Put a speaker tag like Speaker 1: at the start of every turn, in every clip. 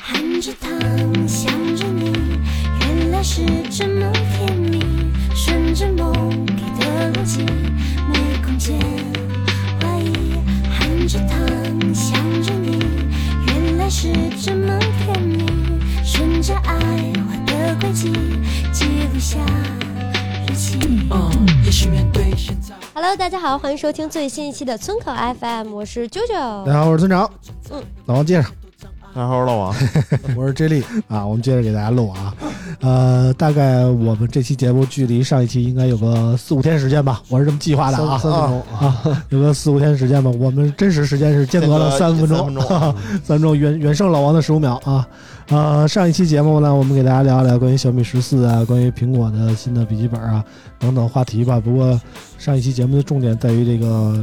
Speaker 1: 含着糖，想着你，原来是这么甜蜜。顺着梦给的逻辑，没空间怀疑。含着糖，想着你，原来是这么甜蜜。顺着爱画的轨迹，记录下日期。
Speaker 2: Hello，大家好，欢迎收听最新一期的村口 FM，我是啾
Speaker 3: 大
Speaker 2: 啾。
Speaker 3: 家好，我是村长。
Speaker 2: 嗯，
Speaker 3: 老王接着。
Speaker 4: 大家好，我是老王。
Speaker 3: 我是 J 莉 啊，我们接着给大家录啊，呃，大概我们这期节目距离上一期应该有个四五天时间吧，我是这么计划的啊，
Speaker 4: 三三分钟
Speaker 3: 啊，啊有个四五天时间吧，我们真实时间是 间隔了三分
Speaker 4: 间
Speaker 3: 钟，
Speaker 4: 隔三分钟 啊
Speaker 3: 三分钟远远胜老王的十五秒啊，呃，上一期节目呢，我们给大家聊一聊关于小米十四啊，关于苹果的新的笔记本啊等等话题吧，不过上一期节目的重点在于这个。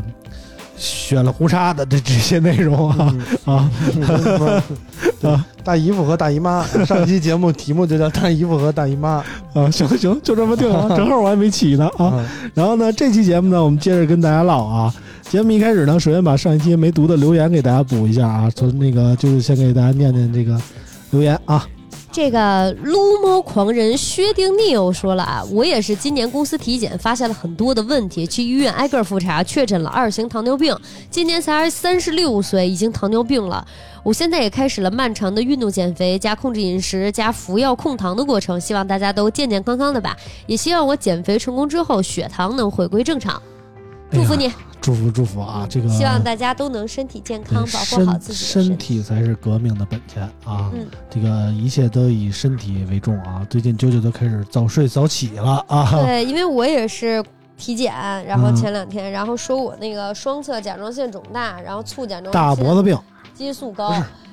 Speaker 3: 选了胡叉的这这些内容啊、啊，
Speaker 4: 大姨夫和大姨 妈，上期节目题目就叫“大姨夫和大姨妈
Speaker 3: 啊，行行，就这么定了，正好我还没起呢”。啊。
Speaker 4: 啊，
Speaker 3: 然后呢，这期节目呢，我们接着跟大家唠啊。节目一开始呢，首先把上一期没读的留言给大家补一下啊，从那个就是先给大家念念这个留言啊。
Speaker 2: 这个撸猫狂人薛定谔说了啊，我也是今年公司体检发现了很多的问题，去医院挨个复查，确诊了二型糖尿病，今年才三十六岁，已经糖尿病了。我现在也开始了漫长的运动减肥加控制饮食加服药控糖的过程，希望大家都健健康康的吧，也希望我减肥成功之后血糖能回归正常，祝福
Speaker 3: 哎
Speaker 2: 你，
Speaker 3: 呀祝福祝福啊！这个
Speaker 2: 希望大家都能身体健
Speaker 3: 对
Speaker 2: 康，保护好
Speaker 3: 身
Speaker 2: 自己的身体。
Speaker 3: 体才是革命的本钱啊！
Speaker 2: 嗯
Speaker 3: 这个一切都以身体为重啊！最近九九都开始早睡早起了啊！
Speaker 2: 对，因为我也是体检，然后
Speaker 3: 嗯
Speaker 2: 前两天，然后说我那个双侧甲状腺肿大，然后促甲状腺
Speaker 3: 大脖子病，
Speaker 2: 激素高，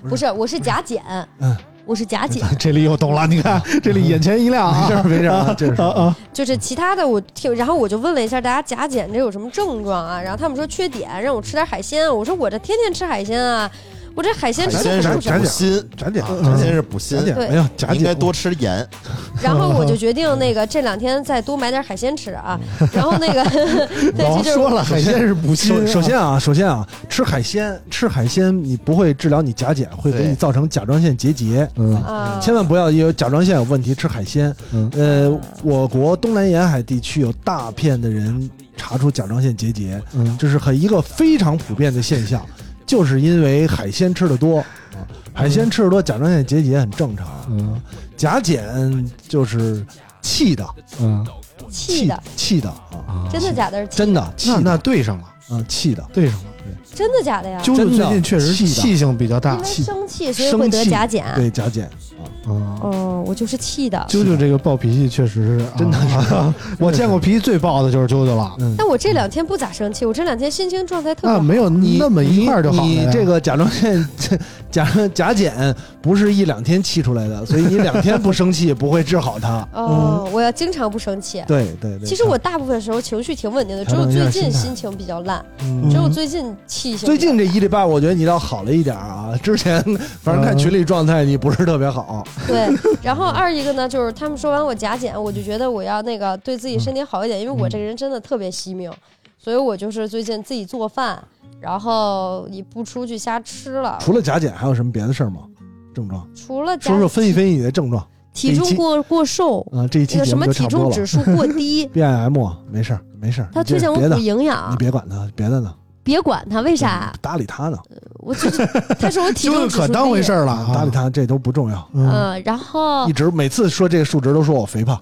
Speaker 2: 不是，我是甲减，
Speaker 3: 嗯，
Speaker 2: 我是甲减，
Speaker 3: 这里又懂了，你看这里眼前一亮啊！
Speaker 4: 啊没事儿没事儿 啊，这是
Speaker 3: 啊啊！
Speaker 2: 就是其他的我听，然后我就问了一下大家甲减这有什么症状啊？然后他们说缺碘，让我吃点海鲜，啊我说我这天天吃海鲜啊，我这海鲜
Speaker 5: 海
Speaker 2: 吃
Speaker 5: 鲜是
Speaker 2: 的什
Speaker 5: 补
Speaker 2: 么
Speaker 5: 锌，
Speaker 4: 展点
Speaker 5: 啊
Speaker 3: 嗯
Speaker 5: 海鲜是补锌
Speaker 4: 展，点，
Speaker 2: 对
Speaker 4: 哎呀，假
Speaker 5: 你应该
Speaker 4: 姐
Speaker 5: 多吃盐。
Speaker 2: 然后我就决定那个这两天再多买点海鲜吃啊，然后那个 对，这
Speaker 4: 王
Speaker 2: 就是
Speaker 4: 说了，海鲜是补锌
Speaker 3: 首
Speaker 4: 啊。
Speaker 3: 首先
Speaker 6: 啊，首先啊，吃海鲜，吃海鲜你不会治疗你甲减，会给
Speaker 5: 对
Speaker 6: 你造成甲状腺结节。
Speaker 3: 嗯
Speaker 2: 啊，
Speaker 6: 千万不要有甲状腺有问题吃海鲜。
Speaker 3: 嗯
Speaker 6: 呃，我国东南沿海地区有大片的人查出甲状腺结节，
Speaker 3: 嗯，
Speaker 6: 这是很一个非常普遍的现象，就是因为海鲜吃的多。啊海鲜吃的多，甲状腺结节很正常。
Speaker 3: 嗯
Speaker 6: 甲减就是气的，
Speaker 3: 嗯，
Speaker 2: 气的，
Speaker 6: 气的啊，
Speaker 2: 真的假的？是气
Speaker 6: 真的气
Speaker 4: 那
Speaker 6: 的
Speaker 4: 那对上了，
Speaker 6: 啊，气的。
Speaker 4: 对上了。
Speaker 2: 真的假的呀？
Speaker 4: 啾啾
Speaker 6: 真的
Speaker 4: 最近确实
Speaker 6: 气的
Speaker 4: 气性比较
Speaker 2: 因
Speaker 4: 大
Speaker 2: 为，
Speaker 6: 气
Speaker 2: 生气，所以会得
Speaker 6: 生气
Speaker 2: 甲减。
Speaker 6: 对甲减，
Speaker 4: 嗯，
Speaker 2: 哦，我就是气的。
Speaker 4: 啾啾这个暴脾气确实是啊
Speaker 6: 真的 是
Speaker 4: 啊我见过脾气最暴的就是啾啾了。
Speaker 6: 嗯，
Speaker 2: 但我这两天不咋生气，我这两天心情状态特别
Speaker 4: 那
Speaker 2: 好。哦
Speaker 4: 没有
Speaker 6: 你
Speaker 4: 那么一块儿就好了
Speaker 6: 你
Speaker 4: 呀。
Speaker 6: 你这个甲状腺甲 甲减不是一两天气出来的，所以你两天不生气也不会治好 它。
Speaker 2: 哦，我要经常不生气。
Speaker 6: 对对嗯对。
Speaker 2: 其实我大部分时候情绪挺稳定的，只有最近心情比较烂，
Speaker 6: 嗯
Speaker 2: 只有最近气性。
Speaker 6: 最近这一礼拜，我觉得你倒好了一点啊。之前
Speaker 4: 嗯
Speaker 6: 反正看群里状态，你不是特别好。
Speaker 2: 对，然后二一个呢，就是他们说完我甲减，我就觉得我要那个对自己身体好一点，因为我这个人真的特别惜命，所以我就是最近自己做饭，然后也不出去瞎吃了。
Speaker 6: 除了甲减，还有什么别的事儿吗？症状？
Speaker 2: 除了甲
Speaker 6: 说说分析分析你的症状
Speaker 2: 体重
Speaker 6: 体
Speaker 2: 过过瘦，
Speaker 6: 啊。这一
Speaker 2: 那
Speaker 6: 期
Speaker 2: 个
Speaker 6: 节
Speaker 2: 什
Speaker 6: 目
Speaker 2: 么
Speaker 6: 就
Speaker 2: 体
Speaker 6: 差不
Speaker 2: 重
Speaker 6: 多了
Speaker 2: 指。数过低，
Speaker 6: BIM 啊没事儿没事儿，
Speaker 2: 他
Speaker 6: 你这
Speaker 2: 推荐我
Speaker 6: 别
Speaker 2: 补
Speaker 6: 的，
Speaker 2: 营养
Speaker 6: 你，别嗯管他，别的呢，
Speaker 2: 别管他，为啥？啊
Speaker 6: 不搭理他呢，
Speaker 2: 我 就是，他说我体
Speaker 4: 啾啾
Speaker 2: 重指数
Speaker 4: 可当回
Speaker 2: 低
Speaker 4: 事儿了
Speaker 6: 不搭
Speaker 4: 啊
Speaker 6: 理！他这都不重要。
Speaker 2: 嗯，然后
Speaker 6: 一直每次说这个数值都说我肥胖，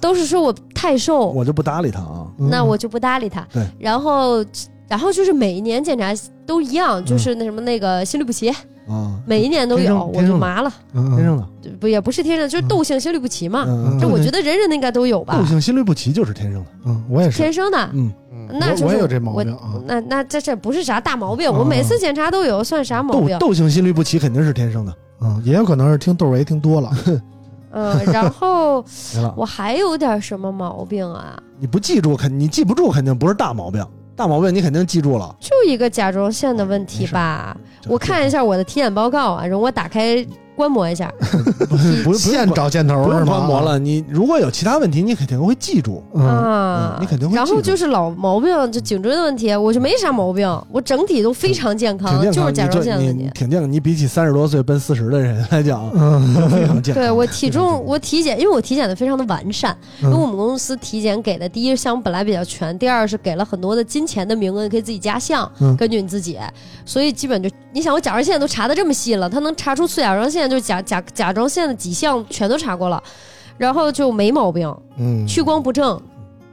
Speaker 2: 都是说我太瘦，
Speaker 6: 我就不搭理他啊。
Speaker 2: 那我就不搭理他。
Speaker 6: 对，
Speaker 2: 然后然后就是每一年检查都一样，就是那什么那个心律不齐，
Speaker 6: 啊，
Speaker 2: 每一年都
Speaker 6: 嗯天
Speaker 2: 有，
Speaker 6: 生
Speaker 2: 我就麻了，
Speaker 6: 天
Speaker 4: 嗯
Speaker 6: 生的，
Speaker 2: 不也不是天生，就是窦性心律不齐嘛。
Speaker 6: 嗯，
Speaker 2: 啊这我觉得人人应该都有吧
Speaker 6: 窦，性心律不齐就是天生的，
Speaker 4: 嗯，我也是，
Speaker 2: 天生的。
Speaker 6: 嗯，
Speaker 4: 嗯
Speaker 2: 那
Speaker 4: 我
Speaker 2: 就是
Speaker 4: 我也有这毛
Speaker 2: 我
Speaker 4: 病啊。
Speaker 2: 那那这这不是啥大毛
Speaker 6: 嗯
Speaker 2: 病，我每次检查都有，算啥毛
Speaker 6: 窦
Speaker 2: 病？
Speaker 6: 窦性心律不齐肯定是天生的，
Speaker 4: 嗯，也有可能是听窦唯听多了，
Speaker 2: 嗯，然后
Speaker 6: 没了。
Speaker 2: 我还有点什么毛病啊？
Speaker 6: 你不记住肯你记不住肯定不是大毛病，大毛病你肯定记住了。
Speaker 2: 就一个甲状腺的问题
Speaker 6: 哦
Speaker 2: 吧。我看一下我的体检报告啊，容我打开观摩一下。
Speaker 6: 不用不
Speaker 3: 现
Speaker 6: 用
Speaker 3: 找现头
Speaker 6: 不
Speaker 3: 是
Speaker 6: 用
Speaker 3: 吗？
Speaker 6: 观摩了，你如果有其他问题，你肯定会记住。
Speaker 3: 嗯，
Speaker 2: 啊、
Speaker 6: 嗯你肯定会
Speaker 2: 然
Speaker 6: 记
Speaker 2: 后
Speaker 6: 住
Speaker 2: 就是老毛病，就颈椎的问题，我就没啥毛病，我整体都非常健
Speaker 6: 挺
Speaker 2: 康，
Speaker 6: 健康，
Speaker 2: 就是甲状腺的
Speaker 6: 你这
Speaker 2: 问
Speaker 6: 你
Speaker 2: 题。
Speaker 6: 挺健康，你比起三十多岁奔四十的人来讲，非常健康。
Speaker 2: 嗯对我体重，
Speaker 6: 非常 健康
Speaker 2: 我体检，因为我体检的非常的完善，
Speaker 6: 嗯
Speaker 2: 因为我们公司体检给的第一项目本来比较全，第二是给了很多的金钱的名额，你可以自己加项，
Speaker 6: 嗯
Speaker 2: 根据你自己，所以基本就你想我甲状腺都查的这么细了，他能查出次甲状腺就是甲甲甲状腺的几项全都查过了，然后就没毛病，
Speaker 3: 嗯，
Speaker 2: 屈光不正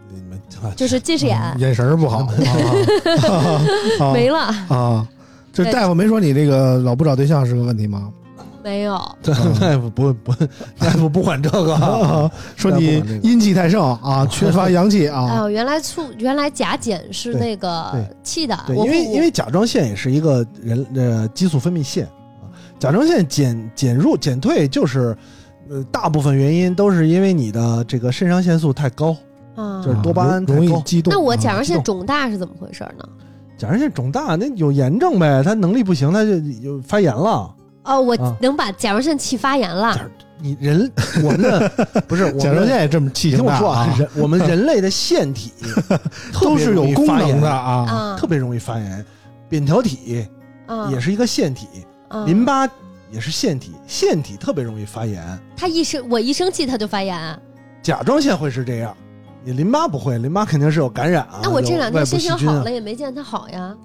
Speaker 6: 你们啊
Speaker 2: 就是近视眼、
Speaker 3: 眼神儿 不好啊
Speaker 6: 嗯
Speaker 2: 没了，
Speaker 3: 啊啊！这
Speaker 2: 对
Speaker 3: 大夫没说你这个老不找对象是个问题 吗？
Speaker 2: 没有。
Speaker 6: 这大夫不不， 大夫不管这个
Speaker 3: 啊，说你阴气太盛 啊，缺乏阳气啊，
Speaker 2: 哦，原来促原来甲减是
Speaker 6: 对
Speaker 2: 那个气
Speaker 3: 啊
Speaker 2: 的，
Speaker 6: 对，
Speaker 2: 我
Speaker 6: 因为
Speaker 2: 我
Speaker 6: 因为甲状腺也是一个人呃激素分泌腺啊，甲状腺减减入减退就是，呃，大部分原因都是因为你的这个肾上腺素太高，
Speaker 2: 啊
Speaker 6: 就，是多巴胺太
Speaker 3: 容易
Speaker 6: 高
Speaker 3: 激动。
Speaker 2: 那我甲
Speaker 3: 啊
Speaker 2: 状腺
Speaker 6: 动
Speaker 2: 肿大是怎么回事呢？
Speaker 6: 甲状腺肿大那有炎症呗，它能力不行，它就有发炎了。
Speaker 2: 哦，我
Speaker 6: 啊
Speaker 2: 能把甲状腺气发炎了
Speaker 6: 甲你人我们 的不是我们
Speaker 3: 甲状
Speaker 6: 的
Speaker 3: 腺也这么气
Speaker 6: 你
Speaker 3: 性
Speaker 6: 听我
Speaker 3: 大
Speaker 6: 说啊
Speaker 3: 啊，，
Speaker 6: 人我们人类的腺体
Speaker 3: 都是有功能的
Speaker 6: 的，
Speaker 3: 啊。
Speaker 2: 啊
Speaker 6: 特别容易发炎。扁桃体
Speaker 3: 嗯
Speaker 2: 啊，
Speaker 6: 也是一个腺体，
Speaker 2: 啊
Speaker 6: 淋巴也是腺体，腺体特别容易发炎。
Speaker 2: 他一生我一生气他就发炎，
Speaker 3: 啊
Speaker 6: 甲状腺会是这样，你淋巴不会，淋巴肯定是有感染啊。
Speaker 2: 那我这两天
Speaker 6: 有
Speaker 2: 心情好
Speaker 6: 外部
Speaker 2: 了
Speaker 3: 啊
Speaker 6: 细
Speaker 2: 也没见他好呀。
Speaker 6: 菌啊，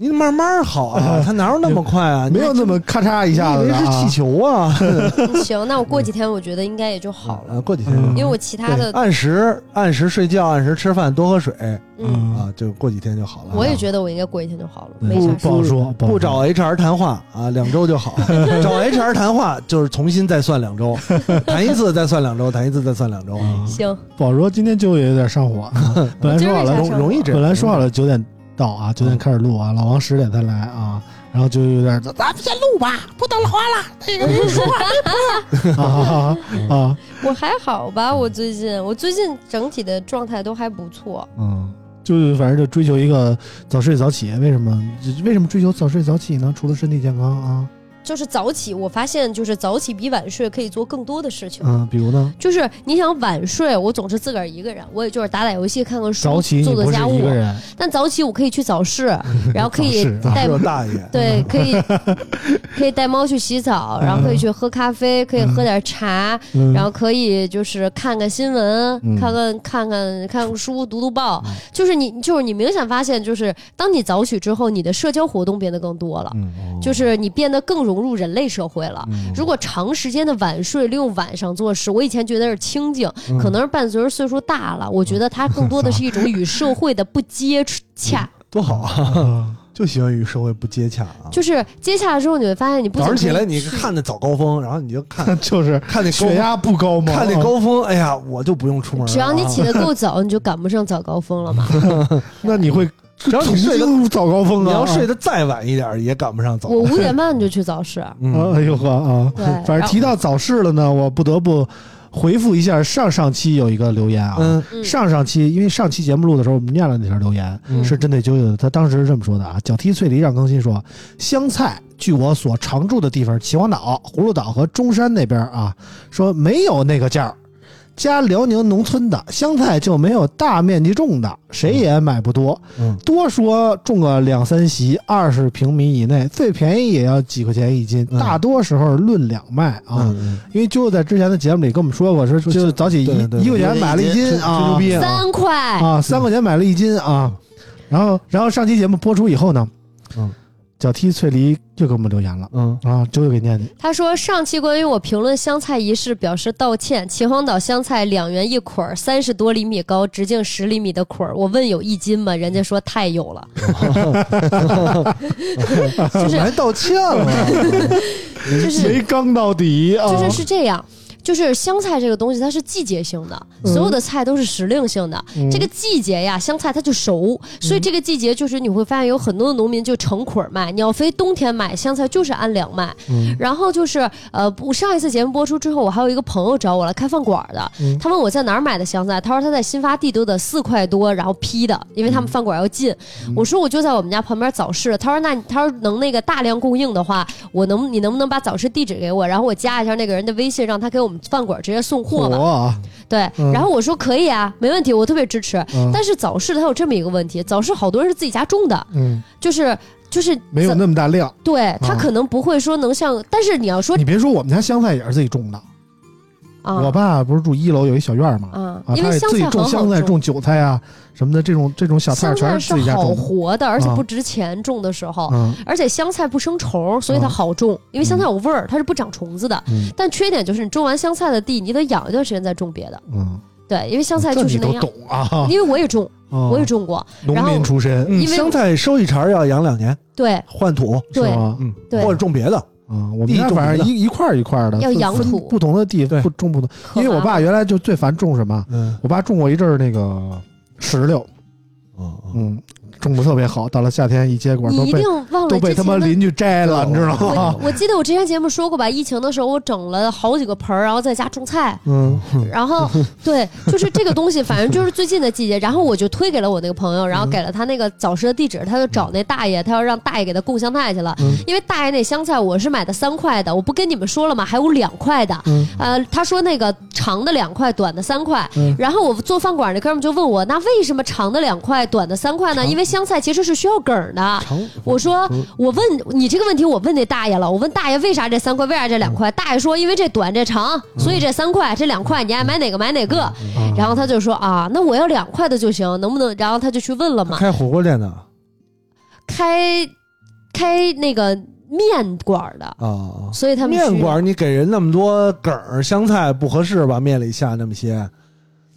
Speaker 6: 你慢慢好 啊，它哪有那么快啊？
Speaker 3: 没有那
Speaker 6: 么
Speaker 3: 么咔嚓一
Speaker 6: 一
Speaker 3: 下子
Speaker 6: 以
Speaker 3: 的
Speaker 6: 为是
Speaker 3: 啊
Speaker 6: 气，球 啊。
Speaker 2: 嗯行，那我过几天我觉得应该也就好了，
Speaker 6: 了，过几天就
Speaker 3: 嗯
Speaker 2: 因为我其他的
Speaker 6: 按时按时睡觉，按时吃饭，多喝水
Speaker 2: 嗯，
Speaker 6: 啊，就过几天就好了啊。
Speaker 2: 我也觉得我应该过几天就好了，
Speaker 3: 嗯
Speaker 2: 没啥
Speaker 3: 不
Speaker 2: 事。
Speaker 3: 好说，不好说
Speaker 6: 不找 HR 谈话啊，两周就 好。找 HR 谈话就是重新再算两周， 谈一次再算两周，谈一次再算两周啊。
Speaker 2: 行，
Speaker 3: 不好说，今天就也有点上 火，本来说好
Speaker 2: 我今儿也
Speaker 3: 了
Speaker 2: 想
Speaker 6: 容容易这嗯样。
Speaker 3: 本来说好了九点到啊，九点开始录啊，老王十点才来啊，然后就有 点咱咱们先录吧，不等老王了，那个别说话，别
Speaker 6: 嗯
Speaker 3: 播了啊啊啊！
Speaker 2: 我还好吧，我最近我最近整体的状态都还不错。
Speaker 3: 嗯，就是反正就追求一个早睡早起。为什么？为什么追求早睡早起呢？除了身体健康啊，
Speaker 2: 就是早起，我发现就是早起比晚睡可以做更多的事情。
Speaker 3: 嗯，比如呢，
Speaker 2: 就是你想晚睡，我总是自个儿一个人，我也就是打打游戏、看看书、
Speaker 3: 早起你
Speaker 2: 做做
Speaker 3: 不是
Speaker 2: 家
Speaker 3: 一
Speaker 2: 务
Speaker 3: 个。人，
Speaker 2: 但早起我可以去 早市，然后可以
Speaker 3: 早市啊
Speaker 6: 大
Speaker 2: 带
Speaker 6: 热大爷，
Speaker 2: 对，可以可以带猫去洗澡，然后可以去喝咖啡，可以喝点茶，
Speaker 3: 嗯
Speaker 2: 然后可以就是看看新闻，
Speaker 3: 嗯
Speaker 2: 看看看看看看书，读读报。就是你就是你明显发现，就是当你早起之后，你的社交活动变得更多了。
Speaker 6: 嗯
Speaker 2: 就是你变得更融入人类社会了。如果长时间的晚睡，利用晚上做事，我以前觉得是清静，可能是伴随着岁数大了，我觉得它更多的是一种与社会的不接洽，
Speaker 6: 多好啊，就喜欢与社会不接洽啊。
Speaker 2: 就是接洽了之后，你会发现你不
Speaker 6: 早
Speaker 2: 仅
Speaker 6: 上起来
Speaker 2: 可以
Speaker 6: 你
Speaker 2: 去
Speaker 6: 看那早高峰，然后你就看
Speaker 3: 就是
Speaker 6: 看那高
Speaker 3: 血
Speaker 6: 峰，
Speaker 3: 压不高啊吗？
Speaker 6: 看那高峰，哎呀，我就不用出门 了啊。
Speaker 2: 只要你起得够早，你就赶不上早高峰了嘛。
Speaker 3: 那你会
Speaker 6: 只要你睡得
Speaker 3: 曾经早高峰
Speaker 6: 你
Speaker 3: 啊，
Speaker 6: 要睡得再晚一点，也赶不上早。
Speaker 2: 我五点半就去早市，
Speaker 3: 啊，
Speaker 6: 嗯
Speaker 3: 哎呦呵啊，
Speaker 2: 对，
Speaker 3: 反
Speaker 2: 然
Speaker 3: 正
Speaker 2: 后
Speaker 3: 提到早市了呢，我不得不回复一下上上期有一个留言啊。
Speaker 6: 嗯
Speaker 2: 嗯
Speaker 3: 上上期，因为上期节目录的时候，我们念了那条留言，
Speaker 2: 嗯
Speaker 3: 是针对九九的。他当时是这么说的啊：脚踢翠梨让更新说，香菜，据我所常住的地方秦皇岛、葫芦岛和中山那边啊，说没有那个价儿。加辽宁农村的香菜就没有大面积种的，谁也买不多。
Speaker 6: 嗯
Speaker 3: 多说种个两三席，二十平米以内，最便宜也要几块钱一斤，
Speaker 6: 嗯
Speaker 3: 大多时候论两卖啊。
Speaker 6: 嗯，
Speaker 3: 因为就在之前的节目里跟我们说过，说就早起一
Speaker 6: 对对对
Speaker 3: 一块钱买了一斤
Speaker 6: 吹
Speaker 3: 啊，
Speaker 6: 吹牛逼啊
Speaker 2: 三块，
Speaker 3: 啊，三块钱买了一斤啊。然后，然后上期节目播出以后呢，
Speaker 6: 嗯，
Speaker 3: 脚踢翠梨又给我们留言了
Speaker 6: 嗯
Speaker 3: 啊，周又给念念，
Speaker 2: 他说上期关于我评论香菜一事表示道歉。秦皇岛香菜两元一捆儿，三十多厘米高，直径十厘米的捆儿。我问有一斤吗？人家说太有了。就是
Speaker 6: 还道歉了，
Speaker 2: 就是
Speaker 3: 刚到底啊啊哦
Speaker 2: 就是是这样。就是香菜这个东西，它是季节性的，
Speaker 3: 嗯
Speaker 2: 所有的菜都是时令性的。
Speaker 3: 嗯
Speaker 2: 这个季节呀，香菜它就熟，所以这个季节就是你会发现有很多的农民就成捆儿卖。你要非冬天买香菜，就是按两卖。
Speaker 3: 嗯
Speaker 2: 然后就是呃，我上一次节目播出之后，我还有一个朋友找我来开饭馆的，
Speaker 3: 嗯
Speaker 2: 他问我在哪儿买的香菜，他说他在新发地都得四块多，然后批的，因为他
Speaker 3: 嗯
Speaker 2: 们饭馆要近。我说我就在我们家旁边早市，他说那你他说能那个大量供应的话，我能你能不能把早市地址给我，然后我加一下那个人的微信，让他给我们饭馆直接送货吧。
Speaker 3: 火
Speaker 2: 对，
Speaker 3: 嗯
Speaker 2: 然后我说可以啊，没问题，我特别支持。
Speaker 3: 嗯
Speaker 2: 但是早市它有这么一个问题，早市好多人是自己家种的，
Speaker 3: 嗯，
Speaker 2: 就是就是
Speaker 3: 没有
Speaker 2: 早
Speaker 3: 那么大量。
Speaker 2: 对他
Speaker 3: 啊
Speaker 2: 可能不会说能像，但是你要说
Speaker 3: 你别说，我们家香菜也是自己种的。
Speaker 2: 啊，
Speaker 3: 我爸不是住一楼有一小院儿嘛，
Speaker 2: 啊
Speaker 3: 啊，，
Speaker 2: 因
Speaker 3: 他
Speaker 2: 为
Speaker 3: 也
Speaker 2: 香
Speaker 3: 自己
Speaker 2: 菜
Speaker 3: 种
Speaker 2: 很好
Speaker 3: 香菜、种韭菜啊什么的，这种这种小菜
Speaker 2: 香
Speaker 3: 儿
Speaker 2: 菜
Speaker 3: 全
Speaker 2: 是
Speaker 3: 自己家
Speaker 2: 好
Speaker 3: 种的。
Speaker 2: 活的，而且
Speaker 3: 啊
Speaker 2: 不值钱，种的时候。
Speaker 3: 嗯
Speaker 2: 而且香菜不生虫，所以它
Speaker 3: 啊
Speaker 2: 好种，因为香菜有味儿，它是不长虫子的。
Speaker 3: 嗯
Speaker 2: 但缺点就是你种完香菜的地，你得养一段时间再种别的。
Speaker 3: 嗯，
Speaker 2: 对，因为香菜
Speaker 3: 这
Speaker 2: 就
Speaker 3: 你
Speaker 2: 是那
Speaker 3: 都
Speaker 2: 样。
Speaker 3: 懂啊，
Speaker 2: 因为我也种，
Speaker 3: 我
Speaker 2: 我也种过。然
Speaker 3: 农
Speaker 2: 后
Speaker 3: 民出身，
Speaker 6: 嗯
Speaker 2: 因为
Speaker 6: 香菜收一茬儿要养两年，
Speaker 2: 对
Speaker 6: 换土，
Speaker 3: 是
Speaker 2: 对
Speaker 3: 吗？
Speaker 6: 嗯，
Speaker 2: 对
Speaker 6: 或者种别的，
Speaker 3: 啊，我们
Speaker 6: 地
Speaker 3: 家
Speaker 6: 种
Speaker 3: 反正
Speaker 6: 的
Speaker 3: 一一块儿一块儿的，
Speaker 2: 要
Speaker 3: 分
Speaker 2: 养
Speaker 3: 分
Speaker 2: 土
Speaker 3: 不同的地
Speaker 6: 对
Speaker 3: 不种不同，
Speaker 2: 可
Speaker 3: 因为我
Speaker 2: 麻烦
Speaker 3: 爸原来就最烦种什么，
Speaker 6: 嗯，
Speaker 3: 我爸种过一阵儿那个石榴，
Speaker 6: 哦哦
Speaker 3: 嗯，种的特别好，到了夏天一结果都
Speaker 2: 你一
Speaker 3: 被
Speaker 2: 定忘了
Speaker 3: 都被
Speaker 2: 之
Speaker 3: 他
Speaker 2: 前
Speaker 3: 妈
Speaker 2: 的。
Speaker 3: 邻居摘了，你知道吗？
Speaker 2: 我我记得我之前节目说过吧，疫情的时候我整了好几个盆儿，然后在家种菜，
Speaker 3: 嗯
Speaker 2: 然后对，就是这个东西，反正就是最近的季节。然后我就推给了我那个朋友，
Speaker 3: 嗯
Speaker 2: 然后给了他那个早市的地址，他就找那大爷，他要让大爷给他供香菜去了。
Speaker 3: 嗯
Speaker 2: 因为大爷那香菜我是买的三块的，我不跟你们说了吗？还有两块的。
Speaker 3: 嗯
Speaker 2: 呃，他说那个长的两块，短的三块。
Speaker 3: 嗯
Speaker 2: 然后我做饭馆那哥们就问我，那为什么长的两块，短的三块呢？因为香菜其实是需要梗儿的。
Speaker 6: 长
Speaker 2: 我说，我问你这个问题，我问那大爷了。我问大爷为啥这三块，为啥这两块？大爷说，因为这短这长，所以这三块这两块，你爱买哪个买哪个。然后他就说啊，那我要两块的就行，能不能？然后他就去问了嘛，
Speaker 6: 开火锅店的啊
Speaker 2: 开开那个面馆儿的，
Speaker 6: 啊。啊
Speaker 2: 所以他们需要
Speaker 6: 面馆儿你给人那么多梗儿香菜不合适吧？面里下那么些，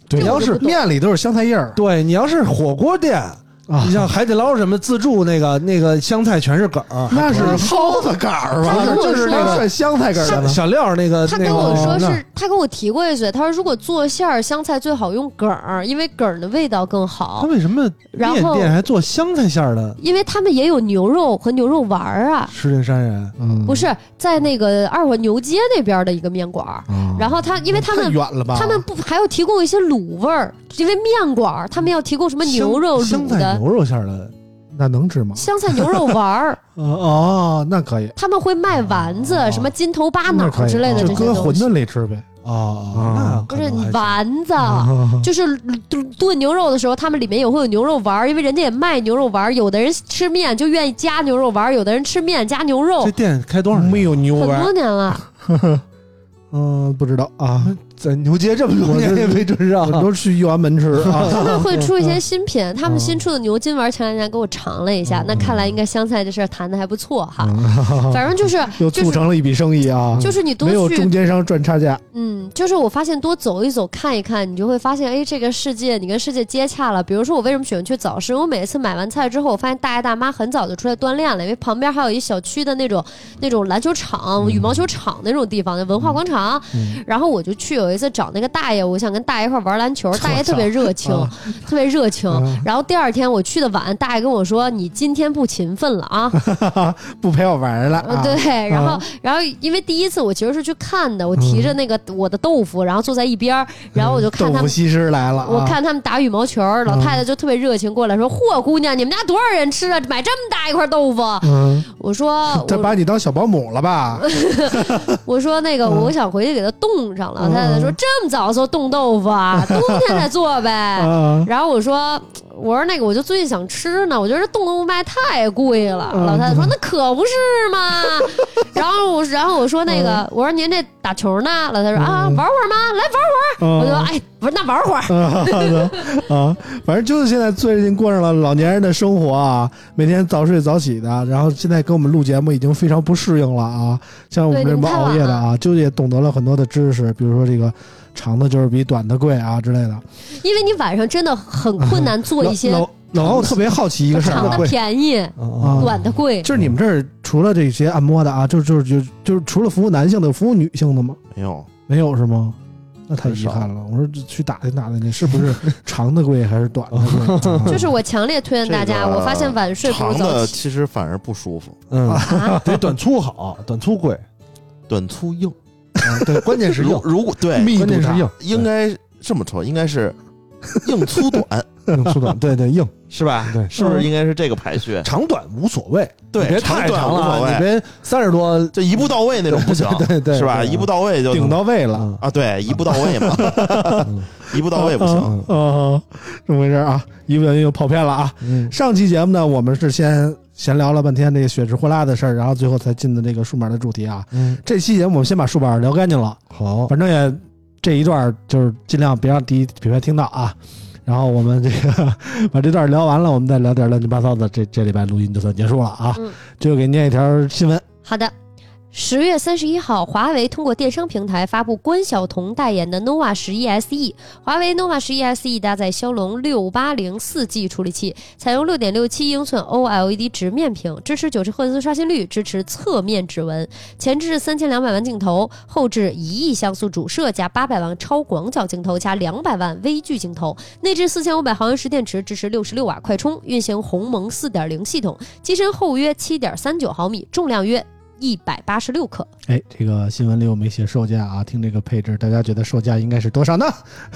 Speaker 3: 对，
Speaker 2: 这
Speaker 3: 你
Speaker 2: 我
Speaker 3: 要
Speaker 2: 就是不懂
Speaker 3: 面里都是香菜叶儿
Speaker 6: 对你要是火锅店，
Speaker 3: 啊
Speaker 6: 你，像海底捞什么自助那个那个香菜全是梗儿，
Speaker 3: 那是蒿子杆儿吧？
Speaker 2: 他
Speaker 3: 那
Speaker 2: 跟我
Speaker 3: 就是那
Speaker 2: 说
Speaker 3: 个涮香菜杆儿
Speaker 6: 小
Speaker 3: 的。
Speaker 6: 小料儿那个
Speaker 2: 他
Speaker 6: 那
Speaker 2: 跟
Speaker 6: 个
Speaker 2: 我说
Speaker 6: 那
Speaker 2: 是，他跟我提过一嘴，他说如果做馅儿香菜最好用梗儿，啊因为梗儿的味道更
Speaker 6: 他
Speaker 2: 好。
Speaker 6: 为什么
Speaker 2: 然
Speaker 6: 面
Speaker 2: 后
Speaker 6: 店还做香菜馅儿的？
Speaker 2: 因为他们也有牛肉和牛肉丸儿啊，
Speaker 6: 石景山人，
Speaker 3: 嗯
Speaker 2: 不是在那个二环牛街那边的一个面馆儿。
Speaker 3: 啊
Speaker 2: 然后他，因为他
Speaker 3: 太
Speaker 2: 们
Speaker 3: 远了吧？
Speaker 2: 他们不还要提供一些卤味儿，因为面馆儿他们要提供什么牛肉
Speaker 6: 香
Speaker 2: 卤
Speaker 6: 香菜
Speaker 2: 的
Speaker 6: 牛肉馅儿的，
Speaker 3: 那能吃吗？
Speaker 2: 香菜牛肉丸 儿，
Speaker 3: 呃哦，那可以，
Speaker 2: 他们会卖丸子，什么筋头巴
Speaker 3: 哦那
Speaker 2: 脑
Speaker 3: 可以，啊
Speaker 2: 之类的
Speaker 3: 就
Speaker 2: 这些
Speaker 3: 搁
Speaker 2: 东
Speaker 3: 馄饨
Speaker 2: 西。
Speaker 3: 里吃呗。
Speaker 6: 哦，
Speaker 2: 不
Speaker 6: 那
Speaker 2: 是
Speaker 6: 可能还行
Speaker 2: 丸 子，
Speaker 3: 啊
Speaker 2: 就是炖炖牛肉的时候，他们里面也会有牛肉丸儿，因为人家也卖牛肉丸儿。有的人吃面就愿意加牛肉丸儿，有的人吃面加牛肉
Speaker 6: 这，店开多少啊年？
Speaker 3: 啊没有牛
Speaker 2: 很
Speaker 3: 丸
Speaker 2: 多
Speaker 3: 儿，
Speaker 2: 年了。
Speaker 3: 嗯，不知道啊，
Speaker 6: 在牛街这么多年
Speaker 3: 我
Speaker 6: 也没追上
Speaker 3: 我，都去右安门吃 啊。
Speaker 2: 他们会出一些新品，他们新出的牛筋丸儿前两天给我尝了一
Speaker 3: 嗯
Speaker 2: 下，那看来应该香菜这事儿谈的还不错哈。反正就是
Speaker 3: 又
Speaker 2: 就
Speaker 3: 促
Speaker 2: 是
Speaker 3: 成了一笔生意啊，
Speaker 2: 就是你多
Speaker 3: 没有
Speaker 2: 去
Speaker 3: 中间商赚差价。
Speaker 2: 嗯，就是我发现多走一走、看一看，你就会发现，哎，这个世界你跟世界接洽了。比如说，我为什么喜欢去早市？因为我每次买完菜之后，我发现大爷大妈很早就出来锻炼了，因为旁边还有一小区的那种 那种篮球场、羽毛球场那种地方，那文化广场。然后我就去有一次找那个大爷，我想跟大爷一块玩篮球，大爷特别热情，特别热情。然后第二天我去的晚，大爷跟我说：“你今天不勤奋了啊。”
Speaker 3: 不陪我玩儿了
Speaker 2: 呃
Speaker 3: 啊！
Speaker 2: 对，然后，然后，因为第一次我其实是去看的，我提着那个我的豆腐，然后坐在一边儿，然后我就
Speaker 3: 嗯
Speaker 2: 看
Speaker 3: 豆
Speaker 2: 他
Speaker 3: 腐
Speaker 2: 们，
Speaker 3: 西施来了啊，嗯
Speaker 2: 我看他们打羽毛球儿，老太太就特别热情过来说：“嚯，姑娘，你们家多少人吃啊？买这么大一块豆腐？”
Speaker 3: 嗯，
Speaker 2: 我说：“
Speaker 3: 这
Speaker 2: 我
Speaker 3: 把你当小保姆了吧？
Speaker 2: 我说那个，
Speaker 3: 嗯
Speaker 2: 我想回去给它冻上了。”老太太说：“这么早就冻豆腐啊？冬天再做 呗。”
Speaker 3: 啊，
Speaker 2: 然后我说：“我说那个，我就最近想吃呢，我觉得这冻豆腐卖太贵了。”
Speaker 3: 嗯
Speaker 2: 老太太说：“那可不是嘛。” 然后我，然后我说那
Speaker 3: 嗯
Speaker 2: 个，我说您这打球呢？老太太说：“啊，玩会儿吗？来玩会儿。”我就说：“哎，我说那玩会儿。
Speaker 3: 嗯啊，反正就是现在最近过上了老年人的生活啊，每天早睡早起的，然后现在跟我们录节目已经非常不适应了啊。像我们这
Speaker 2: 对你
Speaker 3: 帮
Speaker 2: 们太晚
Speaker 3: 熬夜的啊，就也懂得了很多的知识，比如说这个长的就是比短的贵啊之类的。”
Speaker 2: 因为你晚上真的很困难做一些
Speaker 3: 老老老欧特别好奇一个事儿
Speaker 2: 长
Speaker 3: 啊
Speaker 2: 的，便宜，
Speaker 6: 啊
Speaker 3: 啊
Speaker 2: 短的贵。
Speaker 3: 就是你们这儿除了这些按摩的啊，就是就是就是就是除了服务男性的，有服务女性的吗？
Speaker 5: 没有，
Speaker 3: 没有是吗？那太
Speaker 6: 很
Speaker 3: 遗
Speaker 6: 少
Speaker 3: 憾了。我说这去打听打听，你是不是长的贵还是短的贵？啊
Speaker 2: 就是我强烈推荐大家，
Speaker 5: 这个
Speaker 2: 我发现晚睡不如
Speaker 5: 长
Speaker 2: 早
Speaker 5: 的
Speaker 2: 起
Speaker 5: 其实反而不舒服，
Speaker 6: 嗯，
Speaker 2: 啊，
Speaker 6: 得短粗好，短粗贵，
Speaker 5: 短 粗硬。
Speaker 6: 嗯对，关键是
Speaker 5: 如
Speaker 6: 硬，哎
Speaker 5: 如果对，
Speaker 6: 关键是
Speaker 3: 大
Speaker 6: 硬，
Speaker 5: 应该这么说，应该是硬粗短，嗯
Speaker 6: 硬粗短，对对硬，
Speaker 5: 是吧？
Speaker 6: 对
Speaker 5: 是不是应该是这个排序？
Speaker 6: 长短无所谓，
Speaker 5: 对
Speaker 6: 你别
Speaker 5: 长
Speaker 6: 太
Speaker 5: 短
Speaker 6: 长
Speaker 5: 无所
Speaker 6: 了，
Speaker 5: 谓
Speaker 6: 你别三十多
Speaker 5: 这一步到位那种不行，
Speaker 6: 对对对
Speaker 5: 是吧？
Speaker 6: 对
Speaker 5: 一步到位 就
Speaker 3: 顶到位了。
Speaker 6: 了，
Speaker 5: 啊，对，一步到位嘛， 一步到位不行。
Speaker 3: 啊，啊这么回事儿啊，一不小心又跑偏了啊。
Speaker 6: 嗯，
Speaker 3: 上期节目呢，我们是先闲聊了半天这个血池货拉的事儿，然后最后才进的这个数码的主题啊。
Speaker 6: 嗯，
Speaker 3: 这期节目我们先把数码聊干净了，
Speaker 6: 好，
Speaker 3: 反正也这一段儿就是尽量别让第一品牌听到啊。然后我们这个 把这段聊完了，我们再聊点乱七八糟的。这这礼拜录音就算结束了啊。
Speaker 2: 嗯
Speaker 3: 最后给念一条新闻，
Speaker 2: 好的。十月三十一号，华为通过电商平台发布关晓彤代言的 nova 十一 SE。华为 nova 十一 SE 搭载骁龙六八零四 G 处理器，采用六点六七英寸 OLED 直面屏，支持九十赫兹刷新率，支持侧面指纹，前置三千两百万镜头，后置一亿像素主摄加八百万超广角镜头加两百万微距镜头，内置四千五百毫安时电池，支持六十六瓦快充，运行鸿蒙四点零系统，机身厚约七点三九毫米，重量约一百八十六克。
Speaker 3: 哎，这个新闻里我没写售价啊，听这个配置，大家觉得售价应该是多少呢？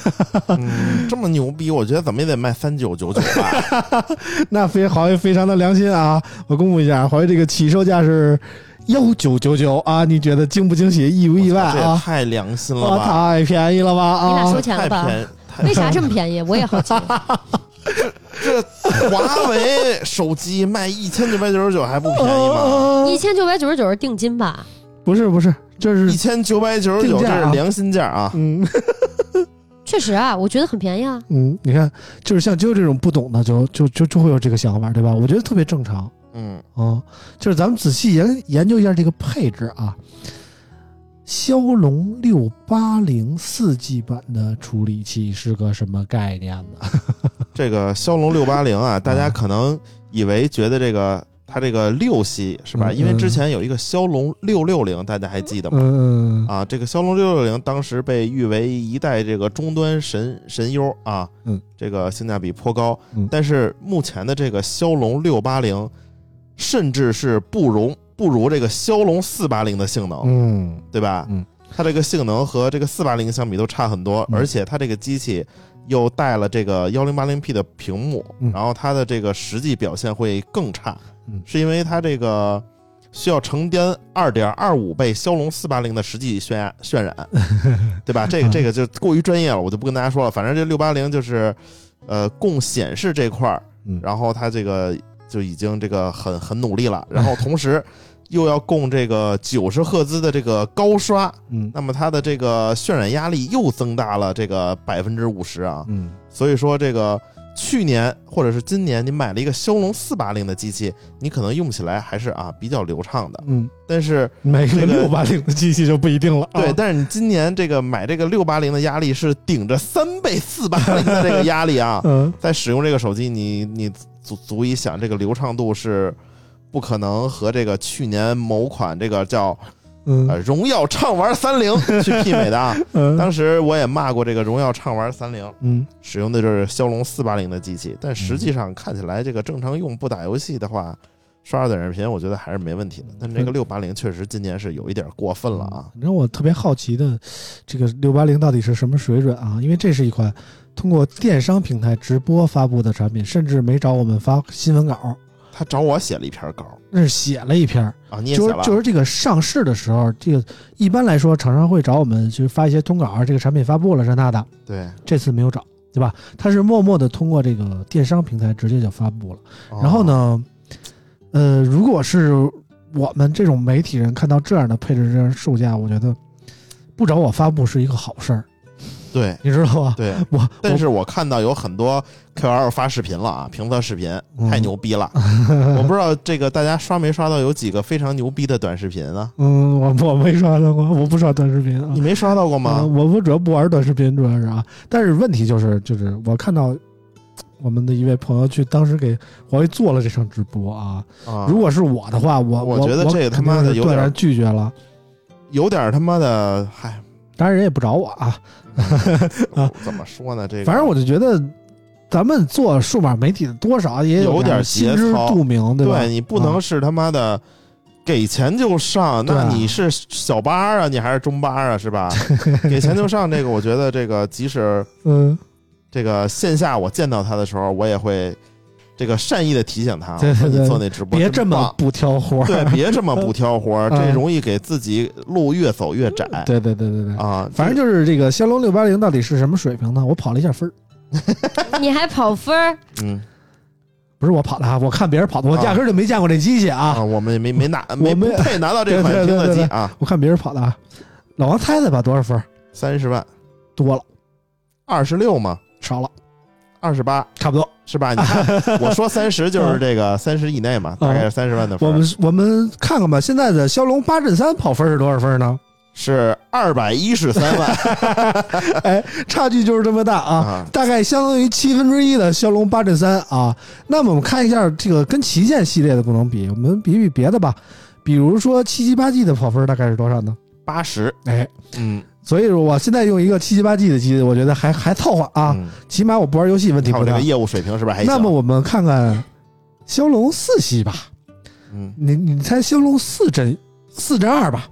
Speaker 5: 嗯，这么牛逼，我觉得怎么也得卖三九九九吧？
Speaker 3: 那非华为非常的良心啊！我公布一下，华为这个起售价是幺九九九啊，你觉得惊不惊喜，意不意外
Speaker 5: 这也
Speaker 3: 啊？
Speaker 5: 太良心了
Speaker 3: 哇，
Speaker 5: 吧？
Speaker 3: 太便宜了吧
Speaker 2: 你俩
Speaker 3: 啊
Speaker 2: 说！钱
Speaker 5: 哦太
Speaker 2: 了吧？
Speaker 5: 便宜，太
Speaker 2: 为啥这么便宜？我也好奇。
Speaker 5: 这华为手机卖一千九百九十九还不便宜
Speaker 3: 哦
Speaker 5: 吗？
Speaker 2: 一千九百九十九是定金吧？
Speaker 3: 不是不是，这
Speaker 5: 一
Speaker 3: 是
Speaker 5: 千九百九十九，
Speaker 3: 定价啊
Speaker 5: 这是良心价啊！
Speaker 3: 嗯
Speaker 2: 确实啊，我觉得很便宜啊。
Speaker 3: 嗯，你看，就是像啾这种不懂的，就就就就会有这个想法，对吧？我觉得特别正常
Speaker 5: 嗯，
Speaker 3: 啊、就是咱们仔细研研究一下这个配置啊，骁龙六八零四 G 版的处理器是个什么概念呢？
Speaker 5: 这个骁龙六八零
Speaker 3: 嗯
Speaker 5: 啊，大家可能以为觉得这个它这个六系是吧？
Speaker 3: 嗯
Speaker 5: 因为之前有一个骁龙六六零，大家还记得吗？
Speaker 3: 嗯，
Speaker 5: 啊，这个骁龙六六零当时被誉为一代这个终端神神优啊，
Speaker 3: 嗯，
Speaker 5: 这个性价比颇高。
Speaker 3: 嗯
Speaker 5: 但是目前的这个骁龙六八零，甚至是不容不如这个骁龙四八零的性能，
Speaker 3: 嗯
Speaker 5: 对吧？
Speaker 3: 嗯，
Speaker 5: 它这个性能和这个四八零相比都差很多，
Speaker 3: 嗯
Speaker 5: 而且它这个机器又带了这个幺零八零 P 的屏幕，
Speaker 3: 嗯
Speaker 5: 然后它的这个实际表现会更差，
Speaker 3: 嗯
Speaker 5: 是因为它这个。需要承担二点二五倍骁龙四八零的实际渲 渲染，对吧？这个这个就过于专业了，我就不跟大家说了。反正这六八零就是，呃，供显示这块儿，
Speaker 3: 嗯
Speaker 5: 然后它这个就已经这个很很努力了，然后同时又要供这个九十赫兹的这个高刷，
Speaker 3: 嗯
Speaker 5: 那么它的这个渲染压力又增大了这个百分之五十啊，
Speaker 3: 嗯
Speaker 5: 所以说这个去年或者是今年你买了一个骁龙四八零的机器，你可能用起来还是啊比较流畅的，
Speaker 3: 嗯，
Speaker 5: 但是
Speaker 3: 每
Speaker 5: 这
Speaker 3: 个
Speaker 5: 个
Speaker 3: 六八零的机器就不一定了、啊。，
Speaker 5: 对，，但是你今年这个买这个六八零的压力是顶着三倍四八零的这个压力啊
Speaker 3: 嗯
Speaker 5: 在使用这个手机，你你足足以想这个流畅度是不可能和这个去年某款这个叫呃
Speaker 3: 嗯
Speaker 5: 荣耀畅玩 三零去媲美的啊。
Speaker 3: 嗯
Speaker 5: 当时我也骂过这个荣耀畅玩三零，
Speaker 3: 嗯
Speaker 5: 使用的就是骁龙四八零的机器，但实际上看起来这个正常用不打游戏的话。刷二短视频，我觉得还是没问题的。但这
Speaker 3: 嗯
Speaker 5: 个六八零确实今年是有一点过分了啊！
Speaker 3: 反正我特别好奇的，这个六八零到底是什么水准啊？因为这是一款通过电商平台直播发布的产品，甚至没找我们发新闻稿，
Speaker 5: 他找我写了一篇稿
Speaker 3: 那是写了一篇儿。
Speaker 5: 啊，你也
Speaker 3: 就
Speaker 5: 写
Speaker 3: 是
Speaker 5: 了，
Speaker 3: 就是这个上市的时候，这个一般来说厂商会找我们去发一些通稿啊，这个产品发布了这那的，
Speaker 5: 对，
Speaker 3: 这次没有找，对吧？他是默默的通过这个电商平台直接就发布了。然后
Speaker 5: 哦？
Speaker 3: 呢，呃，如果是我们这种媒体人看到这样的配置、这样的售价，我觉得不找我发布是一个好事儿，
Speaker 5: 对
Speaker 3: 你知道吧？
Speaker 5: 对，
Speaker 3: 我
Speaker 5: 但是我看到有很多 KOL 发视频了啊，评测视频
Speaker 3: 嗯
Speaker 5: 太牛逼了。我不知道这个大家刷没刷到有几个非常牛逼的短视频啊？
Speaker 3: 嗯，我我没刷到过，我不刷短视频啊
Speaker 5: 你。没刷到过
Speaker 3: 啊
Speaker 5: 吗？
Speaker 3: 我我主要不玩短视频，主要是啊。但是问题就是，就是我看到我们的一位朋友去当时给华为做了这场直播啊。
Speaker 5: 啊，
Speaker 3: 如果是我的话，我
Speaker 5: 我
Speaker 3: 我
Speaker 5: 觉得这个
Speaker 3: 我
Speaker 5: 他妈的
Speaker 3: 肯定是
Speaker 5: 有
Speaker 3: 断
Speaker 5: 点
Speaker 3: 然拒绝了。
Speaker 5: 有点他妈的，嗨，
Speaker 3: 当然人也不找我啊，啊
Speaker 5: 怎么说呢？这个
Speaker 3: 反正我就觉得咱们做数码媒体的多少也
Speaker 5: 有点
Speaker 3: 点心知
Speaker 5: 节操
Speaker 3: 肚明，对吧？嗯
Speaker 5: 对你不能是他妈的给钱就上，
Speaker 3: 对
Speaker 5: 那
Speaker 3: 啊
Speaker 5: 你是小八啊，你还是中八啊，是吧？给钱就上这个，我觉得这个即使
Speaker 3: 嗯，
Speaker 5: 这个线下我见到他的时候，我也会这个善意的提醒他，
Speaker 3: 对
Speaker 5: 我说
Speaker 3: 对对
Speaker 5: 你做那直播
Speaker 3: 别
Speaker 5: 真
Speaker 3: 这么
Speaker 5: 棒啊
Speaker 3: 不挑活儿，
Speaker 5: 对，别这么不挑活儿，
Speaker 3: 嗯
Speaker 5: 这容易给自己路越走越窄
Speaker 3: 对对对对对。
Speaker 5: 啊。
Speaker 3: 反正
Speaker 5: 就
Speaker 3: 就是这个骁龙六八零到底是什么水平呢？我跑了一下分儿，
Speaker 2: 你还跑分儿，
Speaker 5: 嗯
Speaker 3: 不是我跑的啊，我看别人跑的，我
Speaker 5: 啊
Speaker 3: 压根儿就没见过这机器啊，
Speaker 5: 啊，我们也没没拿 没
Speaker 3: 我
Speaker 5: 不
Speaker 3: 们
Speaker 5: 配拿到这
Speaker 3: 对
Speaker 5: 款
Speaker 3: 对
Speaker 5: 评测
Speaker 3: 对
Speaker 5: 机
Speaker 3: 对
Speaker 5: 啊，
Speaker 3: 我看别人跑的啊。老王猜猜吧，多少分儿？
Speaker 5: 三十万
Speaker 3: 多了，
Speaker 5: 二十六嘛，
Speaker 3: 少了，
Speaker 5: 二十八。
Speaker 3: 差不多。
Speaker 5: 是吧？你看，我说 三十就是这个三十以内嘛，大概是三十万的分
Speaker 3: 啊我
Speaker 5: 儿，
Speaker 3: 们我们看看吧，现在的骁龙八阵三跑分是多少分呢？
Speaker 5: 是二百一十三 万
Speaker 3: 差距就是这么大啊，
Speaker 5: 啊。
Speaker 3: 大概相当于七分之一的骁龙八阵三啊。那么我们看一下这个跟旗舰系列的不能比，我们比比别的吧，比如说七七八 G 的跑分大概是多少呢？
Speaker 5: 八十，
Speaker 3: 哎，
Speaker 5: 嗯
Speaker 3: 所以说我现在用一个七七八 G 的机子，我觉得还还凑合啊，
Speaker 5: 嗯
Speaker 3: 起码我不玩游戏问
Speaker 5: 你
Speaker 3: 题
Speaker 5: 看
Speaker 3: 不
Speaker 5: 我这
Speaker 3: 大
Speaker 5: 个。啊业务水平是不是还行？
Speaker 3: 那么我们看看骁龙四系吧，
Speaker 5: 嗯，
Speaker 3: 你你猜骁龙四阵四阵二吧？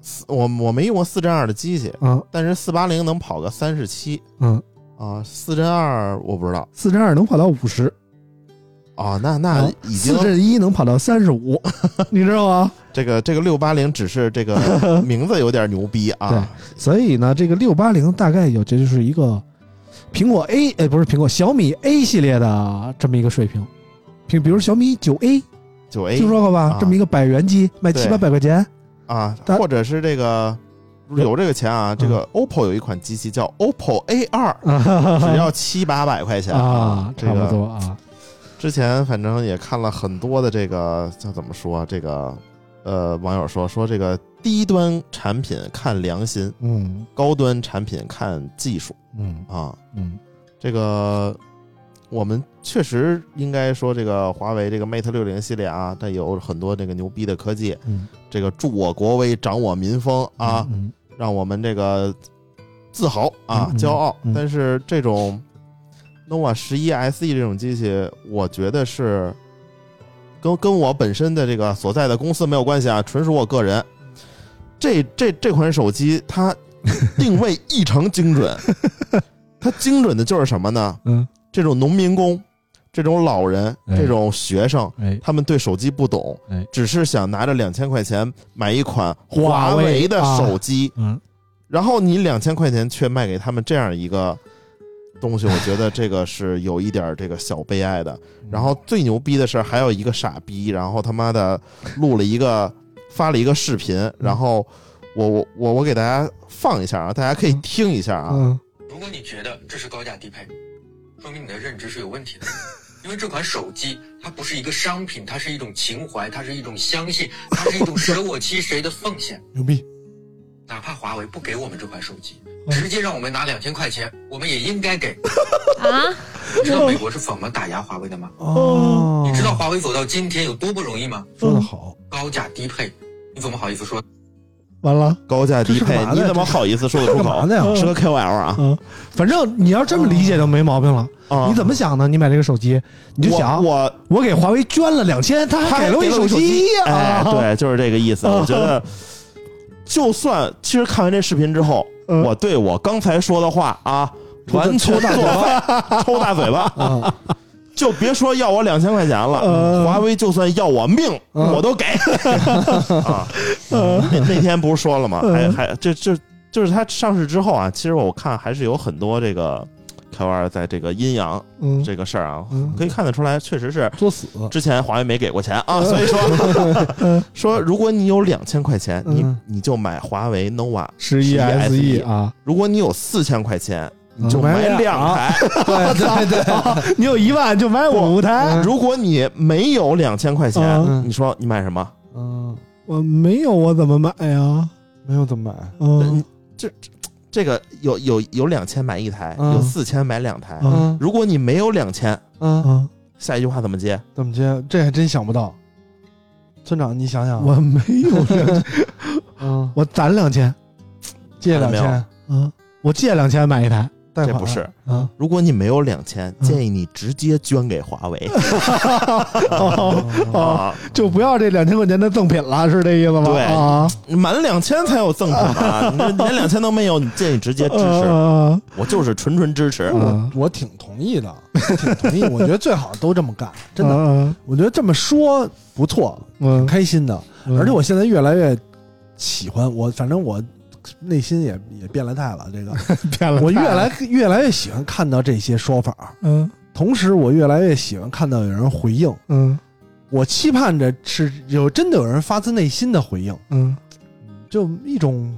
Speaker 5: 四我我没用过四针二的机器，
Speaker 3: 嗯
Speaker 5: 但是四八零能跑个三十七
Speaker 3: 嗯，
Speaker 5: 啊，四针二我不知道
Speaker 3: 四阵二能跑到五十，
Speaker 5: 啊，那那
Speaker 3: 啊
Speaker 5: 已经
Speaker 3: 四阵一能跑到三十五， 你知道吗？
Speaker 5: 这个这个六八零只是这 个名字有点牛逼啊，
Speaker 3: 所以呢，这个六八零大概有，这就是一个苹果 A，哎，不是苹果小米 A 系列的这么一个水平。比比如小米九 A，
Speaker 5: 九 A
Speaker 3: 听说过吧？
Speaker 5: 啊
Speaker 3: 这么一个百元机，卖
Speaker 5: 对
Speaker 3: 七八百块钱。
Speaker 5: 啊，
Speaker 3: 但
Speaker 5: 或者是这个有这个钱啊，这个
Speaker 3: 嗯
Speaker 5: OPPO 有一款机器叫 OPPO A 二，只
Speaker 3: 只
Speaker 5: 要七八百块钱
Speaker 3: 啊，
Speaker 5: 这
Speaker 3: 差不
Speaker 5: 个
Speaker 3: 多啊，
Speaker 5: 之前反正也看了很多的这个叫怎么说啊这个呃网友说说这个低端产品看良心，
Speaker 3: 嗯
Speaker 5: 高端产品看技术
Speaker 3: 嗯
Speaker 5: 啊。
Speaker 3: 嗯，
Speaker 5: 这个我们确实应该说这个华为这个 Mate 六零系列啊，它有很多这个牛逼的科技，
Speaker 3: 嗯
Speaker 5: 这个助我国威，长我民风啊，
Speaker 3: 嗯
Speaker 5: 让我们这个自豪
Speaker 3: 嗯
Speaker 5: 啊、
Speaker 3: 嗯
Speaker 5: 骄傲。
Speaker 3: 嗯
Speaker 5: 但是这种 nova 十一 SE 这种机器，我觉得是跟跟我本身的这个所在的公司没有关系啊，纯属我个人。这这这款手机它定位异常 精准，它精准的就是什么呢？
Speaker 3: 嗯，
Speaker 5: 这种农民工、这种老人、
Speaker 3: 哎
Speaker 5: 这种学生，
Speaker 3: 哎，
Speaker 5: 他们对手机不懂
Speaker 3: 哎，
Speaker 5: 只是想拿着两千块钱买一款
Speaker 3: 华
Speaker 5: 华
Speaker 3: 为
Speaker 5: 为的手机，
Speaker 3: 嗯，
Speaker 5: 然后你两千块钱却卖给他们这样一个东西，我觉得这个是有一点这个小悲哀的。
Speaker 3: 嗯
Speaker 5: 然后最牛逼的是，还有一个傻逼，然后他妈的录了一个发了一个视频，
Speaker 3: 嗯
Speaker 5: 然后我我我我给大家放一下啊，大家可以听一下啊，
Speaker 3: 嗯
Speaker 7: 如果你觉得这是高价低配，说明你的认知是有问题的。 因为这款手机它不是一个商品，它是一种情怀，它是一种相信，它是一种舍我其谁的奉献。
Speaker 3: 牛逼，
Speaker 7: 哪怕华为不给我们这款手机，
Speaker 5: 嗯
Speaker 7: 直接让我们拿两千块钱，我们也应 该给。
Speaker 2: 啊，
Speaker 7: 你知道美国是怎么打压华为的 吗？
Speaker 3: 哦
Speaker 7: 你知道华为走到今天有多不容易吗？
Speaker 3: 说的好，
Speaker 7: 高价低配，你怎么好意思说？
Speaker 3: 完了，
Speaker 5: 高价低
Speaker 3: 这是
Speaker 5: 配
Speaker 3: 干，嘛的
Speaker 5: 你怎么好意思说得出
Speaker 3: 干嘛
Speaker 5: 口？
Speaker 3: 的呀？
Speaker 5: 是个 KOL 啊，
Speaker 3: 嗯，反正你要这么理解就没毛病了。
Speaker 5: 啊
Speaker 3: 你怎么想呢？你买这个手机，你就想
Speaker 5: 我我
Speaker 3: 我给华为捐了两千，他
Speaker 5: 他
Speaker 3: 还给了我一手
Speaker 5: 机
Speaker 3: 啊！
Speaker 5: 哎，，对，就是这个意思。
Speaker 3: 啊
Speaker 5: 我觉得，就算其实看完这视频之后，
Speaker 3: 嗯
Speaker 5: 我对我刚才说的话啊，
Speaker 3: 抽
Speaker 5: 完全
Speaker 3: 抽大嘴
Speaker 5: 巴，抽大 嘴巴，
Speaker 3: 啊，
Speaker 5: 就别说要我两千块钱了，
Speaker 3: 嗯
Speaker 5: 华为就算要我命，
Speaker 3: 嗯
Speaker 5: 我 都给。啊，那那天不是说了吗？还
Speaker 3: 嗯
Speaker 5: 还这这就是它上市之后啊，其实我看还是有很多这个 KOL 在这个阴阳
Speaker 3: 嗯，
Speaker 5: 这个事儿啊
Speaker 3: 嗯，
Speaker 5: 可以看得出来，确实是
Speaker 3: 作死，
Speaker 5: 之前华为没给过钱
Speaker 3: 嗯
Speaker 5: 啊，所以说 说如果你有两千块钱，你
Speaker 3: 嗯
Speaker 5: 你就买华为 nova；
Speaker 3: 十一
Speaker 5: 11
Speaker 6: E
Speaker 3: SE 啊，
Speaker 5: 如果你有四千块钱，你就
Speaker 3: 嗯买
Speaker 5: 买
Speaker 3: 俩
Speaker 5: 两
Speaker 6: 啊
Speaker 5: 台；
Speaker 6: 对
Speaker 3: E 啊
Speaker 6: 对对，
Speaker 3: 你有一万就买五台，
Speaker 5: 如果你没有两千块钱，
Speaker 6: 嗯
Speaker 5: 你说你买什么？
Speaker 6: 嗯，
Speaker 3: 我没有我怎么买呀？
Speaker 6: 没有怎么买？
Speaker 3: 嗯
Speaker 5: 这个有有有两千买一台，
Speaker 6: 嗯
Speaker 5: 有四千买两台。
Speaker 6: 嗯
Speaker 5: 哎如果你没有两千，
Speaker 6: 嗯，
Speaker 3: 啊，
Speaker 5: 下一句话怎么接？
Speaker 6: 怎么接？这还真想不到。村长，你想 想，
Speaker 3: 我没有，
Speaker 6: 嗯，
Speaker 3: 我攒两千，
Speaker 6: 借两
Speaker 5: 看见没有
Speaker 6: 千
Speaker 3: 啊，我借两千买一 台
Speaker 6: 贷
Speaker 5: 这
Speaker 6: 款
Speaker 5: 不是。
Speaker 6: 啊，
Speaker 5: 如果你没有两千，
Speaker 3: 嗯
Speaker 5: 建议你直接捐给华为
Speaker 6: 嗯
Speaker 3: 哦，
Speaker 5: 啊，
Speaker 3: 就不要这两千块钱的赠品了，是这意思吗？
Speaker 5: 对
Speaker 3: 啊，
Speaker 5: 满两千才有赠品 啊，你这连两千都没有，你建议直接支
Speaker 6: 嗯
Speaker 5: 持，
Speaker 3: 呃
Speaker 5: 我就是纯纯支持。
Speaker 3: 啊
Speaker 6: 我我挺同意的，挺同意。我觉得最好都这么干，真的。
Speaker 3: 的，
Speaker 6: 我觉得这么说不错，
Speaker 3: 嗯，
Speaker 6: 开心的。
Speaker 3: 嗯
Speaker 6: 而且我现在越来越喜欢我，反正我内心也也变了态了。 这个
Speaker 3: 变了，
Speaker 6: 我越来越来越喜欢看到这些说法儿，
Speaker 3: 嗯
Speaker 6: 同时我越来越喜欢看到有人回应。
Speaker 3: 嗯
Speaker 6: 我期盼着是有真的有人发自内心的回应，
Speaker 3: 嗯，
Speaker 6: 就一种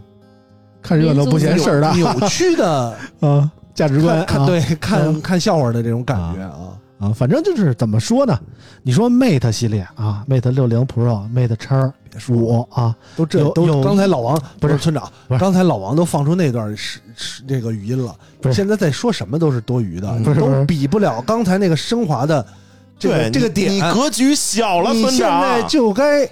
Speaker 3: 看热闹不嫌事儿大
Speaker 6: 扭 曲的
Speaker 3: 啊，价值观
Speaker 6: 看看
Speaker 3: 啊
Speaker 6: 对看
Speaker 3: 嗯
Speaker 6: 看笑话的这种感觉啊。
Speaker 3: 啊，反正就是怎么说呢？你说 Mate 系列啊，Mate 六零 Pro、Mate 叉
Speaker 6: 别说
Speaker 3: 五
Speaker 6: 我
Speaker 3: 啊，
Speaker 6: 都这
Speaker 3: 有有
Speaker 6: 都刚才老王
Speaker 3: 不是
Speaker 6: 村长
Speaker 3: 不是，
Speaker 6: 刚才老王都放出那段是是这个语音了
Speaker 3: 不。是
Speaker 6: 现在在说什么都是多余的，
Speaker 3: 不是不
Speaker 6: 都
Speaker 3: 是
Speaker 6: 比不了刚才那个升华的这
Speaker 5: 对
Speaker 6: 个这个
Speaker 5: 你
Speaker 6: 点。啊
Speaker 5: 你格局小了，啊
Speaker 6: 你
Speaker 5: 村
Speaker 6: 现在
Speaker 5: 长。
Speaker 6: 就该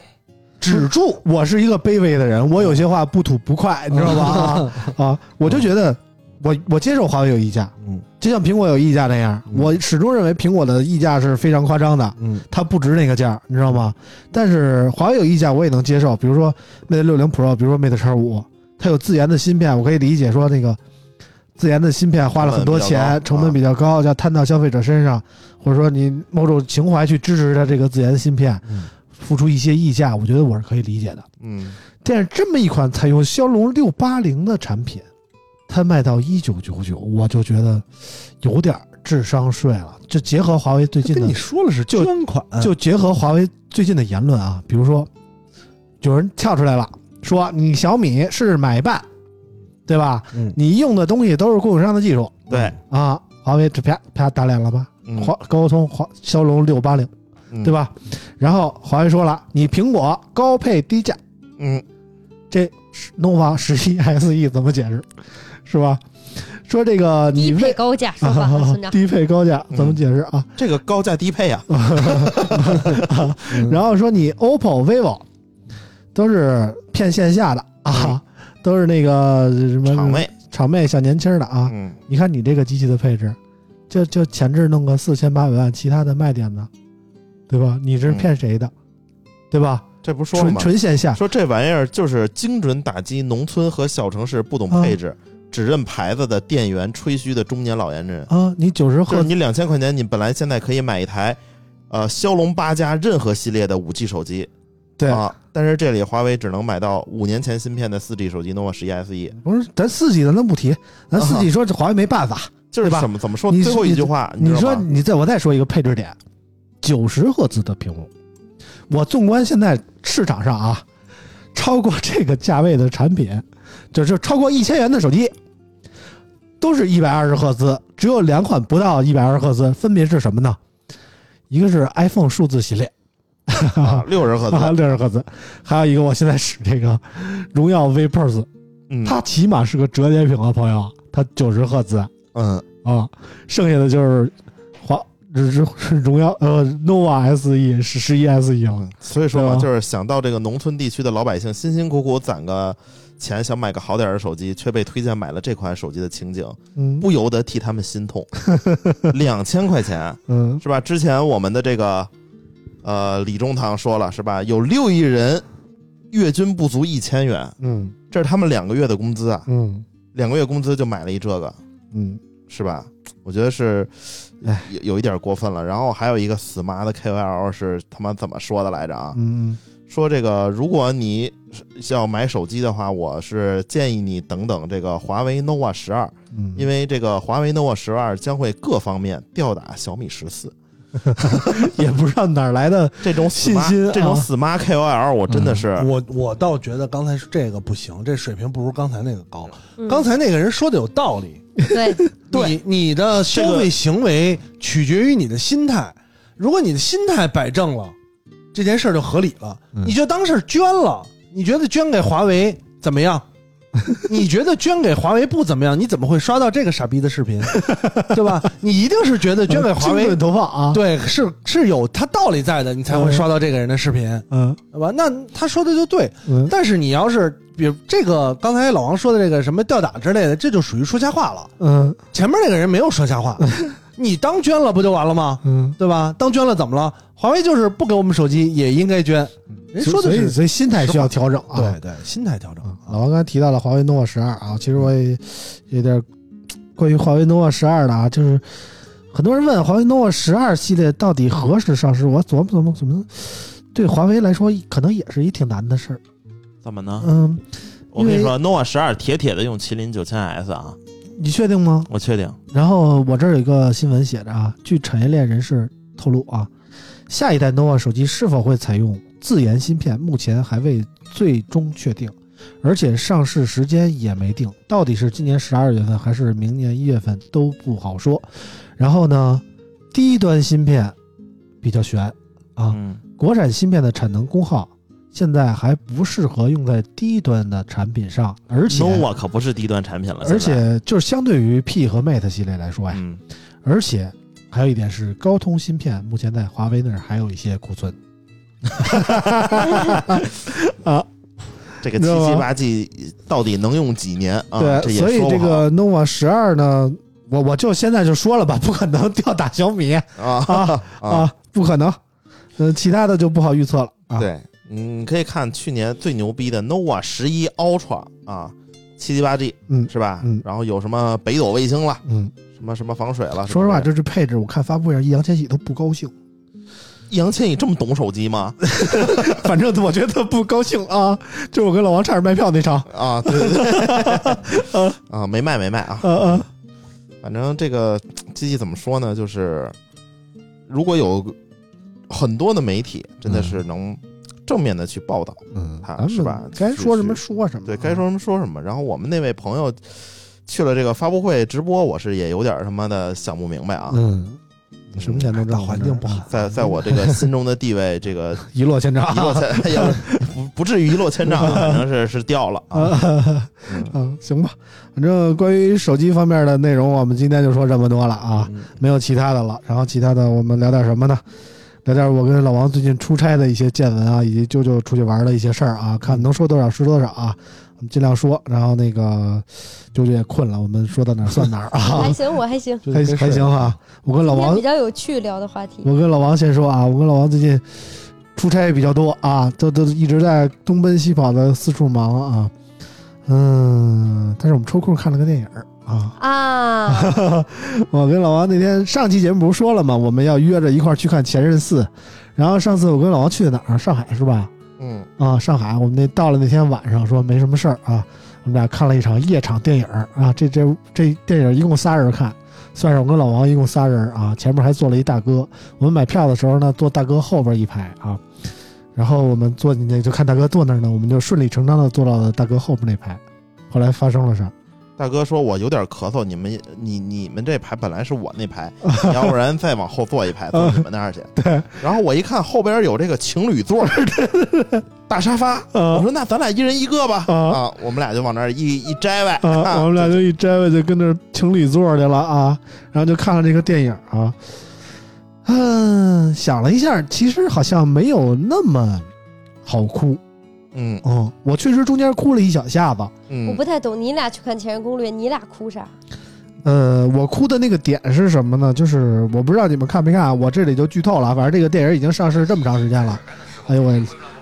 Speaker 6: 止住，
Speaker 3: 我是一个卑微的人，我有些话不吐不快，你知道
Speaker 6: 嗯
Speaker 3: 吧？啊啊，我就觉得我我接受华为有溢价，
Speaker 6: 嗯
Speaker 3: 就像苹果有溢价那样，
Speaker 6: 嗯
Speaker 3: 我始终认为苹果的溢价是非常夸张的，
Speaker 6: 嗯，
Speaker 3: 它不值那个价，你知道吗？但是华为有溢价我也能接受，比如说 Mate 六零 Pro，比如说 Mate 叉五，它有自研的芯片，我可以理解说那个自研的芯片花了很多
Speaker 6: 啊
Speaker 3: 钱，成
Speaker 5: 成本
Speaker 3: 本
Speaker 5: 比
Speaker 3: 比较高，要摊到消费者身上，或者说你某种情怀去支持它这个自研的芯片，
Speaker 6: 嗯
Speaker 3: 付出一些溢价，我觉得我是可以理解的。
Speaker 5: 嗯，
Speaker 3: 但是这么一款采用骁龙六八零的产品，它卖到一九九九，我就觉得有点儿智商税了。这结合华为最近
Speaker 6: 嗯跟
Speaker 3: 的
Speaker 6: 你，说了是
Speaker 3: 就
Speaker 6: 捐款，
Speaker 3: 就结合华为最近的言论啊，比如说有人跳出来了，说你小米是买办，对吧？
Speaker 6: 嗯
Speaker 3: 你用的东西都是供应商的技术
Speaker 5: 对，
Speaker 3: 啊，华为这啪啪打脸了吧？
Speaker 5: 嗯
Speaker 3: 华高通华骁龙六八零，对？吧？然后华为说了，你苹果高配低价。
Speaker 5: 嗯
Speaker 3: 这东方十一 SE 怎么解释？是吧？说这个你
Speaker 2: 低配
Speaker 3: 为
Speaker 2: 高价，说 吧，村长。
Speaker 3: 低配高价怎么解释啊？
Speaker 5: 嗯，这个高价低配啊，嗯
Speaker 3: 然后说你 OPPO、vivo 都是骗线下的啊，都是那个什么
Speaker 5: 嗯厂妹，
Speaker 3: 厂妹小年轻的啊。
Speaker 5: 嗯，
Speaker 3: 你看你这个机器的配置，就就前置弄个四千八百万，其他的卖点呢，对吧？你这是骗谁的？对吧？
Speaker 5: 这不嗯说了
Speaker 3: 纯啊
Speaker 5: 吗？
Speaker 3: 纯线下，
Speaker 5: 说这玩意儿就是精准打击农村和小城市不懂配
Speaker 3: 啊
Speaker 5: 置、只认牌子的店员吹嘘的中年老年人。
Speaker 3: 啊，你九十
Speaker 5: 就是
Speaker 3: 赫兹
Speaker 5: 你两千块钱，你本来现在可以买一台，呃，骁龙八加任何系列的五 G 手机，
Speaker 3: 对
Speaker 5: 啊，但是这里华为只能买到五年前芯片的四 G 手机 nova 十一 E SE，
Speaker 3: 不是咱四 G 咱咱不提，咱四
Speaker 5: 嗯
Speaker 3: G 说这华为没办法，
Speaker 5: 就是
Speaker 3: 对吧
Speaker 5: 怎么怎么说？
Speaker 3: 你
Speaker 5: 最后一句话，
Speaker 3: 你
Speaker 5: 知道
Speaker 3: 说
Speaker 5: 吗
Speaker 3: 你再我再说一个配置点，九十赫兹的屏幕，我纵观现在市场上啊，超过这个价位的产品，就是超过一千元的手机，都是一百二十赫兹，只有两款不到一百二十赫兹，分别是什么呢？一个是 iPhone 数字系列，
Speaker 5: 啊，六十赫兹，
Speaker 3: 啊， 六十赫兹，还有一个我现在使这个荣耀 V Plus，
Speaker 5: 嗯
Speaker 3: 它起码是个折叠屏啊，朋友，它九十赫兹，
Speaker 5: 嗯，
Speaker 3: 啊，剩下的就是华是是是荣耀呃 nova SE 是十一 E 啊 SE 了
Speaker 5: 嗯，所以说
Speaker 3: 对
Speaker 5: 嘛，
Speaker 3: 吧
Speaker 5: 就是想到这个农村地区的老百姓辛辛苦苦攒个钱，想买个好点儿的手机，却被推荐买了这款手机的情景，
Speaker 3: 嗯
Speaker 5: 不由得替他们心痛。两千块钱
Speaker 3: 嗯
Speaker 5: 是吧？之前我们的这个呃李中堂说了是吧？有六亿人月均不足一千元，
Speaker 3: 嗯
Speaker 5: 这是他们两个月的工资啊，
Speaker 3: 嗯
Speaker 5: 两个月工资就买了一这个，
Speaker 3: 嗯，
Speaker 5: 是吧？我觉得是，
Speaker 3: 哎
Speaker 5: 有有一点过分了。然后还有一个死妈的 KOL 是他妈怎么说的来着啊？
Speaker 3: 嗯
Speaker 5: 说这个，如果你是要买手机的话，我是建议你等等这个华为 nova 十二，
Speaker 3: 嗯，
Speaker 5: 因为这个华为 nova 十二将会各方面吊打小米十四。
Speaker 3: 也不知道哪儿来 的，
Speaker 5: 这种死妈
Speaker 3: 信心啊嗯
Speaker 5: 这种死妈 KOL，我真的是，
Speaker 6: 我我倒觉得刚才这个不行，这水平不如刚才那个高。
Speaker 2: 嗯
Speaker 6: 刚才那个人说的有道理，
Speaker 2: 对，
Speaker 6: 对你的消费行为取决于你的心态。如果你的心态摆正了，这件事儿就合理了。你就当是捐了，你觉得捐给华为怎么样？你觉得捐给华为不怎么样？你怎么会刷到这个傻逼的视频，对吧？你一定是觉得捐给华
Speaker 3: 精
Speaker 6: 为
Speaker 3: 准投放啊，，
Speaker 6: 对是是有它道理在的，你才会刷到这个人的视频，
Speaker 3: 嗯
Speaker 6: 对吧？那他说的就对，
Speaker 3: 嗯
Speaker 6: 但是你要是比如这个刚才老王说的这个什么吊打之类的，这就属于说瞎话了。
Speaker 3: 嗯
Speaker 6: 前面那个人没有说 瞎话，你当捐了不就完了吗？
Speaker 3: 嗯，
Speaker 6: 对吧？当捐了怎么了？华为就是不给我们手机也应该捐，人
Speaker 3: 所
Speaker 6: 说的
Speaker 3: 所以
Speaker 6: 是
Speaker 3: 所以心态需要调整啊。
Speaker 6: 对对，心态调整
Speaker 3: 啊，老王刚才提到了华为 nova 十二啊，其实我也有点儿关于华为 nova 十二的啊，就是很多人问华为 nova 十二系列到底何时上市，我琢磨琢磨怎么对华为来说可能也是一挺难的事儿。
Speaker 8: 怎么
Speaker 5: 啊
Speaker 8: 呢？
Speaker 3: 嗯，
Speaker 8: 我跟你说，nova 十二铁铁的用麒麟九千 S 啊，
Speaker 3: 你确定吗？
Speaker 8: 我确定。
Speaker 3: 然后我这儿有一个新闻写着啊，据产业链人士透露啊，下一代 nova 啊手机是否会采用自研芯片，目前还未最终确定，而且上市时间也没定，到底是今年十二月份还是明年一月份都不好说。然后呢，低端芯片比较悬啊，
Speaker 8: 嗯，
Speaker 3: 国产芯片的产能功耗现在还不适合用在低端的产品上，而且
Speaker 8: nova 可不是低端产品了，现在
Speaker 3: 而且就是相对于 P 和 Mate 系列来说呀、
Speaker 8: 嗯，
Speaker 3: 而且还有一点是，高通芯片目前在华为那儿还有一些库存。
Speaker 5: 这个
Speaker 3: 你知
Speaker 5: 七
Speaker 3: 道吗
Speaker 5: 七八 G 到底能用几年啊？这也
Speaker 3: 所以
Speaker 5: 说
Speaker 3: 这
Speaker 5: 不好
Speaker 3: 个 nova 十二呢，我我就现在就说了吧， 不可能吊打小米啊
Speaker 5: 啊啊，
Speaker 3: 不可能。呃，其他的就不好预测了啊。，
Speaker 5: 对，嗯你可以看去年最牛逼的 nova 十一 Ultra 啊，七七八 G
Speaker 3: 嗯
Speaker 5: 是吧
Speaker 3: 嗯？
Speaker 5: 然后有什么北斗卫星了，
Speaker 3: 嗯，
Speaker 5: 什么什么防水了？
Speaker 3: 说实话，
Speaker 5: 什么之类的
Speaker 3: 这是配置，我看发布会上易烊千玺都不高兴，
Speaker 5: 易烊千玺这么懂手 机吗？
Speaker 3: 反正我觉得不高兴啊。就是我跟老王差点卖票那场，
Speaker 5: 啊，对对对， 啊，没卖没卖啊，
Speaker 3: 嗯嗯
Speaker 5: 反正这个机器怎么说呢？就是如果有很多的媒体真的是能正面的去报道，
Speaker 3: 嗯
Speaker 5: 啊
Speaker 3: 咱
Speaker 5: 是
Speaker 3: 们
Speaker 5: 吧
Speaker 3: 该
Speaker 5: 是
Speaker 3: 说什么
Speaker 5: 是
Speaker 3: 说什么啊，
Speaker 5: 对该说什么说什么。然后我们那位朋友去了这个发布会直播，我是也有点他妈的想不明白啊。
Speaker 3: 嗯，什么钱都挣，嗯
Speaker 6: 环境不好，
Speaker 5: 在在我这个心中的地位，这个
Speaker 3: 一落千丈啊
Speaker 5: 一。落千， 哎呀，不不至于一落千丈，啊反正是是掉了啊。
Speaker 3: 嗯，行吧，反正关于手机方面的内容，我们今天就说这么多了啊，
Speaker 5: 嗯
Speaker 3: 没有其他的了。然后其他的我们聊点什么呢？聊点我跟老王最近出差的一些见闻啊，以及舅舅出去玩的一些事儿啊，看能说多少是多少啊，我们尽量说。然后那个舅舅也困了，我们说到哪儿算哪儿啊
Speaker 9: 还，行，我还行。
Speaker 3: 还还行啊哈、我跟老
Speaker 9: 今天
Speaker 3: 王
Speaker 9: 比较有趣聊的话题，
Speaker 3: 我跟老王先说啊，我跟老王最近出差比较多啊，都都一直在东奔西跑的四处忙啊。嗯，但是我们抽空看了个电影儿啊。
Speaker 2: 啊，
Speaker 3: 我跟老王那天上期节目不是说了吗？我们要约着一块儿去看《前任四》，然后上次我跟老王去的哪儿？上海是吧？
Speaker 5: 嗯，
Speaker 3: 啊，上海，我们那到了那天晚上说没什么事儿啊，我们俩看了一场夜场电影儿啊，这这这电影一共仨人看，算上我跟老王一共仨人啊，前面还坐了一大哥，我们买票的时候呢坐大哥后边一排啊，然后我们坐进去就看大哥坐那儿呢，我们就顺理成章的坐到了大哥后边那排，后来发生了 啥？
Speaker 5: 大哥说：“我有点咳嗽，你们你你们这排本来是我那排，你要不然再往后坐一排，坐你们那儿去。”
Speaker 3: 嗯
Speaker 5: 对。然后我一看后边有这个情侣座，大沙发，
Speaker 3: 嗯
Speaker 5: 我说：“那咱俩一人一个吧。”啊，我们俩就往那儿一一摘外，
Speaker 3: 啊，嗯我们俩就一摘位就跟那儿情侣座去了啊，然后就看了这个电影啊，嗯，想了一下，其实好像没有那么好哭。
Speaker 5: 嗯
Speaker 3: 嗯，我确实中间哭了一小下子。
Speaker 9: 我
Speaker 5: 嗯
Speaker 9: 不太懂你俩去看《前任攻略》，你俩哭啥？啊
Speaker 3: 呃，我哭的那个点是什么呢？就是我不知道你们看没看啊，我这里就剧透了啊。反正这个电影已经上市这么长时间了。哎呦我，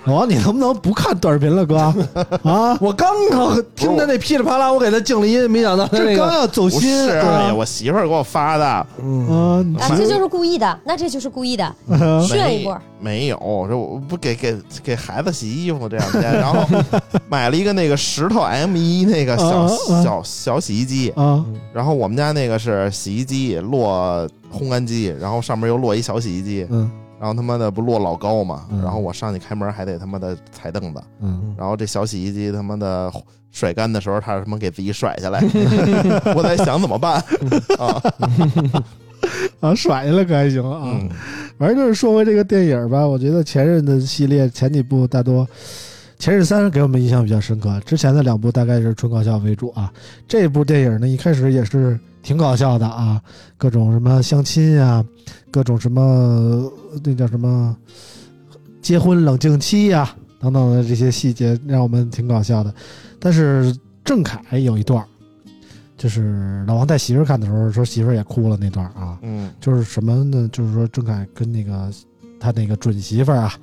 Speaker 3: 老王，你能不能不看短视频了，哥？ 啊，
Speaker 6: 我刚刚听他那噼里啪啦，我给他静了音，没想到他
Speaker 3: 这
Speaker 6: 那
Speaker 3: 刚
Speaker 6: 个
Speaker 3: 要走
Speaker 5: 不是
Speaker 3: 心，
Speaker 5: 哎呀，我媳妇儿给我发的，
Speaker 3: 啊，你
Speaker 9: 啊，这就是故意的，那这就是故意的，
Speaker 5: 嗯
Speaker 3: 啊
Speaker 9: 炫一波。
Speaker 5: 没有，这我不给给给孩子洗衣服这两天，然后 买了一个那个石头 M 一那个小小小洗衣机，
Speaker 3: 啊
Speaker 5: 然后我们家那个是洗衣机落烘干机，然后上面又落一小洗衣机，
Speaker 3: 嗯
Speaker 5: 然后他妈的不落老高嘛，
Speaker 3: 嗯
Speaker 5: 然后我上去开门还得他妈的踩凳子，
Speaker 3: 嗯
Speaker 5: 然后这小洗衣机他妈的甩干的时候，他他妈给自己甩 下来，我在想怎么办啊？
Speaker 3: 啊，甩下来可还行啊。
Speaker 5: 嗯
Speaker 3: 反正就是说回这个电影吧，我觉得前任的系列前几部大多，前任三给我们印象比较深刻，之前的两部大概是纯搞笑为主啊。这部电影呢，一开始也是挺搞笑的啊，各种什么相亲啊，各种什么呃那叫什么结婚冷静期呀、啊。等等的这些细节，让我们挺搞笑的。但是郑恺有一段儿，就是老王带媳妇儿看的时候，说媳妇儿也哭了那段儿啊，
Speaker 5: 嗯，
Speaker 3: 就是什么呢？就是说郑恺跟那个他那个准媳妇儿啊，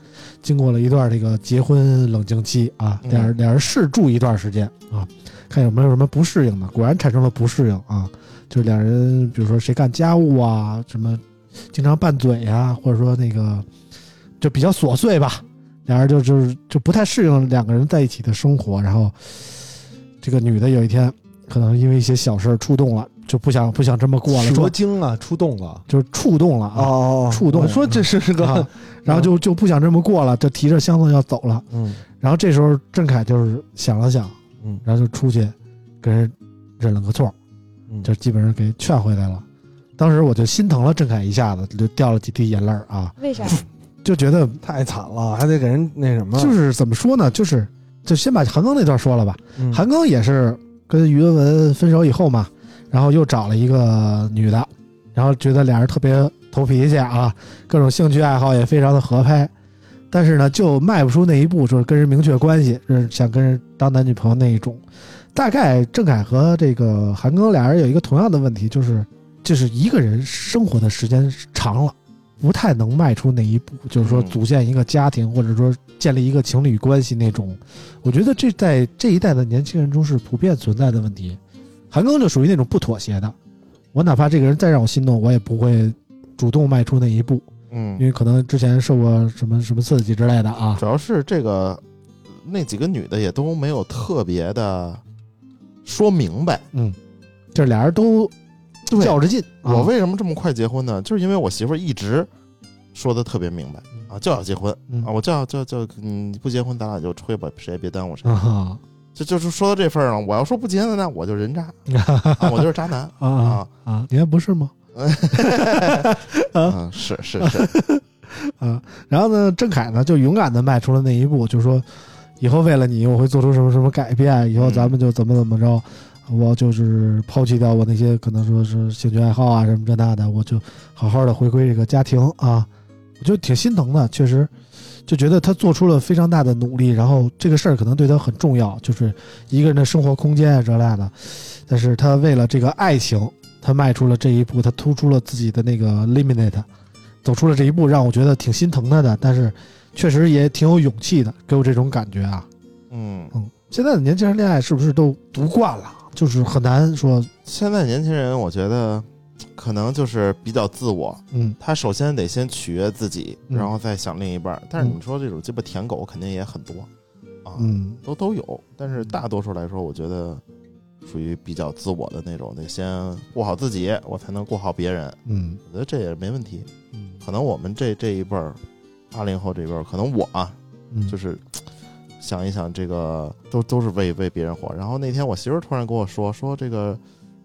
Speaker 3: 经过了一段这个结婚冷静期啊，
Speaker 5: 嗯
Speaker 3: 俩人俩人试住一段时间啊，看有没有什么不适应的，果然产生了不适应啊，就是俩人比如说谁干家务啊，什么经常拌嘴啊，或者说那个就比较琐碎吧，俩人就就是就不太适应两个人在一起的生活，然后这个女的有一天可能因为一些小事儿触动了，就不想不想这么过了，
Speaker 6: 蛇
Speaker 3: 说
Speaker 6: 精啊，出动了。
Speaker 3: 就是触动了啊，
Speaker 6: 哦，
Speaker 3: 触动
Speaker 6: 我说这是是
Speaker 3: 啊
Speaker 6: 个，
Speaker 3: 然后就就不想这么过了，就提着箱子要走了。
Speaker 6: 嗯，
Speaker 3: 然后这时候郑恺就是想了想，
Speaker 6: 嗯
Speaker 3: 然后就出去给人认了个错，
Speaker 6: 嗯
Speaker 3: 就基本上给劝回来了。当时我就心疼了郑恺一下子，就掉了几滴眼泪儿啊，
Speaker 9: 为啥？
Speaker 3: 就觉得
Speaker 6: 太惨了，还得给人那什么，
Speaker 3: 嗯就是怎么说呢，就是就先把韩庚那段说了吧。
Speaker 6: 嗯
Speaker 3: 韩庚也是跟于文文分手以后嘛，然后又找了一个女的，然后觉得俩人特别投脾气啊，各种兴趣爱好也非常的合拍，但是呢，就迈不出那一步，就是跟人明确关系，就是想跟人当男女朋友那一种。大概郑恺和这个韩庚俩人有一个同样的问题，就是就是一个人生活的时间长了。不太能迈出那一步，就是说
Speaker 5: 嗯
Speaker 3: 组建一个家庭，或者说建立一个情侣关系那种，我觉得这在这一代的年轻人中是普遍存在的问题。韩庚就属于那种不妥协的，我哪怕这个人再让我心动，我也不会主动迈出那一步，因
Speaker 5: 嗯，
Speaker 3: 为可能之前受过什么什么刺激之类的啊。
Speaker 5: 主要是这个那几个女的也都没有特别的说明白，
Speaker 3: 这俩人都
Speaker 5: 对
Speaker 3: 较着劲，啊
Speaker 5: 我为什么这么快结婚呢？就是因为我媳妇儿一直说的特别明白啊，就要结婚
Speaker 3: 嗯
Speaker 5: 啊，我就要就要就要你不结婚，咱俩就吹吧，谁也别耽误谁。
Speaker 3: 啊哈
Speaker 5: 这就是说到这份儿上，我要说不结呢，那我 就人渣，啊我就是渣男
Speaker 3: 啊啊
Speaker 5: 啊。
Speaker 3: 啊！你还不是吗？
Speaker 5: 嗯，是是 是，
Speaker 3: 啊，然后呢，郑恺呢就勇敢的迈出了那一步，就说以后为了你，我会做出什么什么改变，以后咱们就怎么怎么着，我就是抛弃掉我那些可能说是兴趣爱好啊什么这那的，我就好好的回归这个家庭啊，我就挺心疼的，确实就觉得他做出了非常大的努力，然后这个事儿可能对他很重要，就是一个人的生活空间啊这那的，但是他为了这个爱情，他迈出了这一步，他突出了自己的那个 limit。走出了这一步，让我觉得挺心疼他的，但是确实也挺有勇气的，给我这种感觉啊。
Speaker 5: 嗯，
Speaker 3: 嗯，现在的年轻人恋爱是不是都读惯了？就是很难说，
Speaker 5: 现在年轻人我觉得可能就是比较自我，
Speaker 3: 嗯，
Speaker 5: 他首先得先取悦自己，
Speaker 3: 嗯
Speaker 5: 然后再想另一半儿。但是
Speaker 3: 嗯
Speaker 5: 你说这种鸡巴舔狗肯定也很多啊，
Speaker 3: 嗯
Speaker 5: 都都有，但是大多数来说，我觉得属于比较自我的那种，得先过好自己，我才能过好别人。
Speaker 3: 嗯
Speaker 5: 我觉得这也没问题。
Speaker 3: 嗯
Speaker 5: 可能我们这这一辈儿，八零后这一辈儿，可能我啊，
Speaker 3: 嗯，
Speaker 5: 就是是想一想，这个都都是为为别人活。然后那天我媳妇儿突然跟我说，说这个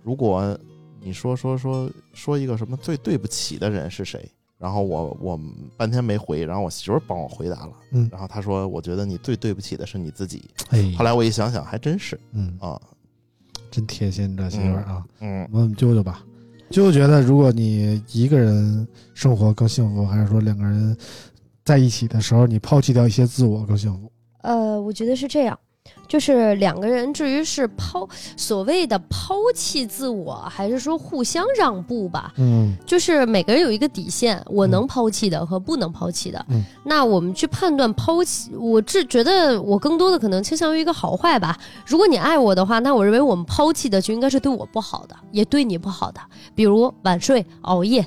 Speaker 5: 如果你说说说说一个什么最对不起的人是谁，然后我我半天没回，然后我媳妇儿帮我回答了，
Speaker 3: 嗯
Speaker 5: 然后她说我觉得你最对不起的是你自己。
Speaker 3: 哎，
Speaker 5: 后来我一想想，还真是
Speaker 3: 嗯，
Speaker 5: 啊，
Speaker 3: 真贴心这媳妇儿啊。
Speaker 5: 嗯
Speaker 3: 我们啾啾吧，啾啾觉得如果你一个人生活更幸福，还是说两个人在一起的时候，你抛弃掉一些自我更幸福？
Speaker 9: 呃，我觉得是这样，
Speaker 2: 就是两个人，至于是抛所谓的抛弃自我，还是说互相让步吧，
Speaker 3: 嗯
Speaker 2: 就是每个人有一个底线，我
Speaker 3: 嗯
Speaker 2: 能抛弃的和不能抛弃的。
Speaker 3: 嗯
Speaker 2: 那我们去判断抛弃，我只觉得我更多的可能倾向于一个好坏吧。如果你爱我的话，那我认为我们抛弃的就应该是对我不好的，也对你不好的，比如晚睡、熬夜，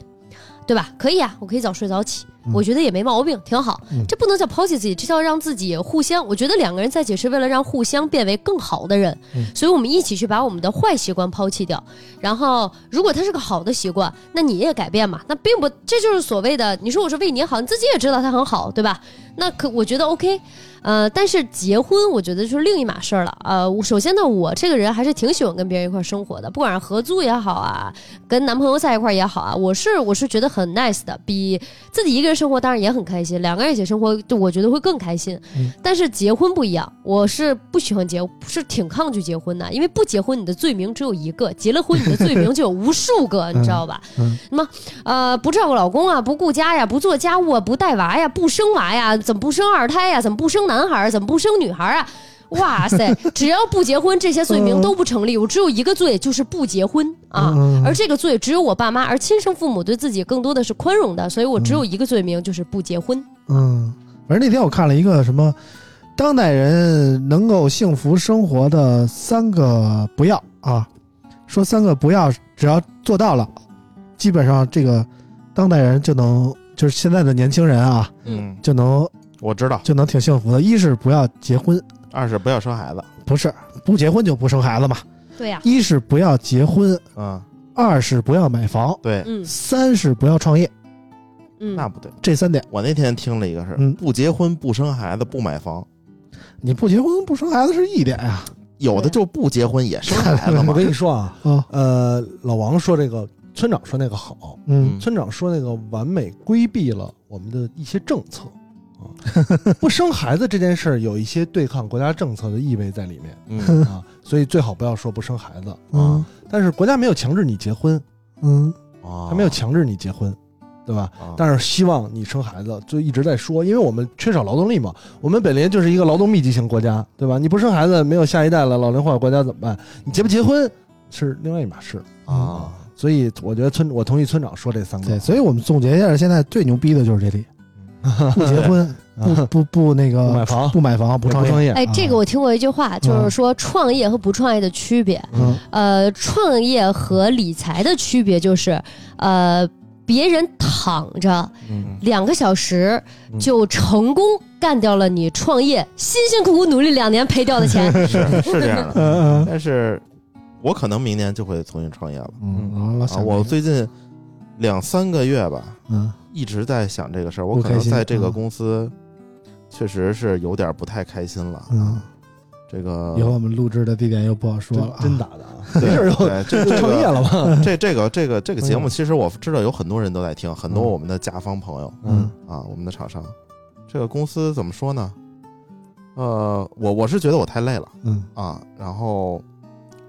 Speaker 2: 对吧？可以啊，我可以早睡早起，
Speaker 3: 嗯
Speaker 2: 我觉得也没毛病，挺好。
Speaker 3: 嗯
Speaker 2: 这不能叫抛弃自己，这叫让自己互相。我觉得两个人在一起是为了让互相变为更好的人，
Speaker 3: 嗯
Speaker 2: 所以我们一起去把我们的坏习惯抛弃掉。然后，如果他是个好的习惯，那你也改变嘛。那并不，这就是所谓的你说我是为你好，你自己也知道他很好，对吧？那可我觉得 OK，呃，但是结婚我觉得就是另一码事儿了。呃，我首先呢，我这个人还是挺喜欢跟别人一块儿生活的，不管是合租也好啊，跟男朋友在一块儿也好啊，我是我是觉得很 nice 的，比自己一个人生活当然也很开心，两个人一起生活，就我觉得会更开心。
Speaker 3: 嗯
Speaker 2: 但是结婚不一样，我是不喜欢结，是挺抗拒结婚的，因为不结婚你的罪名只有一个，结了婚你的罪名就有无数个，你知道吧？
Speaker 3: 嗯
Speaker 2: 那么呃，不照顾老公啊，不顾家呀，不做家务啊，不带娃呀，不生娃呀，怎么不生二胎呀？怎么不生男孩儿，怎么不生女孩儿啊？哇 塞，只要不结婚，这些罪
Speaker 5: 嗯
Speaker 2: 名都不成立。我只有一个罪，就是不结婚啊。
Speaker 3: 嗯
Speaker 2: 而这个罪只有我爸妈，而亲生父母对自己更多的是宽容的，所以我只有一个罪名，就是不结婚。
Speaker 3: 嗯，反正那天我看了一个什么，当代人能够幸福生活的三个不要啊，说三个不要，只要做到了，基本上这个当代人就能，就是现在的年轻人啊，
Speaker 5: 嗯，
Speaker 3: 就能
Speaker 5: 我知道。
Speaker 3: 就能挺幸福的。一是不要结婚，
Speaker 5: 二是不要生孩子，
Speaker 3: 不是不结婚就不生孩子嘛。
Speaker 2: 对呀、
Speaker 3: 一是不要结婚，
Speaker 5: 嗯，
Speaker 3: 二是不要买房，
Speaker 5: 对，
Speaker 2: 嗯
Speaker 3: 三是不要创业，
Speaker 2: 嗯，
Speaker 5: 那不对。
Speaker 3: 这三点。
Speaker 5: 我那天听了一个是
Speaker 3: 嗯
Speaker 5: 不结婚、不生孩子、不买房，
Speaker 3: 你不结婚不生孩子是一点呀、
Speaker 5: 有的就不结婚也生孩子
Speaker 6: 我
Speaker 5: 嘛。
Speaker 6: 跟你说啊，
Speaker 3: 啊，
Speaker 5: 嗯
Speaker 3: 啊，
Speaker 6: 呃，老王说这个，村长说那个好，
Speaker 3: 嗯
Speaker 6: 村长说那个完美规避了我们的一些政策啊， 不生孩子这件事儿有一些对抗国家政策的意味在里面
Speaker 5: 嗯
Speaker 6: 啊，所以最好不要说不生孩子啊
Speaker 3: 嗯。
Speaker 6: 但是国家没有强制你结婚，
Speaker 3: 嗯
Speaker 5: 啊
Speaker 6: 他没有强制你结婚，对吧？
Speaker 5: 啊
Speaker 6: 但是希望你生孩子，就一直在说，因为我们缺少劳动力嘛。我们本来就是一个劳动密集型国家，对吧？你不生孩子，没有下一代了，老龄化国家怎么办？你结不结婚是另外一码事。
Speaker 5: 啊，
Speaker 6: 所以我觉得村，我同意村长说这三个。
Speaker 3: 对，所 以我们总结一下，现在最牛逼的就是这里，不结婚，
Speaker 5: 嗯
Speaker 3: 不
Speaker 6: 啊
Speaker 3: 不不那个
Speaker 6: 不买房
Speaker 3: 不买房，不创业。
Speaker 6: 业
Speaker 2: 哎，
Speaker 5: 啊
Speaker 2: 这个我听过一句话，就是说创业和不创业的区别。
Speaker 3: 嗯
Speaker 5: 哎
Speaker 2: 呃，创业和理财的区别就是，呃，别人躺着
Speaker 5: 嗯
Speaker 2: 两个小时
Speaker 6: 嗯
Speaker 2: 就成功干掉了你创业辛辛苦苦努力两年赔掉 的钱。
Speaker 5: 是是这样的。
Speaker 3: 嗯
Speaker 5: 但是我可能明年就会重新创业了。
Speaker 3: 嗯，然后老
Speaker 5: 啊，
Speaker 3: 想
Speaker 5: 我最近两三个月吧，
Speaker 3: 嗯
Speaker 5: 一直在想这个事儿。我
Speaker 3: 不
Speaker 5: 可
Speaker 3: 开
Speaker 5: 能
Speaker 3: 心
Speaker 5: 在这个
Speaker 3: 嗯
Speaker 5: 公司确实是有点不太开心了。
Speaker 3: 嗯，
Speaker 5: 这个
Speaker 3: 以后我们录制的地点又不好说了啊，
Speaker 6: 真真打的啊，
Speaker 5: 对
Speaker 6: 没事儿就
Speaker 5: 对这
Speaker 6: 就
Speaker 5: 这
Speaker 6: 创业
Speaker 5: 个
Speaker 6: 了吧？
Speaker 5: 这这个这个这个节
Speaker 3: 嗯
Speaker 5: 目，其实我知道有很多人都在听，很多
Speaker 6: 嗯
Speaker 5: 我们的甲方朋友
Speaker 3: 嗯
Speaker 5: 啊，我们的厂商，这个公司怎么说呢？呃，我我是觉得我太累了
Speaker 3: 嗯
Speaker 5: 啊，然后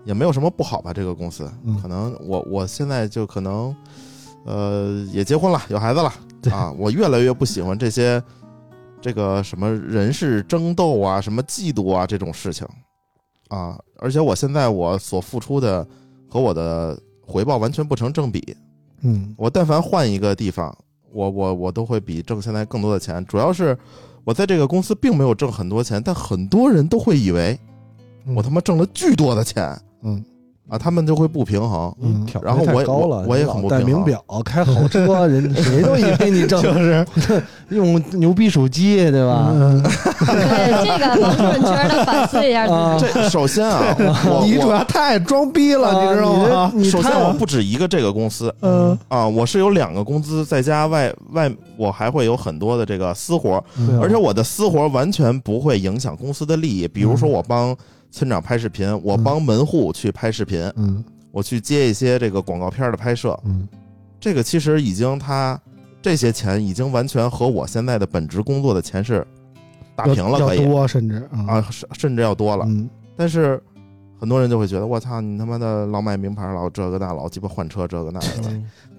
Speaker 5: 也没有什么不好吧，这个公司
Speaker 3: 嗯，
Speaker 5: 可能我我现在就可能，呃，也结婚了，有孩子了
Speaker 3: 对
Speaker 5: 啊，我越来越不喜欢这些这个什么人事争斗啊，什么嫉妒啊这种事情啊，而且我现在我所付出的和我的回报完全不成正比，
Speaker 3: 嗯
Speaker 5: 我但凡换一个地方，我我我都会比挣现在更多的钱。主要是我在这个公司并没有挣很多钱，但很多人都会以为
Speaker 3: 嗯
Speaker 5: 我他妈挣了巨多的钱
Speaker 3: 嗯
Speaker 5: 啊，他们就会不平衡。
Speaker 3: 嗯，
Speaker 6: 挑
Speaker 5: 然后
Speaker 6: 太
Speaker 5: 我也
Speaker 6: 高了，
Speaker 5: 我我也
Speaker 6: 你老
Speaker 5: 很不
Speaker 6: 戴
Speaker 5: 平
Speaker 6: 名
Speaker 5: 衡啊
Speaker 6: 表，开豪 车，人谁都以为你挣，
Speaker 3: 啊
Speaker 6: 就是 用牛逼手机，对吧？
Speaker 3: 嗯
Speaker 2: 对，这个王主任觉得反思一下自己。
Speaker 6: 啊，
Speaker 5: 这首先 啊，我
Speaker 3: 你主
Speaker 5: 我
Speaker 3: 要太装逼了，啊你知道吗？
Speaker 6: 你
Speaker 5: 首
Speaker 6: 太
Speaker 5: 先我不止一个这个公司
Speaker 3: 嗯，
Speaker 5: 啊，我是有两个工资，再加外外我还会有很多的这个私活，
Speaker 3: 嗯
Speaker 5: 而且我的私活完全不会影响公司的利益。比如
Speaker 3: 嗯
Speaker 5: 说我帮村长拍视频，我帮门户去拍视频，
Speaker 3: 嗯
Speaker 5: 我去接一些这个广告片儿的拍摄，
Speaker 3: 嗯
Speaker 5: 这个其实已经他这些钱已经完全和我现在的本职工作的钱是打平了，
Speaker 3: 要
Speaker 5: 可
Speaker 3: 要
Speaker 5: 以
Speaker 3: 多甚至
Speaker 5: 啊，甚甚至要多了。
Speaker 3: 嗯
Speaker 5: 但是很多人就会觉得，我操，你他妈的老买名牌，老这个那，老鸡巴换车，这个那 的，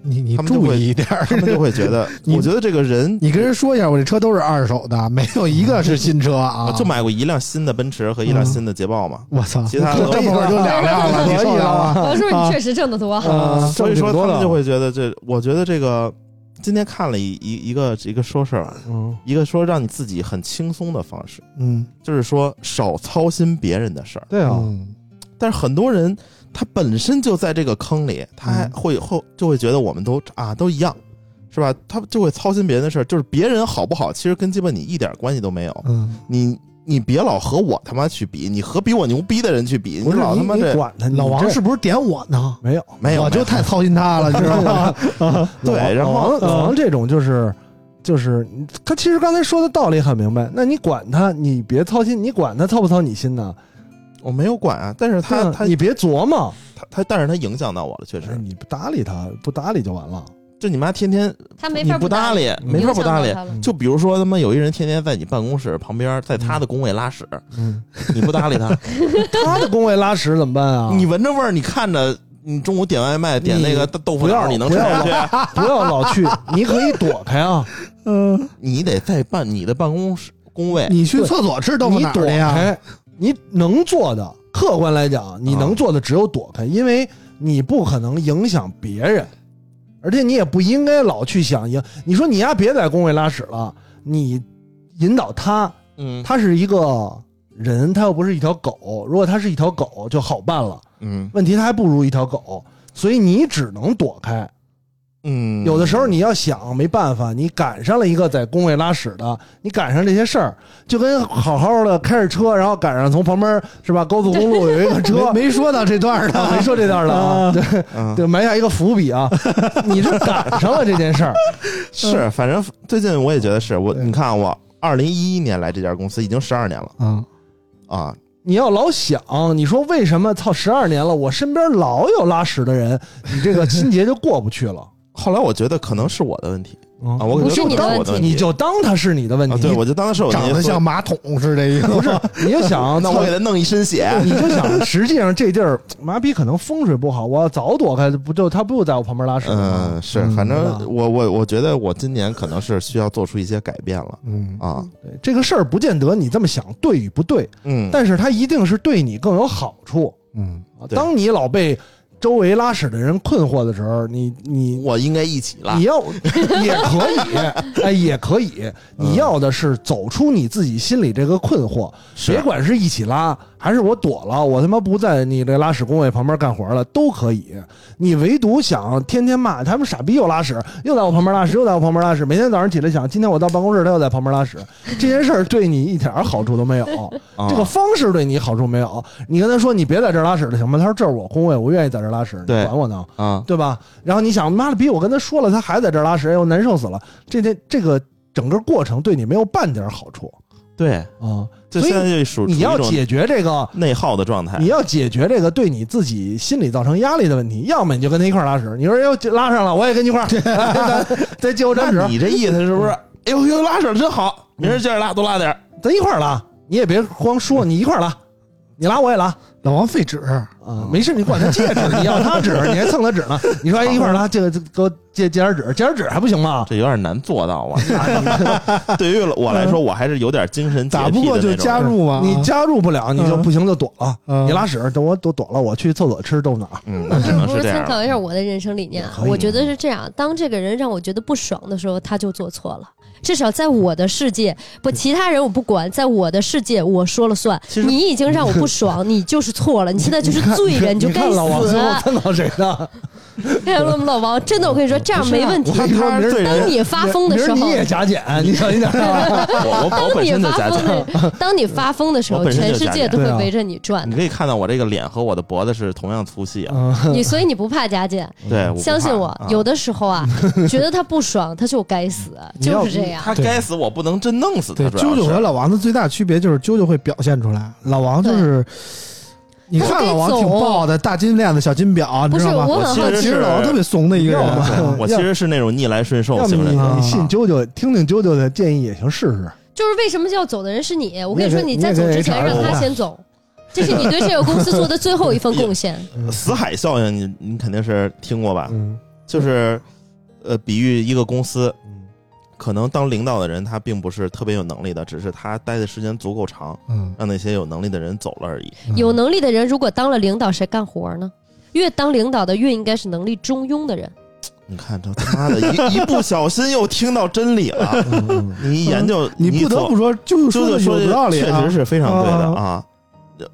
Speaker 3: 你你
Speaker 5: 他们就
Speaker 3: 注
Speaker 5: 会
Speaker 3: 意一点儿，
Speaker 5: 他们就会觉得，
Speaker 3: 你
Speaker 5: 我觉得这个 人
Speaker 3: 你跟人说一下，我这车都是二手的，没有一个是新车啊
Speaker 5: 我，就。买过一辆新的奔驰和一辆
Speaker 3: 嗯
Speaker 5: 新的捷豹嘛，
Speaker 3: 我操，
Speaker 5: 其他的
Speaker 3: 这么会儿就两辆了，你受得了吗？
Speaker 2: 王主任，
Speaker 3: 啊
Speaker 2: 你确实挣得多。
Speaker 3: 啊
Speaker 5: 所以
Speaker 6: 嗯挣挺
Speaker 5: 说
Speaker 6: 多
Speaker 5: 他们
Speaker 6: 的
Speaker 5: 就会觉得这，我觉得这个今天看了一一一个一个说事儿啊，
Speaker 6: 嗯
Speaker 5: 一个说让你自己很轻松的方式，
Speaker 3: 嗯，
Speaker 5: 就是说少操心别人的事儿。
Speaker 6: 对啊，
Speaker 3: 嗯
Speaker 5: 但是很多人他本身就在这个坑里，他还
Speaker 3: 嗯
Speaker 5: 会后就会觉得我们都啊都一样，是吧？他就会操心别人的事儿，就是别人好不好，其实跟鸡巴你一点关系都没有。
Speaker 3: 嗯，
Speaker 5: 你你别老和我他妈去比，你和比我牛逼的人去比，你
Speaker 6: 不是
Speaker 5: 老他
Speaker 6: 你
Speaker 5: 妈
Speaker 6: 你
Speaker 5: 这
Speaker 6: 管他，你
Speaker 3: 老王
Speaker 6: 这
Speaker 3: 是不是点我呢？
Speaker 6: 没有
Speaker 5: 没有
Speaker 3: 我就
Speaker 5: 没有
Speaker 3: 太操心他了，你知道吗？
Speaker 5: 对
Speaker 6: 老王
Speaker 5: 然后
Speaker 6: 哦老王
Speaker 3: 嗯
Speaker 6: 老王这种就是。就是他其实刚才说的道理很明白，那你管他，你别操心，你管他操不操你心呢？
Speaker 5: 我没有管啊，但是
Speaker 6: 对
Speaker 5: 他
Speaker 6: 啊
Speaker 5: 他
Speaker 6: 你别琢磨，
Speaker 5: 他他，但是他影响到我了，确
Speaker 6: 哎
Speaker 5: 实。
Speaker 6: 你不搭理他，不搭理就完了。
Speaker 5: 就你妈天天
Speaker 2: 他没
Speaker 5: 你
Speaker 2: 法
Speaker 5: 不搭
Speaker 2: 理，
Speaker 5: 理，没法不搭理
Speaker 2: 影响到。他了
Speaker 5: 就比如说他妈有一人天天在你办公室旁边，在他的工位拉屎，
Speaker 6: 嗯，
Speaker 5: 你不搭理他，
Speaker 6: 他的工位拉屎怎么办啊？
Speaker 5: 你闻着味儿，你看着你中午点外卖点那个豆腐
Speaker 6: 不
Speaker 5: 脑
Speaker 6: 要
Speaker 5: 儿，你能
Speaker 6: 不
Speaker 5: 吃
Speaker 6: 要
Speaker 5: 下去？
Speaker 6: 不要老去，你可以躲开啊。
Speaker 5: 你得在办你的办公室
Speaker 8: 工位。
Speaker 3: 嗯你去厕所吃豆腐
Speaker 6: 你
Speaker 3: 脑儿
Speaker 6: 躲
Speaker 3: 去呀？
Speaker 6: 开，你能做的，客观来讲，你能做的只有躲
Speaker 3: 嗯
Speaker 6: 开，因为你不可能影响别人，而且你也不应该老去想赢。你说你丫别在工位拉屎了，你引导他，
Speaker 8: 嗯
Speaker 6: 他是一个人，他又不是一条狗。如果他是一条狗，就好办了。
Speaker 5: 嗯
Speaker 6: 问题他还不如一条狗，所以你只能躲开。
Speaker 5: 嗯，
Speaker 6: 有的时候你要想没办法，你赶上了一个在工位拉屎的，你赶上这些事儿，就跟好好的开着车，然后赶上从旁边是吧高速公路有一个 车，
Speaker 3: 没没说到这段儿
Speaker 6: 啊
Speaker 3: 呢，
Speaker 6: 没说这段了啊，对
Speaker 5: 嗯
Speaker 6: 对，埋下一个伏笔啊，你是赶上了这件事儿，
Speaker 5: 是，反正最近我也觉得是我，
Speaker 3: 对
Speaker 5: 你看我二零一一年来这家公司已经十二年了
Speaker 3: 啊，
Speaker 5: 啊，
Speaker 6: 你要老想，你说为什么操十二年了，我身边老有拉屎的人，你这个心结就过不去了。
Speaker 5: 后来我觉得可能是我的问题
Speaker 6: 嗯
Speaker 5: 啊，我可
Speaker 2: 不
Speaker 5: 能
Speaker 2: 是
Speaker 5: 我
Speaker 2: 你的
Speaker 5: 的
Speaker 2: 问题
Speaker 5: 题
Speaker 6: 你就当他是你的问
Speaker 5: 啊，
Speaker 6: 题，
Speaker 5: 对我就当是我的
Speaker 3: 长
Speaker 5: 问
Speaker 3: 得
Speaker 5: 题
Speaker 3: 像马桶似的，一 个
Speaker 6: 不是，你就想，
Speaker 5: 那
Speaker 6: 操
Speaker 5: 我给他弄一身 血，
Speaker 6: 你就想，实际上这地儿麻痹可能风水不好，我要早躲开，不就他不在我旁边拉屎吗？
Speaker 5: 嗯，是，
Speaker 3: 嗯
Speaker 5: 反
Speaker 6: 对吧
Speaker 5: 正我我我觉得我今年可能是需要做出一些改变了
Speaker 3: 嗯，
Speaker 5: 啊，
Speaker 6: 对，这个事儿不见得你这么想对与不对，
Speaker 5: 嗯，
Speaker 6: 但是它一定是对你更有好处。
Speaker 3: 嗯，
Speaker 6: 啊
Speaker 5: 对
Speaker 6: 当你老被周围拉屎的人困惑的时候，你你
Speaker 5: 我应该一起了
Speaker 6: 你，要也可以，哎，也可以，
Speaker 5: 嗯
Speaker 6: 你要的是走出你自己心里这个困惑，
Speaker 5: 是
Speaker 6: 别管是一起拉，还是我躲了，我他妈不在你这拉屎工位旁边干活了，都可以。你唯独想天天骂他们傻逼又拉屎，又在我旁边拉屎，又在我旁边拉屎，每天早上起来想，今天我到办公室他又在旁边拉屎，这件事儿对你一点儿好处都没有，
Speaker 5: 啊
Speaker 6: 这个方式对你好处没有。你跟他说你别在这儿拉屎了，行吗？他说这是我工位，我愿意在这儿拉屎，你
Speaker 5: 对
Speaker 6: 管我呢，
Speaker 5: 啊，
Speaker 6: 对吧？然后你想，妈了逼，我跟他说了，他还在这儿拉屎，哎呦难受死了。这这这个整个过程对你没有半点儿好处
Speaker 5: 对，
Speaker 6: 啊、
Speaker 5: 这
Speaker 6: 所以
Speaker 5: 现在就属于
Speaker 6: 你要
Speaker 5: 一种哎
Speaker 6: 解决这个，
Speaker 5: 内耗的状态
Speaker 6: 你，要解决这个对你自己心理造成压力的问题，要么你就跟他一块儿拉屎，你说要拉上了，我也跟 你一块儿，来咱再借我张纸，
Speaker 5: 那你这意思是不是？
Speaker 6: 嗯
Speaker 5: 哎呦呦，拉屎真好，明儿接着拉，多拉点儿。
Speaker 6: 咱一块儿拉，你也别光说，你一块儿拉，你拉我也拉。
Speaker 3: 老王废纸，
Speaker 6: 啊，没事，你管他借纸，你要他纸，你还蹭他纸呢？你说哎一块
Speaker 5: 啊
Speaker 6: 儿拉，借个给我借借点纸，借点纸还不行吗？
Speaker 8: 这有点难做到 啊！
Speaker 6: 啊
Speaker 8: 对于我来说，我还是有点精神洁
Speaker 3: 打
Speaker 8: 癖的那种
Speaker 3: 不过就
Speaker 8: 人
Speaker 3: 加入
Speaker 5: 啊
Speaker 3: 啊嘛，
Speaker 6: 你你加入不了，你就
Speaker 3: 嗯
Speaker 6: 不行就躲了。
Speaker 3: 嗯
Speaker 6: 你拉屎，等我都躲了，我去厕所吃豆腐脑儿。
Speaker 5: 嗯，那只能
Speaker 2: 不
Speaker 5: 是
Speaker 2: 是
Speaker 5: 这样
Speaker 2: 参考
Speaker 5: 了。
Speaker 2: 一下我的人生理念啊
Speaker 6: 可，以
Speaker 2: 我觉得是这样：当这个人让我觉得不爽的时候，他就做错了。至少在我的世界，不，其他人我不管，在我的世界我说了算。你已经让我不爽，你就是错了，你现在就是罪人，就
Speaker 6: 你
Speaker 2: 该
Speaker 6: 看老王
Speaker 2: 死啊
Speaker 6: 最。后看到谁 呢？
Speaker 2: 哎呀，我们老王，真的，我跟你说，这样没问题
Speaker 5: 我。看
Speaker 6: 你说
Speaker 5: 他
Speaker 6: 明
Speaker 5: 是
Speaker 6: 儿
Speaker 5: 罪
Speaker 2: 当
Speaker 5: 人，
Speaker 2: 你发疯的
Speaker 6: 明
Speaker 2: 时
Speaker 6: 儿
Speaker 2: 候，
Speaker 6: 你也加减，你小心点儿。
Speaker 8: 我我我
Speaker 2: 当
Speaker 8: 本
Speaker 2: 你
Speaker 8: 身就
Speaker 2: 发
Speaker 8: 假
Speaker 2: 疯
Speaker 8: 假，
Speaker 2: 的， 当你发疯的时候，
Speaker 8: 我本身
Speaker 2: 全
Speaker 8: 就
Speaker 2: 世
Speaker 8: 假
Speaker 2: 界
Speaker 8: 假
Speaker 2: 都会
Speaker 6: 对啊
Speaker 2: 围着你转
Speaker 8: 你
Speaker 2: 的。
Speaker 8: 可以看到我这个脸和我的脖子是同样粗细啊。
Speaker 6: 嗯
Speaker 2: 你所以你不怕加减，
Speaker 8: 对，我不
Speaker 2: 相信
Speaker 8: 怕
Speaker 2: 我
Speaker 8: 啊，
Speaker 2: 有的时候啊，觉得他不爽，他就该死，
Speaker 6: 你要
Speaker 2: 就是这样。
Speaker 8: 他该死，我不能真弄死
Speaker 3: 对
Speaker 8: 他。主要
Speaker 3: 啾啾
Speaker 8: 是
Speaker 3: 和老王的最大区别就是啾啾会表现出来，老王就是。你
Speaker 2: 他
Speaker 3: 看
Speaker 2: 得
Speaker 3: 老王
Speaker 2: 走
Speaker 3: 挺暴的，大金链子、小金表，你
Speaker 2: 不
Speaker 3: 知
Speaker 2: 是
Speaker 3: 道
Speaker 2: 我
Speaker 3: 吗？
Speaker 2: 很
Speaker 8: 其
Speaker 2: 好
Speaker 8: 实
Speaker 3: 其
Speaker 2: 奇，
Speaker 3: 实
Speaker 8: 是
Speaker 3: 老王特别怂的一个人
Speaker 6: 嗯要么，
Speaker 8: 我其实是那种逆来顺受
Speaker 6: 要
Speaker 8: 型
Speaker 6: 么
Speaker 8: 人
Speaker 6: 你
Speaker 8: 格啊
Speaker 6: 你信啾啾，听听啾啾的建议也行，试试。
Speaker 2: 就是为什么要走的人是你。我跟你说，
Speaker 6: 你
Speaker 2: 你在
Speaker 6: 也跟
Speaker 2: 走之
Speaker 6: 你
Speaker 2: 前
Speaker 6: 也跟
Speaker 2: 让
Speaker 6: HR
Speaker 2: 他先走，这是你对这个公司做的最后一份贡献。
Speaker 8: 死海效应你，你肯定是听过吧？
Speaker 6: 嗯
Speaker 8: 就是呃，比喻一个公司，
Speaker 6: 嗯
Speaker 8: 可能当领导的人他并不是特别有能力的，只是他待的时间足够长，
Speaker 3: 嗯，
Speaker 8: 让那些有能力的人走了而已。
Speaker 2: 有能力的人如果当了领导，谁干活呢？越当领导的越应该是能力中庸的人。
Speaker 8: 你看这他妈的一一不小心又听到真理了。
Speaker 6: 嗯 嗯
Speaker 8: 你一研究，
Speaker 3: 你不得
Speaker 8: 所
Speaker 3: 不说，啾啾
Speaker 8: 就
Speaker 3: 的
Speaker 8: 是
Speaker 3: 有道理
Speaker 8: 确
Speaker 3: 啊
Speaker 8: 实，是非常对的
Speaker 3: 啊
Speaker 8: 啊。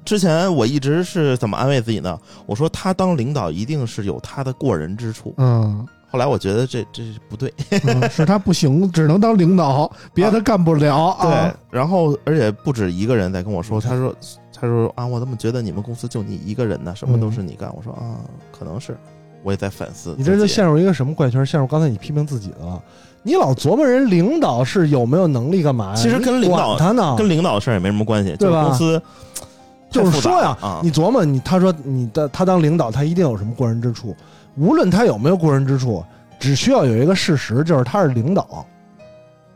Speaker 8: 之前我一直是怎么安慰自己呢？我说他当领导一定是有他的过人之处。
Speaker 3: 嗯，
Speaker 8: 后来我觉得这这是不对，
Speaker 3: 嗯是他不行，只能当领导，别的干不了啊。
Speaker 8: 然后而且不止一个人在跟我说，他说他说啊，我怎么觉得你们公司就你一个人呢？什么都是你干？我说啊，可能是，我也在反思自己。
Speaker 6: 嗯你这就陷入一个什么怪圈？陷入刚才你批评自己的了。你老琢磨人领导是有没有能力干嘛呀？
Speaker 8: 其实跟
Speaker 6: 你
Speaker 8: 领
Speaker 6: 管
Speaker 8: 导
Speaker 6: 他呢，
Speaker 8: 跟领导的事儿也没什么关系，
Speaker 6: 啊对
Speaker 8: 就是
Speaker 6: 吧
Speaker 8: 公司
Speaker 6: 就是说
Speaker 8: 太复
Speaker 6: 呀
Speaker 8: 杂了啊，
Speaker 6: 你琢磨你，他说你的他当领导，他一定有什么过人之处。无论他有没有过人之处，只需要有一个事实，就是他是领导，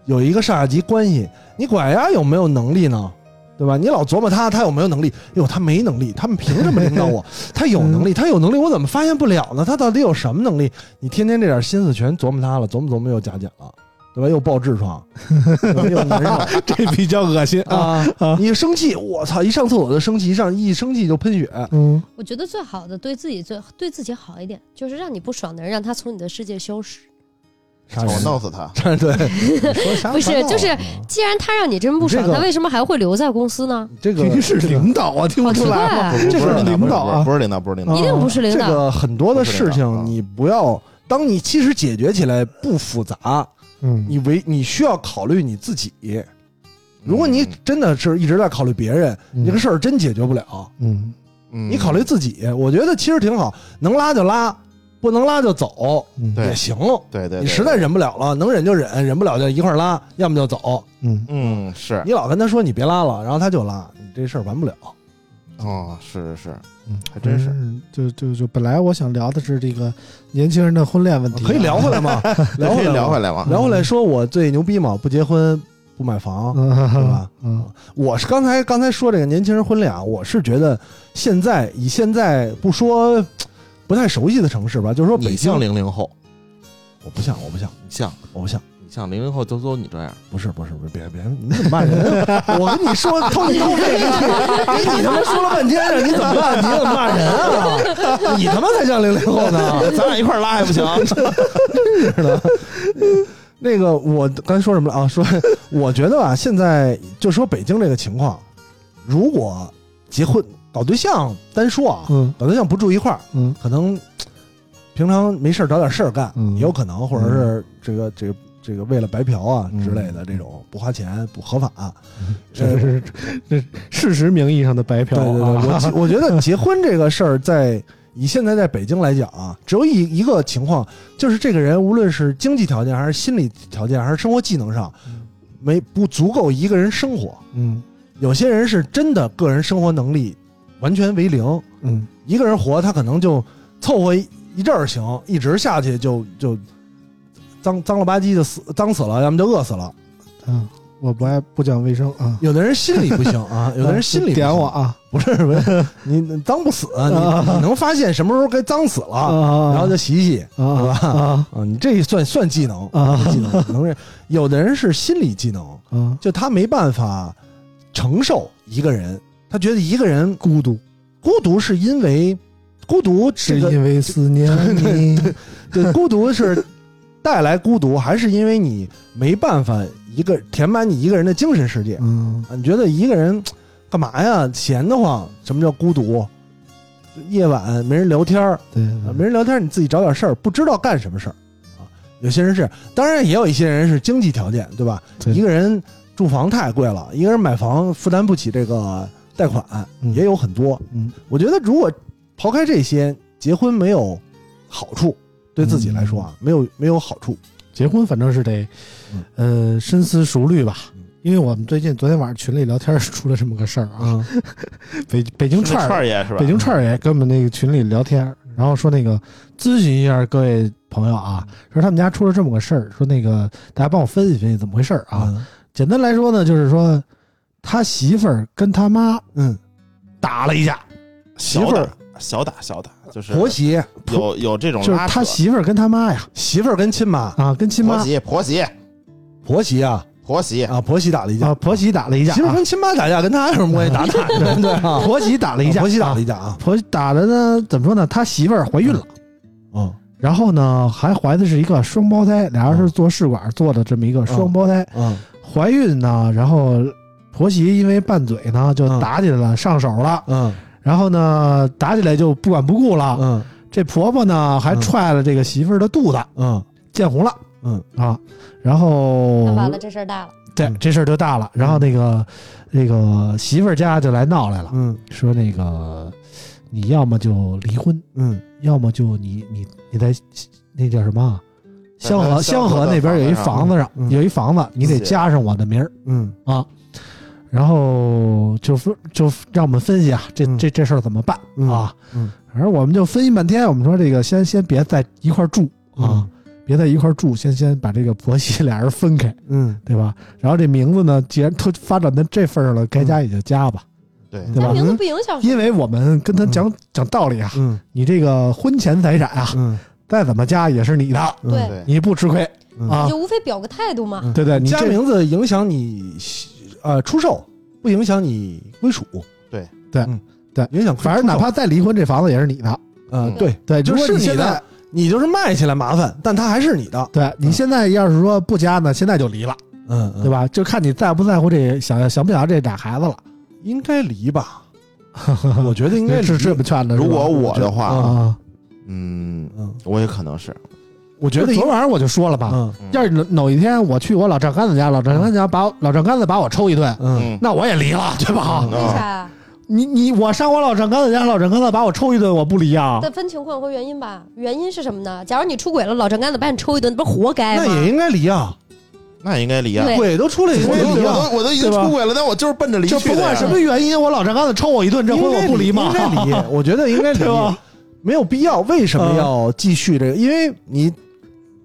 Speaker 6: 有一个上下级关系。你管呀有没有能力呢？对吧？你老琢磨他，他有没有能力？哟，他没能力，他们凭什么领 导我？他有
Speaker 8: 嗯
Speaker 6: 能力，他有能力，我怎么发现不了呢？他到底有什么能力？你天天这点心思全琢磨他了，琢磨琢磨又加减了。对吧？又爆痔疮，又难受
Speaker 3: 这比较恶心啊。
Speaker 6: 啊！你生气，我操！一上厕所就生气，一上一生气就喷血。
Speaker 8: 哦
Speaker 3: 嗯，
Speaker 2: 我觉得最好的对自己最对自己好一点，就是让你不爽的人让他从你的世界消失。
Speaker 6: 啥
Speaker 5: 我
Speaker 6: 人？
Speaker 5: 闹死他！
Speaker 6: 对，
Speaker 3: 说啥
Speaker 2: 不是
Speaker 3: 啥道理
Speaker 6: 啊
Speaker 2: 就是 既然他让你真不爽，
Speaker 6: 这个
Speaker 2: 他为什么还会留在公司呢？
Speaker 6: 这个
Speaker 3: 您是领导啊，听
Speaker 2: 好
Speaker 3: 不
Speaker 2: 奇
Speaker 3: 出
Speaker 2: 怪
Speaker 3: 来吗？
Speaker 2: 啊！
Speaker 5: 不
Speaker 3: 这
Speaker 5: 不
Speaker 3: 是
Speaker 5: 领导
Speaker 3: 领导啊
Speaker 5: 不是领导，不是领导，
Speaker 2: 一定不是领导
Speaker 6: 这个很多的事
Speaker 5: 不是领导
Speaker 6: 情，
Speaker 5: 啊
Speaker 6: 你不要，当你其实解决起来不复杂，
Speaker 3: 嗯，
Speaker 6: 你唯你需要考虑你自己。如果
Speaker 5: 嗯
Speaker 6: 你真的是一直在考虑别人，
Speaker 3: 嗯
Speaker 6: 你这个事儿真解决不了。
Speaker 3: 嗯
Speaker 5: 嗯
Speaker 6: 你考虑自己，我觉得其实挺好，能拉就拉，不能拉就走
Speaker 3: 嗯，
Speaker 5: 对
Speaker 6: 也行。
Speaker 5: 对对，对
Speaker 6: 你实在忍不了了，能忍就忍，忍不了就一块儿拉，要么就走。
Speaker 3: 嗯，
Speaker 5: 嗯是
Speaker 6: 你老跟他说你别拉了，然后他就拉，你这事儿完不了。
Speaker 5: 哦是是是，
Speaker 3: 嗯
Speaker 5: 还真是。
Speaker 3: 就就就本来我想聊的是这个年轻人的婚恋问题啊，
Speaker 6: 可以聊回 来吗？聊
Speaker 5: 可
Speaker 6: 回
Speaker 5: 以
Speaker 6: 来，
Speaker 5: 聊回。来吗？
Speaker 6: 聊回来说，我最牛逼嘛，不结婚，不 买房。
Speaker 3: 嗯，
Speaker 6: 对吧
Speaker 3: 嗯
Speaker 6: 我是刚才刚才说这个年轻人婚恋啊，我是觉得现在以现在不说不太熟悉的城市吧，就是说北
Speaker 5: 你
Speaker 6: 京
Speaker 5: 像，零零后，
Speaker 6: 我不像，我不像，
Speaker 5: 你像
Speaker 6: 我不像。
Speaker 5: 你像零零后都都你这样，
Speaker 6: 不是不是不是，别别，你怎么骂 人？我跟你说，偷你偷这个，你他妈说了半天，让你怎么办？你怎么骂人啊？你他妈才像零零后呢！
Speaker 5: 咱俩一块儿拉也不行。
Speaker 6: 那个我刚才说什么了啊？说我觉得吧，现在就说北京这个情况，如果结婚搞对象，单说啊，
Speaker 3: 嗯
Speaker 6: 搞对象不住一块儿，
Speaker 3: 嗯
Speaker 6: 可能平常没事儿找点事儿干，
Speaker 3: 嗯
Speaker 6: 也有可能，或者是这个这个这个为了白嫖啊
Speaker 3: 嗯
Speaker 6: 之类的这种不花钱不合法、啊
Speaker 3: 这是 这是事实名义上的白嫖
Speaker 6: 对
Speaker 3: 啊，
Speaker 6: 对对，我我觉得结婚这个事儿，在以现在在北京来讲啊，只有一一个情况，就是这个人无论是经济条件，还是心理条件，还是生活技能上，没不足够一个人生活。
Speaker 3: 嗯
Speaker 6: 有些人是真的个人生活能力完全为零，
Speaker 3: 嗯
Speaker 6: 一个人活他可能就凑合一一阵儿行，一直下去就就脏脏了吧唧就死脏死了，要么就饿死了。
Speaker 3: 嗯，我不爱不讲卫生啊，
Speaker 6: 有的人心里不行啊， 有的人心里不
Speaker 3: 点
Speaker 6: 行
Speaker 3: 我啊
Speaker 6: 不是不是，你你脏不死，啊你你能发现什么时候该脏死了，
Speaker 3: 啊
Speaker 6: 然后就洗一洗
Speaker 3: 啊啊
Speaker 6: 啊。你这算算技能，
Speaker 3: 啊
Speaker 6: 技能能是有的人是心理技能，
Speaker 3: 啊，
Speaker 6: 就他没办法承受一个人，他觉得一个人孤独，孤独是因为孤独这
Speaker 3: 是
Speaker 6: 个
Speaker 3: 因为思念 你，
Speaker 6: 对孤独是带来孤独，还是因为你没办法一个填满你一个人的精神世界？
Speaker 3: 嗯
Speaker 6: 啊，你觉得一个人干嘛呀？闲得慌。什么叫孤独？夜晚没人聊天儿、
Speaker 3: 对，
Speaker 6: 啊，没人聊天儿，你自己找点事儿，不知道干什么事儿啊。有些人是，当然也有一些人是经济条件，对吧？
Speaker 3: 对
Speaker 6: 一个人住房太贵了，一个人买房负担不起这个贷款，
Speaker 3: 嗯
Speaker 6: 也有很多。
Speaker 3: 嗯，
Speaker 6: 我觉得如果抛开这些，结婚没有好处，对自己来说
Speaker 3: 嗯
Speaker 6: 啊，没有没有好处。
Speaker 3: 结婚反正是得，呃，深思熟虑吧。因为我们最近昨天晚上群里聊天儿出了这么个事儿啊，
Speaker 6: 嗯
Speaker 3: 北北京串儿，嗯
Speaker 5: 串儿爷是吧
Speaker 3: 北？京串儿也跟我们那个群里聊天儿，然后说那个咨询一下各位朋友啊，说他们家出了这么个事儿，说那个大家帮我分析分析怎么回事儿啊。
Speaker 6: 啊，
Speaker 3: 简单来说呢，就是说他媳妇儿跟他妈
Speaker 6: 嗯，
Speaker 3: 打了一架，
Speaker 5: 媳
Speaker 6: 媳妇儿
Speaker 5: 小打小打，就是
Speaker 6: 婆媳
Speaker 5: 有有这种
Speaker 3: 就是
Speaker 5: 拉扯
Speaker 3: 他媳妇儿跟他妈呀
Speaker 6: 媳妇儿跟亲妈，
Speaker 3: 啊，跟亲
Speaker 5: 婆
Speaker 3: 妈
Speaker 5: 媳婆媳
Speaker 6: 婆媳啊，
Speaker 5: 婆媳
Speaker 6: 啊，婆媳打了一架，
Speaker 3: 啊婆媳打了一架
Speaker 6: 媳妇
Speaker 3: 啊，
Speaker 6: 跟亲妈打架跟他有什么关系？打 打的，对啊，
Speaker 3: 婆媳打了一架，
Speaker 6: 婆媳打
Speaker 3: 啊
Speaker 6: 了一架啊，
Speaker 3: 婆打的呢，怎么说呢？他媳妇儿怀孕了，
Speaker 6: 嗯
Speaker 3: 然后呢还怀的是一个双胞胎，俩人是做试管做的这么一个双胞胎。
Speaker 6: 嗯
Speaker 3: 怀孕呢，然后婆媳因为拌嘴呢就
Speaker 6: 嗯
Speaker 3: 打起来了，上手了，
Speaker 6: 嗯
Speaker 3: 然后呢打起来就不管不顾了。
Speaker 6: 嗯
Speaker 3: 这婆婆呢还
Speaker 6: 嗯
Speaker 3: 踹了这个媳妇儿的肚子，
Speaker 6: 嗯
Speaker 3: 见红了。
Speaker 6: 嗯
Speaker 3: 啊，然
Speaker 9: 那
Speaker 3: 后
Speaker 9: 完了，这事儿大了。
Speaker 3: 对这事儿就大了，然后那个那个媳妇儿家就来闹来了，
Speaker 6: 嗯
Speaker 3: 说那个你要么就离婚，
Speaker 6: 嗯
Speaker 3: 要么就你你你在那叫什么啊香河
Speaker 5: 香
Speaker 3: 香
Speaker 5: 河
Speaker 3: 河
Speaker 5: 的
Speaker 3: 那边有一房
Speaker 5: 房
Speaker 3: 子上
Speaker 6: 嗯
Speaker 3: 有一房子，你得
Speaker 5: 是
Speaker 3: 加上我的名儿
Speaker 6: 嗯
Speaker 3: 啊。然后就分就让我们分析啊，这
Speaker 6: 嗯
Speaker 3: 这这事儿怎么办
Speaker 6: 嗯
Speaker 3: 啊？
Speaker 6: 嗯，
Speaker 3: 反正我们就分析半天，我们说这个先先别在一块儿住
Speaker 6: 嗯
Speaker 3: 啊，别在一块儿住，先先把这个婆媳俩人分开，
Speaker 6: 嗯
Speaker 3: 对吧？然后这名字呢，既然都发展到这份儿了，该加
Speaker 6: 嗯
Speaker 3: 也就加吧，
Speaker 5: 对
Speaker 3: 对
Speaker 9: 但
Speaker 3: 吧？
Speaker 9: 名字不影响什么，
Speaker 3: 因为我们跟他讲、讲道理啊，
Speaker 6: 嗯
Speaker 3: 你这个婚前财产啊，
Speaker 6: 嗯
Speaker 3: 再怎么加也是你的，
Speaker 6: 嗯
Speaker 9: 对
Speaker 5: 对
Speaker 3: 你不吃亏。啊嗯
Speaker 9: 你就无非表个态度嘛。
Speaker 3: 对对，呃你
Speaker 6: 加
Speaker 3: 这
Speaker 6: 名字影响你呃出售，不影响你归属。
Speaker 5: 对
Speaker 3: 对
Speaker 6: 嗯
Speaker 3: 对
Speaker 6: 影响
Speaker 3: 反正哪怕再离婚，这房子也是你的。
Speaker 6: 呃
Speaker 5: 嗯
Speaker 6: 对，
Speaker 3: 对，
Speaker 6: 就
Speaker 3: 如果
Speaker 6: 是
Speaker 3: 你
Speaker 6: 你
Speaker 3: 现在
Speaker 6: 的，你就是卖起来麻烦，但它还是你的。
Speaker 3: 对你现在要是说不加呢，现在就离了，
Speaker 6: 嗯，
Speaker 3: 对？吧？就看你在不在乎这想想不想要这俩孩子了。
Speaker 6: 应该离吧？我觉得应该
Speaker 3: 是
Speaker 6: 离
Speaker 3: 这么劝的。
Speaker 5: 如果我的
Speaker 3: 啊
Speaker 5: 话，
Speaker 3: 啊，
Speaker 5: 嗯，
Speaker 6: 嗯，
Speaker 5: 我也可能是，
Speaker 6: 我觉
Speaker 3: 就
Speaker 6: 得
Speaker 3: 昨
Speaker 6: 应
Speaker 3: 晚上我就说了吧，
Speaker 6: 嗯
Speaker 5: 嗯
Speaker 3: 要是某某一天我去我老丈杆子家，老丈杆子家把我老丈杆子把我抽一顿，
Speaker 6: 嗯
Speaker 5: 嗯，
Speaker 3: 那我也离了，对吧？
Speaker 9: 为啥呀？
Speaker 3: 你你我上我老丈杆子家，老丈杆子把我抽一顿，我不离啊。
Speaker 9: 得分情况和原因吧。原因是什么呢？假如你出轨了，老丈杆子把你抽一顿，你不是活
Speaker 2: 哎
Speaker 9: 该
Speaker 6: 那
Speaker 9: 吗？
Speaker 6: 也应该离啊，
Speaker 5: 那应该离啊。
Speaker 9: 对
Speaker 6: 鬼都出来应
Speaker 5: 我
Speaker 6: 该
Speaker 5: 都
Speaker 6: 离
Speaker 5: 我
Speaker 6: 啊，
Speaker 5: 都我都已经
Speaker 3: 对吧
Speaker 5: 出轨了，但我就是奔着离
Speaker 3: 就
Speaker 5: 去
Speaker 3: 不
Speaker 5: 的
Speaker 3: 管
Speaker 5: 呀。
Speaker 3: 什么原因，我老丈杆子抽我一顿，这回我不离吗？
Speaker 6: 应该 离，我觉得应该离
Speaker 3: 对吧，嗯
Speaker 6: 没有必要。为什么要继续这个？因为你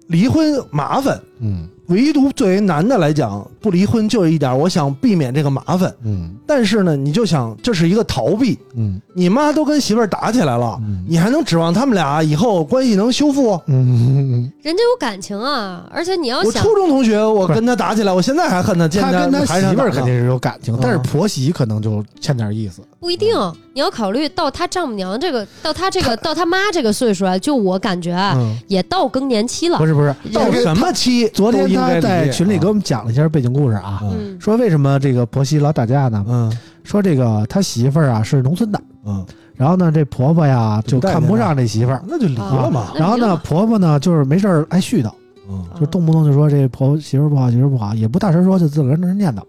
Speaker 6: 离婚麻烦，
Speaker 3: 嗯
Speaker 6: 唯独作为男的来讲，不离婚就是一点，我想避免这个麻烦。
Speaker 3: 嗯
Speaker 6: 但是呢，你就想这是一个逃避，
Speaker 3: 嗯
Speaker 6: 你妈都跟媳妇儿打起来了，你还能指望他们俩以后关系能修复？
Speaker 3: 嗯，
Speaker 2: 人家有感情啊，而且你要
Speaker 6: 我
Speaker 2: 想
Speaker 6: 初中同学，我
Speaker 3: 不是
Speaker 6: 跟他打起来，我现在还恨他。见
Speaker 3: 他跟他
Speaker 6: 还是
Speaker 3: 媳妇儿
Speaker 6: 打呢
Speaker 3: 肯定是有感情
Speaker 6: 嗯，
Speaker 3: 但是婆媳可能就欠点意思。
Speaker 2: 不一定，你要考虑到他丈母娘这个，到他这个，到他妈这个岁数啊，就我感觉啊，
Speaker 3: 嗯，
Speaker 2: 也到更年期了
Speaker 3: 不。是不是，
Speaker 6: 到什么期
Speaker 3: 昨
Speaker 6: 都
Speaker 3: 天
Speaker 6: 应该
Speaker 3: 他在
Speaker 6: 离？
Speaker 3: 群里
Speaker 5: 啊
Speaker 3: 给我们讲了一下背景故事啊，
Speaker 6: 嗯
Speaker 2: 嗯，
Speaker 3: 说为什么这个婆媳老打架呢？
Speaker 6: 嗯
Speaker 3: 说这个他媳妇儿啊是农村的，
Speaker 6: 嗯，
Speaker 3: 然后呢这婆婆呀就看不上这媳妇儿，
Speaker 6: 那就离了嘛。
Speaker 5: 嗯
Speaker 3: 然后呢
Speaker 5: 啊
Speaker 3: 婆婆呢就是没事儿爱絮叨，
Speaker 6: 嗯
Speaker 3: 就动不动就说这婆媳妇儿不好，媳妇儿不好，也不大声说，就自个儿那儿念叨。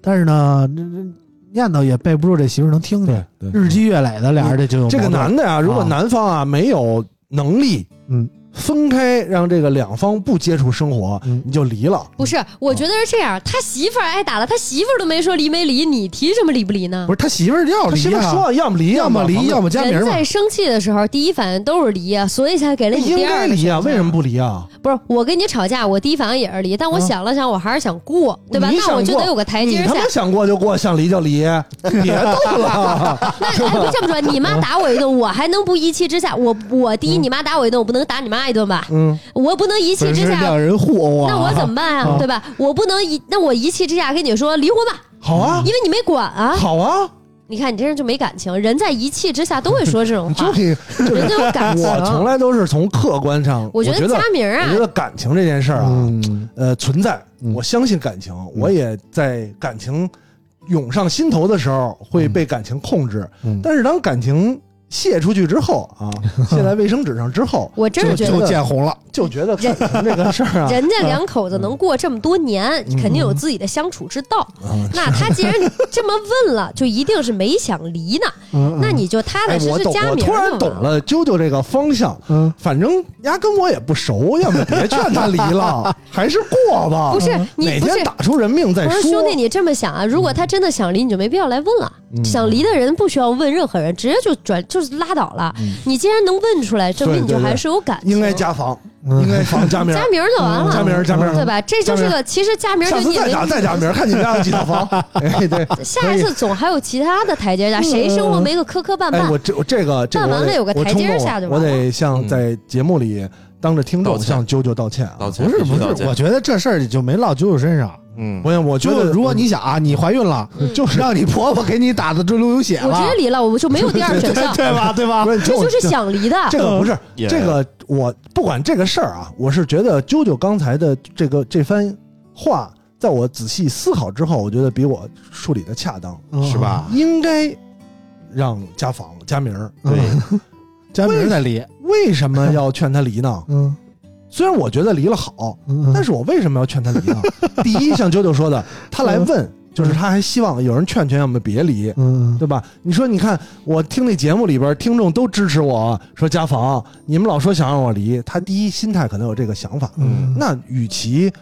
Speaker 3: 但是呢，那那念叨也背不住这媳妇儿能听见，
Speaker 6: 对
Speaker 3: 日积月累的俩人这就有
Speaker 6: 这个
Speaker 3: 矛盾
Speaker 6: 男的呀，如果
Speaker 3: 啊
Speaker 6: 男方啊没有能力，
Speaker 3: 嗯，
Speaker 6: 分开让这个两方不接触生活，
Speaker 3: 嗯
Speaker 6: 你就离了。
Speaker 2: 不是，我觉得是这样，他媳妇儿挨打了，他媳妇儿都没说离没离，你提什么离不离呢
Speaker 3: 不？是他媳妇儿要
Speaker 6: 他
Speaker 3: 离
Speaker 6: 媳妇儿
Speaker 3: 啊，
Speaker 6: 说要么离，
Speaker 3: 要么离，要
Speaker 6: 么
Speaker 3: 么加名
Speaker 2: 人
Speaker 3: 嘛。
Speaker 2: 在生气的时候，第一反应都是离啊，所以才给了你
Speaker 6: 房子应
Speaker 2: 第二
Speaker 6: 该
Speaker 2: 个
Speaker 6: 离啊？
Speaker 2: 选择
Speaker 6: 为什么？不离啊？
Speaker 2: 不是我跟你吵架，我第一反应也是离，但我
Speaker 6: 啊
Speaker 2: 想了想，我还是想过，对吧？
Speaker 6: 你
Speaker 2: 那我
Speaker 6: 想
Speaker 2: 就
Speaker 6: 过
Speaker 2: 得有个台
Speaker 6: 你
Speaker 2: 阶
Speaker 6: 他
Speaker 2: 下
Speaker 6: 妈。想过就过，想离就离，别 逗了。
Speaker 2: 那哎，不这 么说，你妈打我一顿，我还能不一气之下？我我第一，你妈打我一顿，我不能打你妈一顿吧？
Speaker 6: 嗯，
Speaker 2: 我不能一气之下
Speaker 6: 人互殴
Speaker 2: 那我怎么办
Speaker 6: 嗯
Speaker 2: 啊？
Speaker 3: 啊
Speaker 2: 对吧？我不能一，那我一气之下跟你说离婚吧，
Speaker 6: 好啊
Speaker 2: 因？为你没管啊。
Speaker 6: 好啊，
Speaker 2: 你看你这人就没感情，人在一气之下都会说这种
Speaker 6: 你
Speaker 2: 话
Speaker 6: 就，可以。
Speaker 2: 人都有感情。
Speaker 6: 我从来都是从客观上，
Speaker 2: 我
Speaker 6: 我
Speaker 2: 觉得
Speaker 6: 得
Speaker 2: 佳明
Speaker 6: 我
Speaker 2: 啊
Speaker 6: 觉，得感情这件事儿啊，
Speaker 3: 嗯，
Speaker 6: 呃，存在，
Speaker 3: 嗯
Speaker 6: 我相信感情，我也在感情涌上心头的时候会被感情控制，
Speaker 3: 嗯
Speaker 6: 但是当感情泄出去之后 啊，泄在卫生纸上之后，
Speaker 2: 我真是觉
Speaker 6: 就
Speaker 2: 得
Speaker 6: 就
Speaker 3: 见红了，
Speaker 6: 就觉得感情这个事儿啊，
Speaker 2: 人家两口子能过这么多年，肯定有自己的相处之 道。
Speaker 6: 嗯
Speaker 2: 那他既然这么问了，就一定是没想离呢。
Speaker 3: 嗯，
Speaker 2: 那你就踏踏
Speaker 6: 哎，
Speaker 2: 实
Speaker 6: 我
Speaker 2: 实
Speaker 6: 懂，
Speaker 2: 加
Speaker 6: 我
Speaker 2: 名
Speaker 6: 突
Speaker 2: 儿
Speaker 6: 然
Speaker 2: 嘛
Speaker 6: 懂。了啾啾这个方向。
Speaker 3: 嗯
Speaker 6: 反正丫跟我也不熟，要不别劝他离 了，还是过吧。
Speaker 2: 不是你
Speaker 6: 哪
Speaker 2: 不是
Speaker 6: 天打出人命再
Speaker 2: 不
Speaker 6: 哎说。嗯
Speaker 2: 是兄弟，你这么想啊？如果他真的想离，你就没必要来问了。想离的人不需要问任何人，直接就转就是拉倒了。你既然能问出来，证明你
Speaker 6: 嗯对
Speaker 2: 就
Speaker 6: 对
Speaker 2: 还是有感情。
Speaker 6: 应该加房，
Speaker 3: 嗯
Speaker 6: 应该房加名儿，
Speaker 2: 加名儿就完了，
Speaker 6: 啊嗯加名儿加名儿
Speaker 2: 对吧？这就是个其实加名儿
Speaker 6: 下
Speaker 2: 对
Speaker 6: 次
Speaker 2: 你也
Speaker 6: 再打
Speaker 2: 没
Speaker 6: 再加名儿，看你们家有几套房。 哎，对，
Speaker 2: 下一次总还有其他的台阶下，谁生活没个磕磕绊
Speaker 6: 嗯哎，我
Speaker 2: 绊？
Speaker 6: 这我这个这个
Speaker 2: 办
Speaker 6: 我
Speaker 2: 完
Speaker 6: 得，
Speaker 2: 了有个
Speaker 6: 我
Speaker 2: 台
Speaker 6: 冲
Speaker 2: 阶
Speaker 6: 动
Speaker 2: 下
Speaker 6: 了
Speaker 2: 就
Speaker 6: 我
Speaker 2: 完
Speaker 6: 得向
Speaker 10: 嗯
Speaker 6: 在节目里当着听众
Speaker 10: 道歉
Speaker 6: 向啾啾道歉啊。
Speaker 10: 道歉
Speaker 3: 不是
Speaker 10: 必须
Speaker 3: 不
Speaker 10: 道
Speaker 3: 是，
Speaker 10: 歉
Speaker 3: 我觉得这事儿就没落舅舅身上。
Speaker 5: 嗯，
Speaker 6: 我我觉
Speaker 3: 舅舅，
Speaker 6: 得嗯
Speaker 3: 如果你想啊，你怀孕了，
Speaker 2: 嗯
Speaker 6: 就是
Speaker 3: 让你婆婆给你打的这流流血
Speaker 2: 我直
Speaker 3: 了，
Speaker 6: 啊
Speaker 2: 接，离了，我就没有第二个选项
Speaker 3: 对吧？对吧
Speaker 6: 不？是，你
Speaker 2: 这
Speaker 6: 听我
Speaker 2: 就是想离的。
Speaker 6: 这个不
Speaker 3: 嗯
Speaker 6: 是
Speaker 5: 也
Speaker 6: 这个，我不管这个事儿啊，我是觉得啾啾刚才的这个这番话，在我仔细思考之后，我觉得比我处理的恰当，嗯
Speaker 3: 嗯
Speaker 5: 是？吧？
Speaker 6: 应该让加房加名儿。
Speaker 3: 嗯
Speaker 5: 对，
Speaker 3: 加名再离，
Speaker 6: 为什么要劝他离呢？
Speaker 3: 嗯
Speaker 6: 虽然我觉得离了好，
Speaker 3: 嗯，
Speaker 6: 但是我为什么要劝他离 呢？第一，像九九说的，他来问，就是他还希望有人劝劝我们别离，
Speaker 3: 嗯
Speaker 6: 对吧？你说，你看我听那节目里边，听众都支持我说家访，你们老说想让我离，他第一心态可能有这个想法，
Speaker 3: 嗯
Speaker 6: 那与其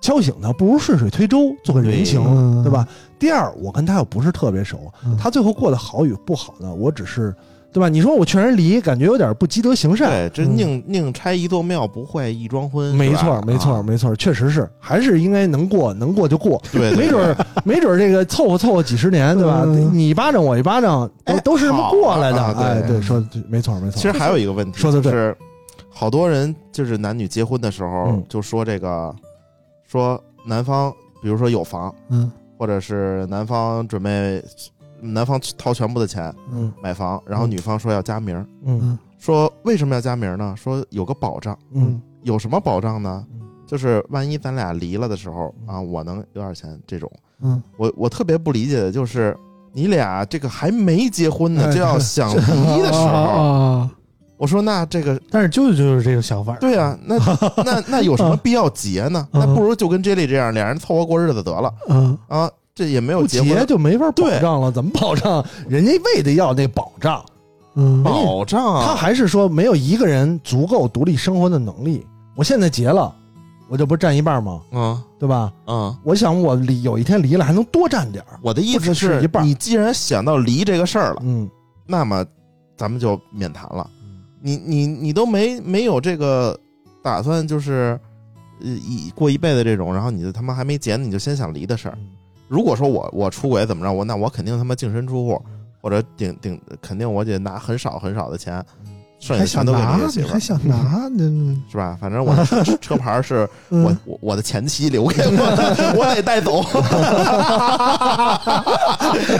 Speaker 6: 敲醒他，不如顺水推舟，做个人情，
Speaker 3: 嗯
Speaker 6: 对吧？第二，我跟他又不是特别熟，
Speaker 3: 嗯
Speaker 6: 他最后过得好与不好呢，我只是。对吧？你说我劝人离，感觉有点不积德行善。
Speaker 5: 对，这
Speaker 6: 嗯
Speaker 5: 宁宁拆一座庙，不坏一桩婚。
Speaker 6: 没
Speaker 5: 是吧
Speaker 6: 错儿，没错儿，
Speaker 5: 啊
Speaker 6: 没错儿，确实是，还是应该能过，能过就过。
Speaker 5: 对对
Speaker 6: 没准儿，没准儿这个凑合凑合几十年，对吧？
Speaker 3: 嗯
Speaker 6: 你一巴掌，我一巴掌，都
Speaker 5: 哎
Speaker 6: 都是这么过来的。
Speaker 5: 好啊
Speaker 6: 哎，
Speaker 5: 对
Speaker 6: 对，说得对，没错儿，没错儿。
Speaker 5: 其实还有一个问题，
Speaker 6: 说得对
Speaker 5: 就是好多人就是男女结婚的时候
Speaker 6: 嗯
Speaker 5: 就说这个，说男方比如说有房，
Speaker 6: 嗯
Speaker 5: 或者是男方准备男方掏全部的钱
Speaker 6: 嗯
Speaker 5: 买房，然后女方说要加名儿，
Speaker 6: 嗯
Speaker 5: 说为什么要加名儿呢？说有个保障，
Speaker 6: 嗯
Speaker 5: 有什么保障呢
Speaker 6: 嗯？
Speaker 5: 就是万一咱俩离了的时候
Speaker 6: 嗯
Speaker 5: 啊，我能有点钱这种。
Speaker 6: 嗯，
Speaker 5: 我我特别不理解的就是你俩这个还没结婚呢
Speaker 6: 哎哦
Speaker 5: 就要想离的时 候，
Speaker 3: 啊，
Speaker 5: 我说那这个
Speaker 3: 但是舅舅就是这个想法，
Speaker 5: 对啊， 那那那有什么必要结呢？
Speaker 3: 嗯
Speaker 5: 那不如就跟 J 莉这样，俩人凑合过日子得了
Speaker 3: 嗯，
Speaker 5: 啊。这也没有
Speaker 6: 不
Speaker 5: 结婚
Speaker 6: 结就没法保
Speaker 5: 对
Speaker 6: 障了，怎么保障？人家为的要那保障，
Speaker 3: 嗯
Speaker 2: 哦
Speaker 5: 保障啊，
Speaker 6: 他还是说没有一个人足够独立生活的能力。我现在结了，我这不是占一半吗？
Speaker 5: 嗯
Speaker 6: 对吧？
Speaker 5: 嗯，
Speaker 6: 我想我离有一天离了还能多占点儿。
Speaker 5: 我的意
Speaker 6: 不
Speaker 5: 思
Speaker 6: 只是一半儿
Speaker 5: 你既然想到离这个事儿了，
Speaker 6: 嗯
Speaker 5: 那么咱们就免谈了。你你你都没没有这个打算，就是呃一过一辈子这种，然后你就他妈还没结呢，你就先想离的事儿。
Speaker 6: 嗯
Speaker 5: 如果说我我出轨怎么着，我那我肯定他妈净身出户，或者顶顶肯定我得拿很少很少的钱，剩下
Speaker 3: 还
Speaker 5: 的全
Speaker 3: 想
Speaker 5: 都给
Speaker 3: 拿
Speaker 5: 嗯你媳，妇
Speaker 3: 还
Speaker 5: 儿，
Speaker 3: 想拿，嗯
Speaker 5: 是吧？反正我的 车车牌儿是我我我的前妻留给我的， 我得带走。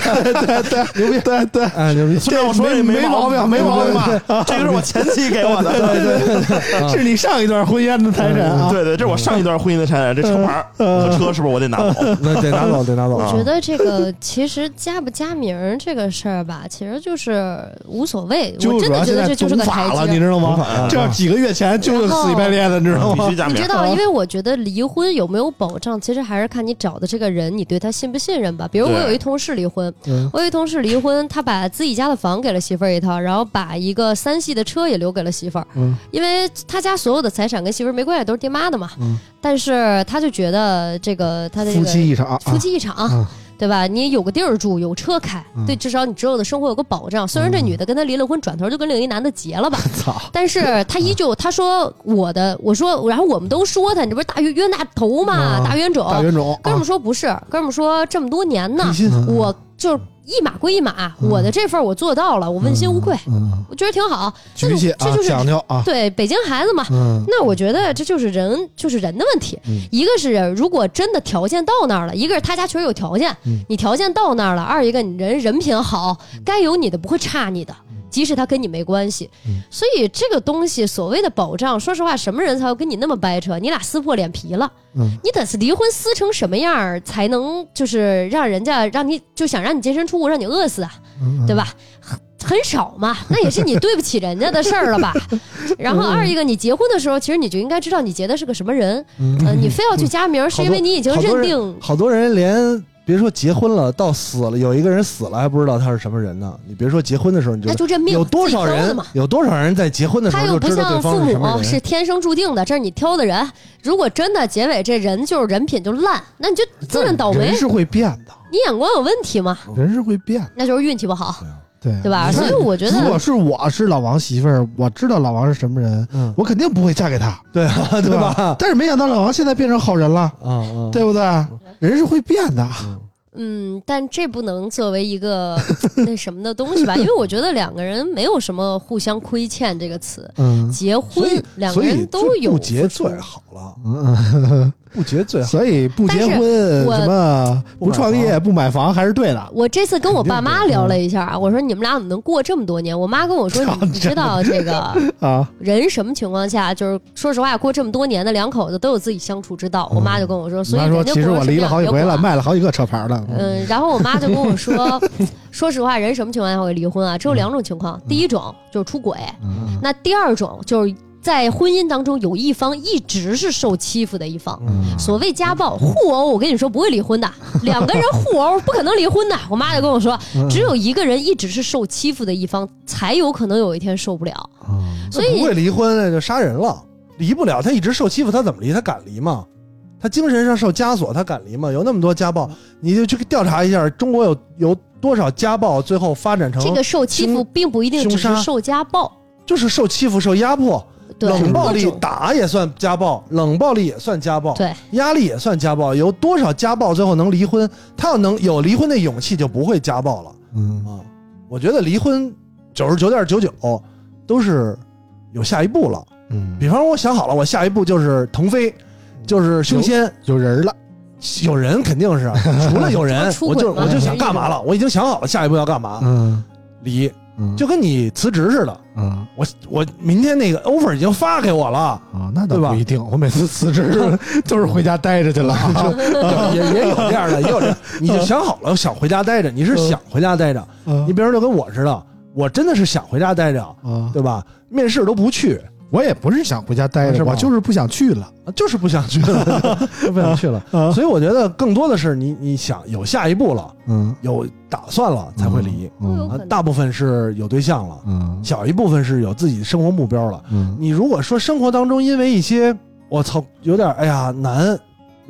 Speaker 5: 对对，牛逼！对对，
Speaker 6: 哎，牛逼！
Speaker 5: 虽然我说这
Speaker 3: 没
Speaker 5: 毛
Speaker 3: 病没毛病
Speaker 5: 吧？这个是我前妻给我的，对对
Speaker 2: 啊
Speaker 3: 是你上一段婚姻的财产啊，
Speaker 5: 对嗯对，这是我上一段婚姻的产产，这车牌儿和车是不是我得拿走？
Speaker 6: 那得拿走，得拿走。啊
Speaker 2: 我觉得这个其实加不加名儿这个事儿吧，其实就是无所谓。
Speaker 3: 舅
Speaker 2: 我
Speaker 3: 舅
Speaker 2: 真
Speaker 3: 主
Speaker 2: 的
Speaker 3: 要
Speaker 2: 觉
Speaker 3: 现
Speaker 2: 得
Speaker 3: 在
Speaker 2: 这就是
Speaker 3: 懂
Speaker 2: 个台
Speaker 3: 法了，你
Speaker 2: 阶。
Speaker 3: 知道吗？
Speaker 6: 啊
Speaker 3: 这要几个月前舅舅死乞白赖的，你知道
Speaker 5: 嗯必
Speaker 3: 吗
Speaker 5: 须？加
Speaker 2: 哦你
Speaker 5: 名
Speaker 2: 知。道，因为我觉得离婚有没有保障，其实还是看你找的这个人，你对他信不信任吧。比如我
Speaker 5: 对
Speaker 2: 有一同事离婚
Speaker 3: 嗯，
Speaker 2: 我有一同事离婚，他把自己家的房给了媳妇儿一套，然后把一个三系的车也留给了媳妇儿，
Speaker 3: 嗯
Speaker 2: 因为他家所有的财产跟媳妇儿没关系，都是爹妈的嘛。
Speaker 3: 嗯
Speaker 2: 但是他就觉得这个他的这
Speaker 3: 夫
Speaker 2: 个
Speaker 3: 妻一场啊，
Speaker 2: 夫妻一场，
Speaker 3: 啊
Speaker 2: 对吧？你有个地儿住，有车开，
Speaker 3: 嗯
Speaker 2: 对，至少你之后的生活有个保障。虽然这女的跟他离了婚，转头就跟另一男的结了吧，
Speaker 3: 操，嗯
Speaker 2: 但是他依旧他说我的，我说，然后我们都说他，你这不是大冤冤大头嘛，
Speaker 3: 嗯
Speaker 2: 大冤种。
Speaker 3: 大冤种
Speaker 2: 哥
Speaker 3: 啊
Speaker 2: 们，说不是，哥们说这么多年 呢
Speaker 3: 一，心
Speaker 2: 我就是一码归一码，
Speaker 3: 嗯
Speaker 2: 我的这份儿我做到了，我问心无愧，
Speaker 3: 嗯，
Speaker 2: 我觉得挺好。这
Speaker 3: 举
Speaker 2: 就
Speaker 3: 气
Speaker 2: 这
Speaker 3: 啊
Speaker 2: 就，是
Speaker 3: 讲究啊，
Speaker 2: 对北京孩子嘛，
Speaker 3: 嗯
Speaker 2: 那我觉得这就是人，就是人的问题。
Speaker 3: 嗯
Speaker 2: 一个是如果真的条件到那儿了，一个是他家确实有条件，
Speaker 3: 嗯
Speaker 2: 你条件到那儿了；二一个你人人品好，该有你的不会差你的，即使他跟你没关系。
Speaker 3: 嗯
Speaker 2: 所以这个东西所谓的保障，说实话，什么人才会跟你那么掰扯？你俩撕破脸皮了，
Speaker 3: 嗯
Speaker 2: 你得是离婚撕成什么样儿才能就是让人家让你就想让你净身出户，让你饿死啊？
Speaker 3: 嗯，
Speaker 2: 对吧？很很少嘛，那也是你对不起人家的事儿了 吧？然
Speaker 6: 嗯
Speaker 2: 后二一个，你结婚的时候，其实你就应该知道你结的是个什么人，
Speaker 3: 嗯？
Speaker 2: 呃，你非要去加名儿，是因为你已经
Speaker 6: 好多
Speaker 2: 认
Speaker 6: 人
Speaker 2: 定
Speaker 6: 好多人连别说结婚了，到死了有一个人死了还不知道他是什么人呢。你别说结婚的时候，你就
Speaker 2: 那就认命，
Speaker 6: 有多少
Speaker 2: 自己挑的
Speaker 6: 人
Speaker 2: 嘛？
Speaker 6: 有多少人在结婚的时
Speaker 2: 他
Speaker 6: 候
Speaker 2: 又
Speaker 6: 就
Speaker 2: 不
Speaker 6: 知道
Speaker 2: 像
Speaker 6: 对方
Speaker 2: 父
Speaker 6: 是什么
Speaker 2: 母
Speaker 6: 人？
Speaker 2: 是天生注定的，这是你挑的人。如果真的结尾这人就是人品就烂，那你就自认倒霉
Speaker 3: 人，是会变的，
Speaker 2: 你眼光有问题嘛？
Speaker 3: 人是会变的，
Speaker 2: 那就是运气不好，
Speaker 3: 对
Speaker 2: 嗯
Speaker 6: 啊
Speaker 2: 对吧？所以我觉
Speaker 3: 如果
Speaker 2: 得，
Speaker 3: 是我是老王媳妇儿，我知道老王是什么人，
Speaker 6: 嗯
Speaker 3: 我肯定不会嫁给他，
Speaker 6: 对啊，
Speaker 3: 对
Speaker 6: 吧？
Speaker 3: 吧？但是没想到老王现在变成好人了，
Speaker 6: 啊啊，
Speaker 3: 对不对？人是会变的，
Speaker 2: 嗯，但这不能作为 一个那什么的东西吧，因为我觉得两个人没有什么互相亏欠这个词。
Speaker 3: 嗯
Speaker 2: 结
Speaker 6: 所以
Speaker 2: 婚，两个人都
Speaker 6: 所以就
Speaker 2: 有
Speaker 6: 不
Speaker 2: 付
Speaker 6: 结
Speaker 2: 出
Speaker 6: 最好了，
Speaker 3: 嗯，
Speaker 6: 不结最好。
Speaker 3: 所以不结
Speaker 2: 但
Speaker 3: 婚
Speaker 2: 是我
Speaker 3: 呃什么啊不创业不买房还是对的，
Speaker 2: 我这次跟我爸妈聊
Speaker 3: 嗯
Speaker 2: 了一下啊，我说你们俩怎么能过这么多年？我妈跟 我说，你你知道这个
Speaker 3: 啊
Speaker 2: 人什么情况下，就是说实话，过这么多年的两口子都有自己相处之道。我妈就跟我说，
Speaker 3: 你
Speaker 2: 所
Speaker 3: 嗯
Speaker 2: 以
Speaker 3: 妈说
Speaker 2: 人家
Speaker 3: 其实我离了好几回了，
Speaker 2: 了。
Speaker 3: 卖了好几个车牌了，
Speaker 2: 嗯，然后我妈就跟我说， 说实话，人什么情况下会离婚啊？只有两种情况，第一种就是出轨，
Speaker 3: 嗯
Speaker 2: 那第二种就是在婚姻当中有一方一直是受欺负的一方。
Speaker 6: 嗯
Speaker 2: 所谓家暴互殴，我跟你说不会离婚的，两个人互殴不可能离婚的。我妈就跟我说，只有一个人一直是受欺负的一方，才有可能有一天受不了。
Speaker 6: 嗯
Speaker 3: 嗯
Speaker 2: 所
Speaker 6: 不
Speaker 2: 以
Speaker 6: 会离婚那就杀人了，离不了。他一直受欺负，他怎么离？他敢离吗？他精神上受枷锁，他敢离吗？有那么多家
Speaker 2: 嗯
Speaker 6: 暴，你就去调查一下，中国有有多少家暴最后发展成
Speaker 2: 这个受欺负
Speaker 6: 凶
Speaker 2: 并不一定只
Speaker 6: 凶
Speaker 2: 是
Speaker 6: 杀
Speaker 2: 受家暴，
Speaker 6: 就是受欺负、受压迫、
Speaker 2: 对，
Speaker 6: 冷暴
Speaker 2: 各
Speaker 6: 力
Speaker 2: 种
Speaker 6: 打也算家暴，冷暴力也算家暴，
Speaker 2: 对，
Speaker 6: 压力也算家暴。有多少家暴最后能离婚？他要能有离婚的勇气，就不会家暴了
Speaker 3: 嗯
Speaker 6: 啊！我觉得离婚九十九点九九都是有下一步了。
Speaker 3: 嗯，
Speaker 6: 比方说，我想好了，我下一步就是腾飞，就是修仙，
Speaker 3: 有人了，
Speaker 6: 有人肯定 是除了有人，
Speaker 2: 出
Speaker 6: 我
Speaker 2: 轨
Speaker 6: 就
Speaker 2: 吗
Speaker 6: 我就想干嘛了，我已经想好了下一步要干嘛，
Speaker 3: 嗯
Speaker 6: 离
Speaker 3: 嗯，
Speaker 6: 就跟你辞职似的，
Speaker 3: 嗯
Speaker 6: 我我明天那个 offer 已经发给我 了，
Speaker 3: 啊，那倒
Speaker 6: 对吧
Speaker 3: 不一定。我每次辞 职都是回家待着去了，
Speaker 6: 也也有这样 的，也有这样，你就想好了想回家待着，你是
Speaker 3: 嗯
Speaker 6: 想回家待着，你
Speaker 3: 你
Speaker 6: 比如就跟我似的，我真的是想回家待着，
Speaker 3: 啊，
Speaker 6: 对吧？面试都不去，
Speaker 3: 我也不是想回家待
Speaker 6: 是
Speaker 3: 着，我
Speaker 6: 吗
Speaker 3: 啊就是不想去了。
Speaker 6: 啊就是不想去 了，就不想去了。所以我觉得更多的是你你想有下一步了，
Speaker 3: 嗯，
Speaker 6: 有打算了才会离。
Speaker 2: 都有
Speaker 3: 嗯
Speaker 2: 可
Speaker 6: 啊
Speaker 2: 能，
Speaker 6: 大部分是有对象了，
Speaker 3: 嗯
Speaker 6: 小一部分是有自己生活目标了。
Speaker 3: 嗯
Speaker 6: 你如果说生活当中因为一些我操有点哎呀难，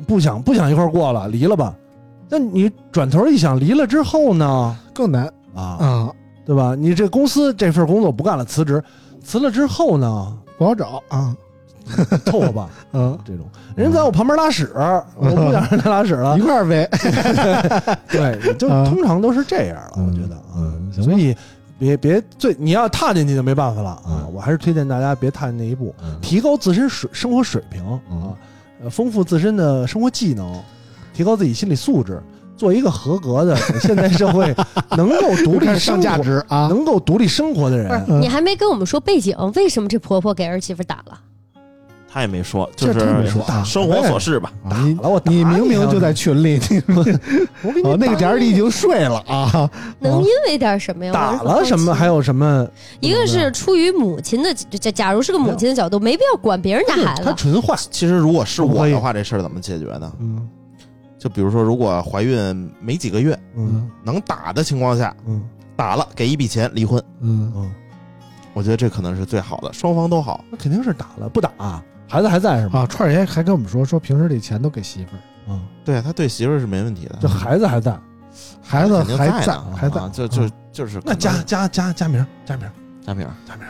Speaker 6: 不想不想一块儿过了，离了吧。那你转头一想，离了之后呢？
Speaker 3: 更难
Speaker 6: 啊，
Speaker 3: 啊，
Speaker 6: 对吧？你这公司这份工作不干了，辞职，辞了之后呢？
Speaker 3: 不好找啊，
Speaker 6: 凑合吧，
Speaker 3: 嗯，
Speaker 6: 这种人在我旁边拉屎，我不想让他拉屎了
Speaker 3: 一。块儿呗。
Speaker 6: 对，就
Speaker 3: 啊
Speaker 6: 通常都是这样了，我觉得啊，
Speaker 3: 嗯，行 吧
Speaker 6: 所以别别最你要踏进去就没办法了啊！
Speaker 3: 嗯
Speaker 6: 我还是推荐大家别踏进那一步，
Speaker 3: 嗯
Speaker 6: 提高自身水生活水平
Speaker 3: 嗯
Speaker 6: 啊，呃，丰富自身的生活技能，提高自己心理素质，做一个合格的现代社 会能够
Speaker 3: 独
Speaker 6: 独立
Speaker 3: 立嗯
Speaker 6: 生
Speaker 3: 上价
Speaker 6: 活、
Speaker 3: 值啊，
Speaker 6: 能够独立生活
Speaker 2: 不
Speaker 6: 的
Speaker 2: 是
Speaker 6: 人。
Speaker 2: 你还没跟我们说背景，为什么这婆婆给儿媳妇打了？
Speaker 5: 他也没说，哎就
Speaker 3: 这他没
Speaker 5: 是
Speaker 3: 说啊
Speaker 5: 生活琐事吧。
Speaker 3: 啊你
Speaker 6: 打了我打啊
Speaker 3: 你明
Speaker 6: 还
Speaker 3: 明
Speaker 6: 要
Speaker 3: 就在群里，你
Speaker 6: 我给
Speaker 3: 哦
Speaker 6: 你，
Speaker 3: 那个点儿你已经睡了啊，
Speaker 2: 能因为点什么呀？
Speaker 6: 哦打
Speaker 2: 我是很好
Speaker 6: 了
Speaker 2: 奇
Speaker 6: 什么？还有什么？嗯
Speaker 2: 一个是出于母亲的，假假如是个母亲的角度，没必要管别人家孩
Speaker 6: 他
Speaker 2: 子。
Speaker 6: 纯坏，
Speaker 5: 其实如果是我的话，这事儿怎么解决呢？
Speaker 6: 嗯
Speaker 5: 就比如说，如果怀孕没几个月，
Speaker 6: 嗯
Speaker 5: 能打的情况下，
Speaker 6: 嗯
Speaker 5: 打了给一笔钱离婚，
Speaker 3: 嗯，
Speaker 6: 嗯，
Speaker 5: 我觉得这可能是最好的，双方都好。
Speaker 6: 那肯定是打了，不打、孩子还在是吗？
Speaker 3: 啊，串儿爷还跟我们说说平时这钱都给媳妇儿，
Speaker 6: 嗯，
Speaker 5: 对啊他对媳妇儿是没问题的，啊
Speaker 6: 这孩子还在，
Speaker 3: 孩子
Speaker 5: 肯定
Speaker 3: 还
Speaker 5: 在
Speaker 3: 在嗯
Speaker 5: 呢
Speaker 3: 还在
Speaker 5: 啊，就就就是
Speaker 6: 那加加加加名儿加名儿
Speaker 5: 加名儿，
Speaker 6: 加名儿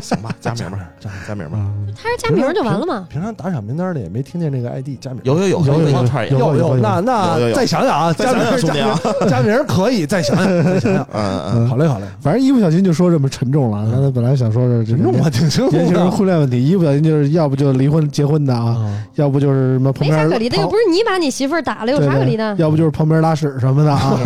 Speaker 5: 行吧，加名 儿吧，
Speaker 6: 儿加名儿。
Speaker 5: 加名儿吧。
Speaker 3: 嗯
Speaker 2: 他是加名儿就完了嘛？
Speaker 6: 平常打赏名单里也没听见这个 ID 加名儿，
Speaker 5: 有有有
Speaker 3: 有有
Speaker 5: 有
Speaker 3: 有
Speaker 5: 串儿也
Speaker 3: 有
Speaker 6: 有有，
Speaker 5: 有
Speaker 6: 那
Speaker 5: 有
Speaker 6: 那
Speaker 5: 有
Speaker 6: 再想想啊，
Speaker 5: 再
Speaker 6: 加
Speaker 5: 想
Speaker 6: 名
Speaker 5: 想
Speaker 6: 儿
Speaker 5: 兄
Speaker 6: 加
Speaker 5: 弟
Speaker 6: 名
Speaker 5: 啊
Speaker 6: 儿，加名儿可以，再想想再想想，
Speaker 5: 嗯
Speaker 3: 嗯
Speaker 6: 好嘞好嘞，
Speaker 3: 反正一不小心就说这么沉重了。刚才本来想说是这
Speaker 6: 群众
Speaker 3: 年
Speaker 6: 我挺清楚
Speaker 3: 年轻人
Speaker 6: 的
Speaker 3: 婚恋问题，一不小心就是要不就离婚结婚的啊，
Speaker 6: 啊，
Speaker 3: 要不就是什么旁
Speaker 2: 没
Speaker 3: 边
Speaker 2: 啥可离的，又不是你把你媳妇儿打了，有
Speaker 3: 对
Speaker 2: 啥可
Speaker 3: 对
Speaker 2: 离的？
Speaker 3: 要不就是旁边拉屎什么的啊，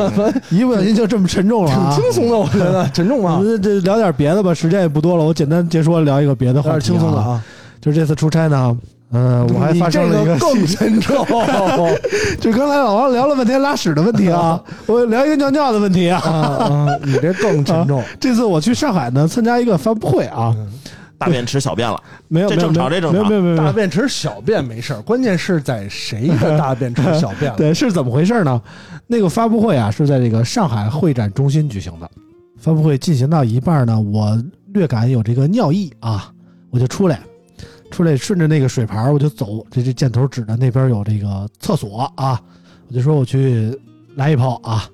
Speaker 3: 一不小心就这么沉重了
Speaker 6: 挺
Speaker 3: 啊。
Speaker 6: 轻松的，我觉得沉重
Speaker 3: 我
Speaker 6: 吗？
Speaker 3: 们这聊点别的吧，时间也不多了，我简单解说聊一个别的
Speaker 6: 有
Speaker 3: 话
Speaker 6: 点
Speaker 3: 题、
Speaker 6: 轻松的。啊，
Speaker 3: 就是这次出差呢，嗯、我还
Speaker 6: 你
Speaker 3: 发生了
Speaker 6: 这
Speaker 3: 一
Speaker 6: 个
Speaker 3: 细
Speaker 6: 更沉重，
Speaker 3: 就刚才老王聊了半天拉屎的问题 啊，我聊一个尿尿的问题啊。
Speaker 6: 啊啊，你这更沉重，
Speaker 3: 这次我去上海呢，参加一个发布会啊，
Speaker 5: 大便吃小便了，
Speaker 3: 没有
Speaker 5: 这
Speaker 3: 没有
Speaker 5: 正
Speaker 3: 没有
Speaker 5: 常这正常
Speaker 3: 没有没有没
Speaker 6: 大
Speaker 3: 有，
Speaker 6: 便池小便没事儿，关键是在谁的大便池小 便了？
Speaker 3: 对，是怎么回事呢？那个发布会啊是在这个上海会展中心举行的，发布会进行到一半呢，我略感有这个尿意啊，我就出来。出来顺着那个水盘儿我就走，这这箭头指着那边有这个厕所啊，我就说我去来一泡啊，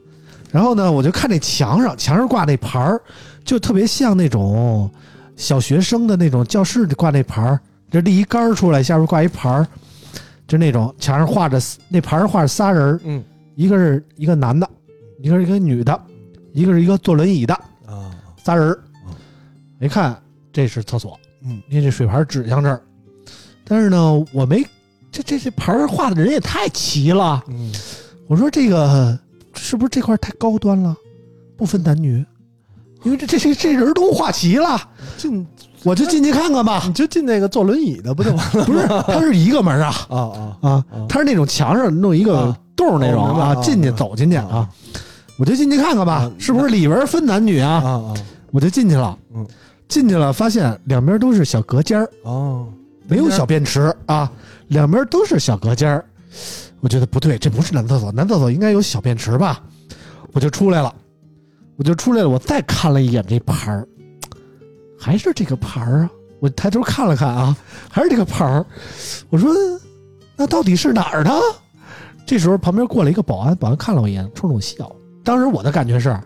Speaker 3: 然后呢，我就看那墙上，墙上挂那牌儿，就特别像那种小学生的那种教室里挂那牌儿，这立一杆儿出来，下边挂一牌儿，就那种墙上画着那牌上画着仨人儿，
Speaker 6: 嗯
Speaker 3: 一个是一个男的，一个是一个女的，一个是一个坐轮椅的，
Speaker 6: 啊，
Speaker 3: 仨人儿
Speaker 6: 嗯，
Speaker 3: 一看这是厕所，
Speaker 6: 嗯，
Speaker 3: 因为这水牌指向这儿，但是呢，我没这这这牌儿画的人也太齐了，
Speaker 6: 嗯，
Speaker 3: 我说这个是不是这块太高端了，不分男女，因为这这这这人都画齐了，
Speaker 6: 进
Speaker 3: 我就进去看看吧
Speaker 6: 你。就进那个坐轮椅的不就完了？
Speaker 3: 不是，它是一个门啊
Speaker 6: 啊啊
Speaker 3: 啊
Speaker 6: 啊，
Speaker 3: 它是那种墙上弄一个
Speaker 6: 啊
Speaker 3: 洞儿那种
Speaker 6: 哦明白
Speaker 3: 啊，
Speaker 6: 啊
Speaker 3: 进去
Speaker 6: 啊
Speaker 3: 走进去啊
Speaker 6: 啊，
Speaker 3: 我就进去看看吧
Speaker 6: 啊，
Speaker 3: 是不是里边分男女
Speaker 6: 啊
Speaker 3: 啊？
Speaker 6: 啊
Speaker 3: 我就进去了
Speaker 6: 嗯，
Speaker 3: 进去了发现两边都是小隔间儿，
Speaker 6: 哦，
Speaker 3: 没有小便池啊，两边都是小隔间儿。我觉得不对，这不是男厕所，男厕所应该有小便池吧？我就出来了，我就出来了。我再看了一眼这牌儿，还是这个牌儿啊！我抬头看了看啊，还是这个牌儿。我说，那到底是哪儿的？这时候旁边过来一个保安，保安看了我一眼，冲着我笑。当时我的感觉是，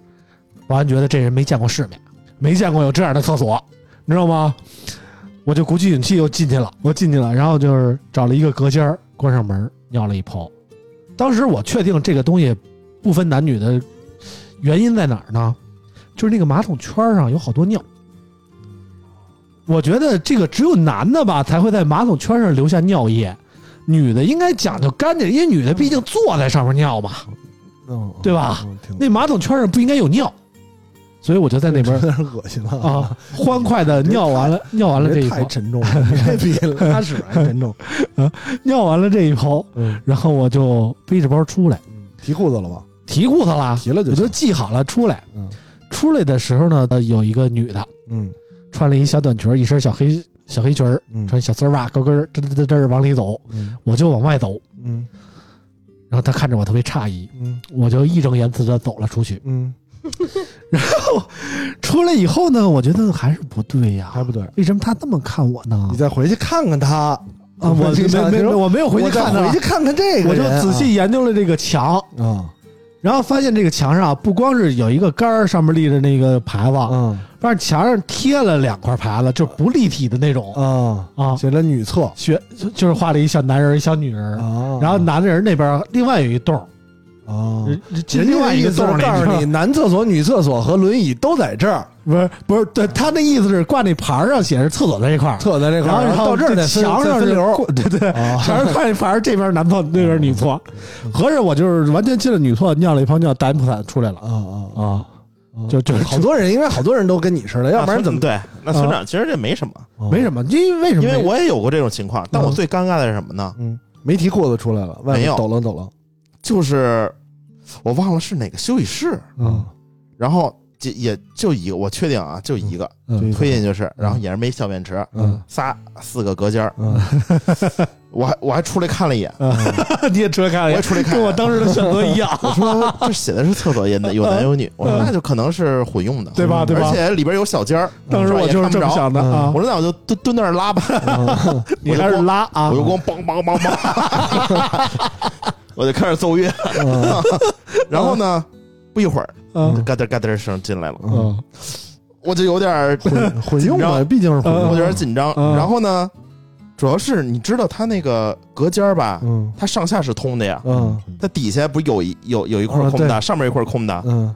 Speaker 3: 保安觉得这人没见过世面，没见过有这样的厕所，你知道吗？我就鼓起勇气又进去了，我进去了，然后就是找了一个隔间儿，关上门儿尿了一泡。当时我确定这个东西不分男女的原因在哪儿呢？就是那个马桶圈儿上有好多尿，我觉得这个只有男的吧才会在马桶圈上留下尿液，女的应该讲究干净，因为女的毕竟坐在上面尿嘛，
Speaker 6: 嗯，
Speaker 3: 对吧
Speaker 6: 嗯？挺
Speaker 3: 那马桶圈上不应该有 尿，所以我就在那边
Speaker 6: 有点恶心了
Speaker 3: 啊，欢快的尿完了，尿完了这一泡
Speaker 6: 太，沉重了，这比拉屎还沉重。
Speaker 3: 尿完了这一泡，
Speaker 6: 嗯，
Speaker 3: 然后我就背着包出来，
Speaker 6: 提裤子了吗？
Speaker 3: 提裤子啦，
Speaker 6: 提了就
Speaker 3: 我就
Speaker 6: 行
Speaker 3: 系好了出来。
Speaker 6: 嗯
Speaker 3: 出来的时候呢，呃有一个女的
Speaker 6: 嗯
Speaker 3: 穿了一小短裙儿，一身小黑小黑裙儿，
Speaker 6: 嗯
Speaker 3: 穿小丝袜，高跟儿，嘚嘚嘚嘚儿往里走，
Speaker 6: 嗯
Speaker 3: 我就往外走，
Speaker 6: 嗯
Speaker 3: 然后她看着我特别诧异，
Speaker 6: 嗯
Speaker 3: 我就义正言辞的走了出去。
Speaker 6: 嗯，
Speaker 3: 出来以后呢，我觉得还是不对呀，
Speaker 6: 还不对。
Speaker 3: 为什么她这么看我呢
Speaker 6: 你？再回去看看他啊！
Speaker 3: 啊，我
Speaker 6: 你
Speaker 3: 没
Speaker 6: 想
Speaker 3: 没
Speaker 6: 你
Speaker 3: 没，
Speaker 6: 说
Speaker 3: 我没有回去
Speaker 6: 我再
Speaker 3: 看她，
Speaker 6: 回去看看这个
Speaker 3: 我就
Speaker 6: 人啊，
Speaker 3: 仔细研究了这个墙，
Speaker 6: 啊
Speaker 3: 然后发现这个墙上啊不光是有一个杆儿，上面立着那个牌子，
Speaker 6: 啊
Speaker 3: 但是墙上贴了两块牌子，就不立体的那种，
Speaker 6: 啊
Speaker 3: 啊
Speaker 6: 写了女厕
Speaker 3: 学就就是画了一小男人儿、一小女人儿，
Speaker 6: 啊，
Speaker 3: 然后男人那边儿另外有一洞儿，
Speaker 6: 啊，
Speaker 3: 这另外一个
Speaker 6: 字
Speaker 3: 洞儿
Speaker 6: 儿
Speaker 3: 里
Speaker 6: 告
Speaker 3: 知道
Speaker 6: 诉
Speaker 3: 吗
Speaker 6: 你，男厕所、女厕所和轮椅都在这儿，
Speaker 3: 不是不是，对他那意思是挂那牌儿上写着厕所在这块儿，
Speaker 6: 厕在这块
Speaker 3: 然后
Speaker 6: 儿，然后到这儿再分
Speaker 3: 墙
Speaker 6: 再
Speaker 3: 上
Speaker 6: 分
Speaker 3: 是
Speaker 6: 流儿。
Speaker 3: 对 对，
Speaker 6: 啊
Speaker 3: 墙上挂那牌儿，这边男厕那边女厕，合着我就是完全进了女厕，尿了一泡尿，打一蒲伞出来了
Speaker 6: 啊啊！
Speaker 3: 啊，就就啊
Speaker 6: 好多人，应该好多人都跟你似的，要不然怎么
Speaker 5: 对？那村长其实这没什么，
Speaker 3: 没什么，因为为什么？
Speaker 5: 因为我也有过这种情况。但我最尴尬的是什么呢？
Speaker 6: 嗯，没提裤子出来了，外
Speaker 5: 没
Speaker 6: 面
Speaker 5: 有
Speaker 6: 抖楞抖楞。
Speaker 5: 就是我忘了是哪个休息室，
Speaker 3: 嗯
Speaker 5: 然后就也就一个，我确定啊，就一个
Speaker 3: 嗯
Speaker 5: 推进就是，然后也是没小便池，
Speaker 3: 嗯
Speaker 5: 仨四个隔间儿
Speaker 6: 嗯，
Speaker 5: 我还我还出来看了一眼，
Speaker 3: 你也出来看
Speaker 5: 我
Speaker 3: 了一
Speaker 5: 也
Speaker 3: 眼，
Speaker 5: 出来看
Speaker 3: 跟
Speaker 5: 了一
Speaker 3: 我
Speaker 5: 眼，
Speaker 3: 当时的选择一样，
Speaker 5: 我说这写的是厕所，也男有男有女，我说
Speaker 3: 嗯
Speaker 5: 那就可能是混用的，
Speaker 3: 对吧？对吧
Speaker 5: 而？且里边有小间儿，
Speaker 3: 当时我就是这么
Speaker 5: 是吧也看
Speaker 3: 想
Speaker 5: 不着嗯
Speaker 3: 的啊
Speaker 5: 我，说那我就蹲蹲那儿拉吧，
Speaker 6: 嗯
Speaker 3: 你还是拉啊，
Speaker 5: 我就光梆梆梆梆，我就开始奏乐， 然后呢，不一会儿
Speaker 3: 嗯
Speaker 5: 嘎噔嘎噔声进来了，
Speaker 3: 嗯
Speaker 5: 我就有点儿
Speaker 6: 混混用
Speaker 5: 紧
Speaker 6: 嘛，
Speaker 5: 张
Speaker 6: 毕竟是
Speaker 3: 嗯
Speaker 6: 混用。啊
Speaker 5: 我有点紧张。
Speaker 3: 嗯
Speaker 5: 然后呢，主要是你知道它那个隔间儿吧，
Speaker 6: 嗯
Speaker 5: 它上下是通的呀，
Speaker 6: 嗯
Speaker 5: 它底下不是有一有有一块
Speaker 6: 啊
Speaker 5: 空的，上面一块空的。
Speaker 6: 嗯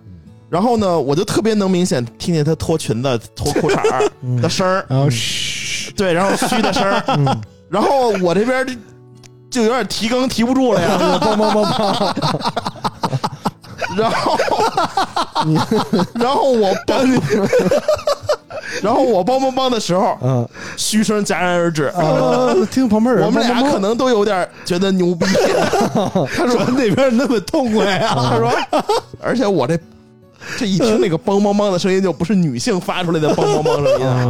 Speaker 5: 然后呢，我就特别能明显听见她脱裙子、脱裤衩儿
Speaker 6: 嗯
Speaker 5: 的声儿，
Speaker 3: 然后嘘，
Speaker 5: 对，然后嘘的声 儿。
Speaker 6: 嗯，
Speaker 5: 然后我这边就就有点提更提不住了呀，
Speaker 6: 梆梆梆梆，
Speaker 5: 然 后，然后我帮，然后我帮帮帮的时候，
Speaker 6: 嗯
Speaker 5: 嘘声戛然而止。
Speaker 6: 啊，听旁边有人
Speaker 5: 我们俩
Speaker 6: 梆梆梆
Speaker 5: 可能都有点觉得牛逼。 他说那边那么痛快啊，他说，而且我这这一听那个梆梆梆的声音，就不是女性发出来的梆梆梆声音 啊，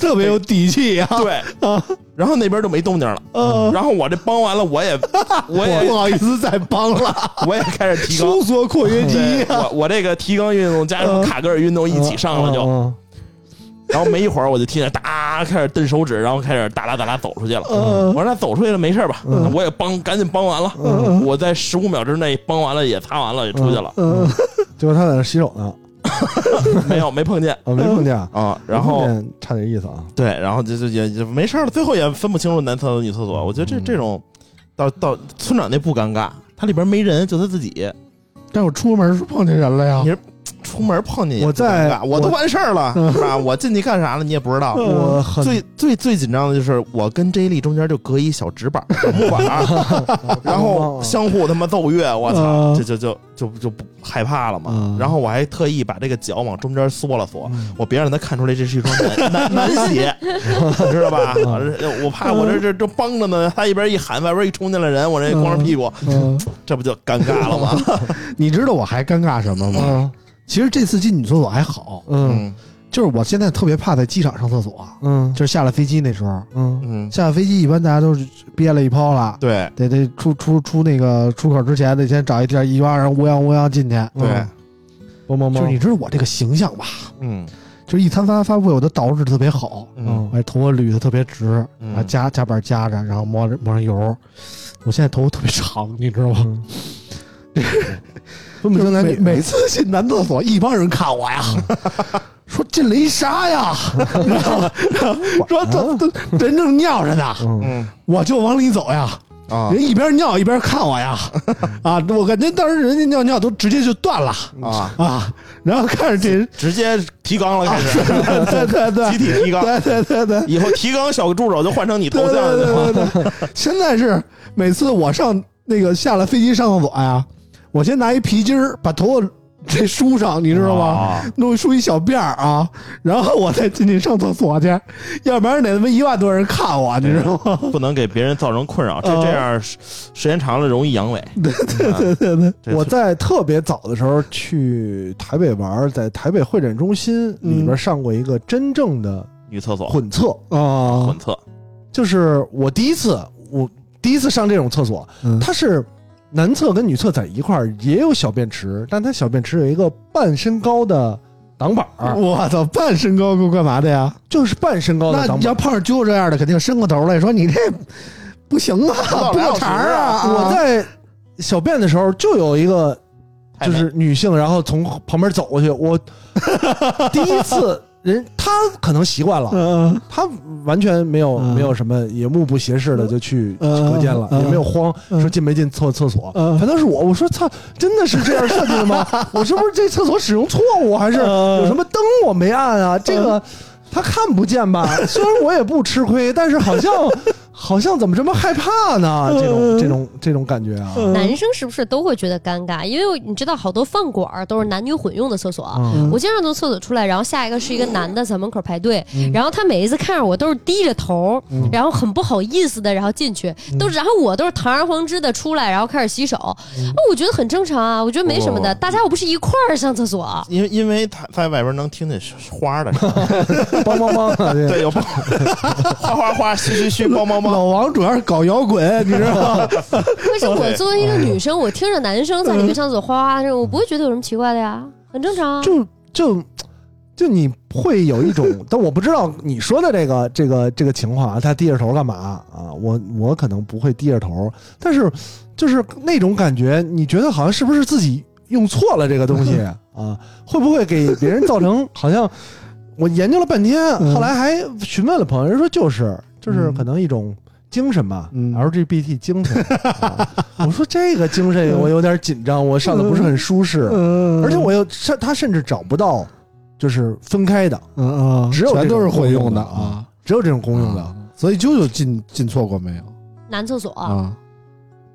Speaker 3: 特别有底气呀，
Speaker 5: 对。啊嗯然后那边就没动静了，然后我这帮完了，我 也
Speaker 3: 不
Speaker 5: 我也
Speaker 3: 好意思再帮了，
Speaker 5: 我也开始提纲
Speaker 3: 嗯 收缩括约肌
Speaker 5: 对，我我这个提纲运动加上卡格尔运动一起上了就，
Speaker 6: 嗯
Speaker 5: 然后没一会儿我就听见哒开始蹬手指，然后开始哒啦哒啦走出去了。我说那走出去了没事吧？我也帮赶紧帮完了，我在十五秒之内帮完了也擦完了也出去了，
Speaker 6: 嗯，结果他在那洗手呢，
Speaker 5: 没有没碰见
Speaker 6: 啊，没碰见
Speaker 3: 嗯
Speaker 6: 啊，
Speaker 5: 啊。然后
Speaker 6: 没碰见差点意思啊，
Speaker 5: 对，然后就就也就没事了，最后也分不清楚男厕所女厕所。我觉得这这种到到村长那不尴尬，他里边没人，就他自己。
Speaker 3: 但我出门是碰见人了呀
Speaker 5: 你是出门碰见也
Speaker 6: 我
Speaker 5: 不尴
Speaker 6: 在
Speaker 5: 尬我都
Speaker 6: 我
Speaker 5: 完事儿了，是吧？ 我进去干啥了你也不知道。
Speaker 6: 我很
Speaker 5: 最最最紧张的就是我跟 J 莉中间就隔一小纸板儿、小木板儿，然后相互他妈奏乐，我操，
Speaker 3: 嗯
Speaker 5: 这就就就就不害怕了嘛
Speaker 3: 嗯。
Speaker 5: 然后我还特意把这个脚往中间缩了缩，我别让他看出来这是一双男 男男鞋，你知道吧？我怕我这这这帮着呢，他一边一喊，外边一冲进来人，我这光着屁股，
Speaker 3: 嗯，
Speaker 5: 这不就尴尬了吗？
Speaker 3: 你知道我还尴尬什么吗？
Speaker 6: 嗯
Speaker 3: 其实这次进女厕所还好，
Speaker 6: 嗯
Speaker 5: 嗯
Speaker 3: 就是我现在特别怕在机场上厕所，
Speaker 6: 嗯
Speaker 3: 就是下了飞机那时候，
Speaker 6: 嗯
Speaker 5: 嗯，
Speaker 3: 下了飞机一般大家都是憋了一泡了，
Speaker 5: 对
Speaker 3: 得得出出出那个出口之前得先找一地儿，一帮人乌泱乌泱进去。
Speaker 5: 对，
Speaker 6: 嗯梆梆梆，
Speaker 3: 就是你知道我这个形象吧，
Speaker 5: 嗯
Speaker 3: 就是一参发发布会我都捯饬得特别好，
Speaker 5: 嗯
Speaker 3: 哎，头发捋得特别直，
Speaker 5: 嗯
Speaker 3: 然后夹夹板夹着，然后抹着抹上油。我现在头发特别长，你知道吗？
Speaker 6: 分不清男
Speaker 3: 每
Speaker 6: 女，
Speaker 3: 每次进男厕所，一帮人看我 呀，说进雷莎呀，然后然后说这这人正尿着呢，
Speaker 6: 嗯
Speaker 5: 嗯
Speaker 3: 我就往里走呀，
Speaker 5: 啊
Speaker 3: 人一边尿一边看我 呀，啊，我感觉当时人家尿尿都直接就断了
Speaker 5: 啊，
Speaker 3: 啊，然后看着 这人，
Speaker 5: 直接提纲了，开始
Speaker 3: 对对啊对，
Speaker 5: 集体提纲。
Speaker 3: 对对对对，
Speaker 5: 以后提纲小助手就换成你头
Speaker 3: 对
Speaker 5: 像
Speaker 3: 对对
Speaker 5: 了。
Speaker 3: 对对，现在是每次我上那个下了飞机上厕所呀，我先拿一皮筋儿把头发这梳上，你知道吗？
Speaker 5: 啊
Speaker 3: 弄梳一小辫儿啊，然后我再进去上厕所去，要不然得他妈一万多人看我，你知道吗？
Speaker 5: 不能给别人造成困扰，这
Speaker 3: 啊
Speaker 5: 这样时时间长了容易阳痿。对对对，这
Speaker 6: 我在特别早的时候去台北玩，在台北会展中心里
Speaker 3: 嗯
Speaker 6: 边上过一个真正的
Speaker 5: 女厕所
Speaker 6: 混厕，
Speaker 3: 啊
Speaker 5: 混，厕
Speaker 6: 就是我第一次，我第一次上这种厕所，
Speaker 3: 嗯
Speaker 6: 它是男厕跟女厕在一块儿，也有小便池，但它小便池有一个半身高的挡板儿，
Speaker 3: 我操，半身高够干嘛的呀？
Speaker 6: 就是半身高的
Speaker 3: 那
Speaker 6: 挡
Speaker 3: 你要
Speaker 6: 板儿。
Speaker 3: 碰上揪这样的，肯定伸过头来说你这不行啊，
Speaker 5: 老
Speaker 3: 不
Speaker 5: 来
Speaker 3: 老
Speaker 5: 老
Speaker 3: 茬
Speaker 5: 去
Speaker 3: 儿
Speaker 5: 啊
Speaker 3: 啊！
Speaker 6: 我在小便的时候就有一个
Speaker 5: 太
Speaker 6: 就
Speaker 5: 美
Speaker 6: 是女性，然后从旁边走过去，我 第一次人她可能习惯了，
Speaker 3: 嗯
Speaker 6: 他完全没有、
Speaker 3: 嗯
Speaker 6: 没有什么，也目不斜视的就去去
Speaker 3: 嗯
Speaker 6: 隔间了，
Speaker 3: 嗯
Speaker 6: 也没有慌、
Speaker 3: 嗯
Speaker 6: 说进没进厕厕所。
Speaker 3: 嗯
Speaker 6: 反倒是我，我说操，真的是这样设计的 吗？我是不是这厕所使用错误，啊还是
Speaker 3: 嗯
Speaker 6: 有什么灯我没按啊？这个他看不 见吧？虽然我也不吃亏，但是好像好像怎么这么害怕呢？这种
Speaker 3: 嗯
Speaker 6: 这种这种感觉啊，
Speaker 2: 男生是不是都会觉得尴尬？因为你知道，好多饭馆儿都是男女混用的厕所。
Speaker 6: 嗯
Speaker 2: 我经常从厕所出来，然后下一个是一个男的在门口排队，然后他每一次看着我都是低着头，然后很不好意思的，然后进去，都是然后我都是堂而皇之的出来，然后开始洗手，我觉得很正常啊，我觉得没什么的，大家又不是一块儿上厕所，
Speaker 5: 因为因为他在外边能听见花的声音，
Speaker 6: 帮帮帮啊！对
Speaker 5: 对，有哗哗哗，嘘嘘嘘，梆梆梆，
Speaker 3: 老王主要是搞摇滚，你知道吗？
Speaker 2: 可是我作为一个女生，我听着男生在里面上厕所哗哗声，我不会觉得有什么奇怪 的呀，很正常啊。
Speaker 6: 就就就你会有 一种，但我不知道你说的这个这个这个情况啊，他低着头干嘛啊？我我可能不会低着头，但是就是那种感觉，你觉得好像是不是自己用错了这个 东西啊？会不会给别人造成好像我研究了半天，
Speaker 3: 嗯
Speaker 6: 后来还询问了朋友，人说就是就是
Speaker 3: 嗯
Speaker 6: 可能一种。精神吧、
Speaker 3: 嗯
Speaker 6: l g b t 精神、 啊我说这个精神我有点紧张，我上的不是很舒适。
Speaker 3: 嗯
Speaker 6: 而且我又甚他甚至找不到，就是分开的，
Speaker 3: 嗯嗯，
Speaker 6: 只有
Speaker 3: 全
Speaker 6: 这
Speaker 3: 都
Speaker 6: 种
Speaker 3: 是混用
Speaker 6: 公用
Speaker 3: 的
Speaker 6: 的
Speaker 3: 啊
Speaker 6: 啊，只有这种公用
Speaker 5: 啊
Speaker 6: 的。
Speaker 5: 嗯
Speaker 3: 所以啾啾进进错过没有
Speaker 2: 男厕所，
Speaker 3: 啊？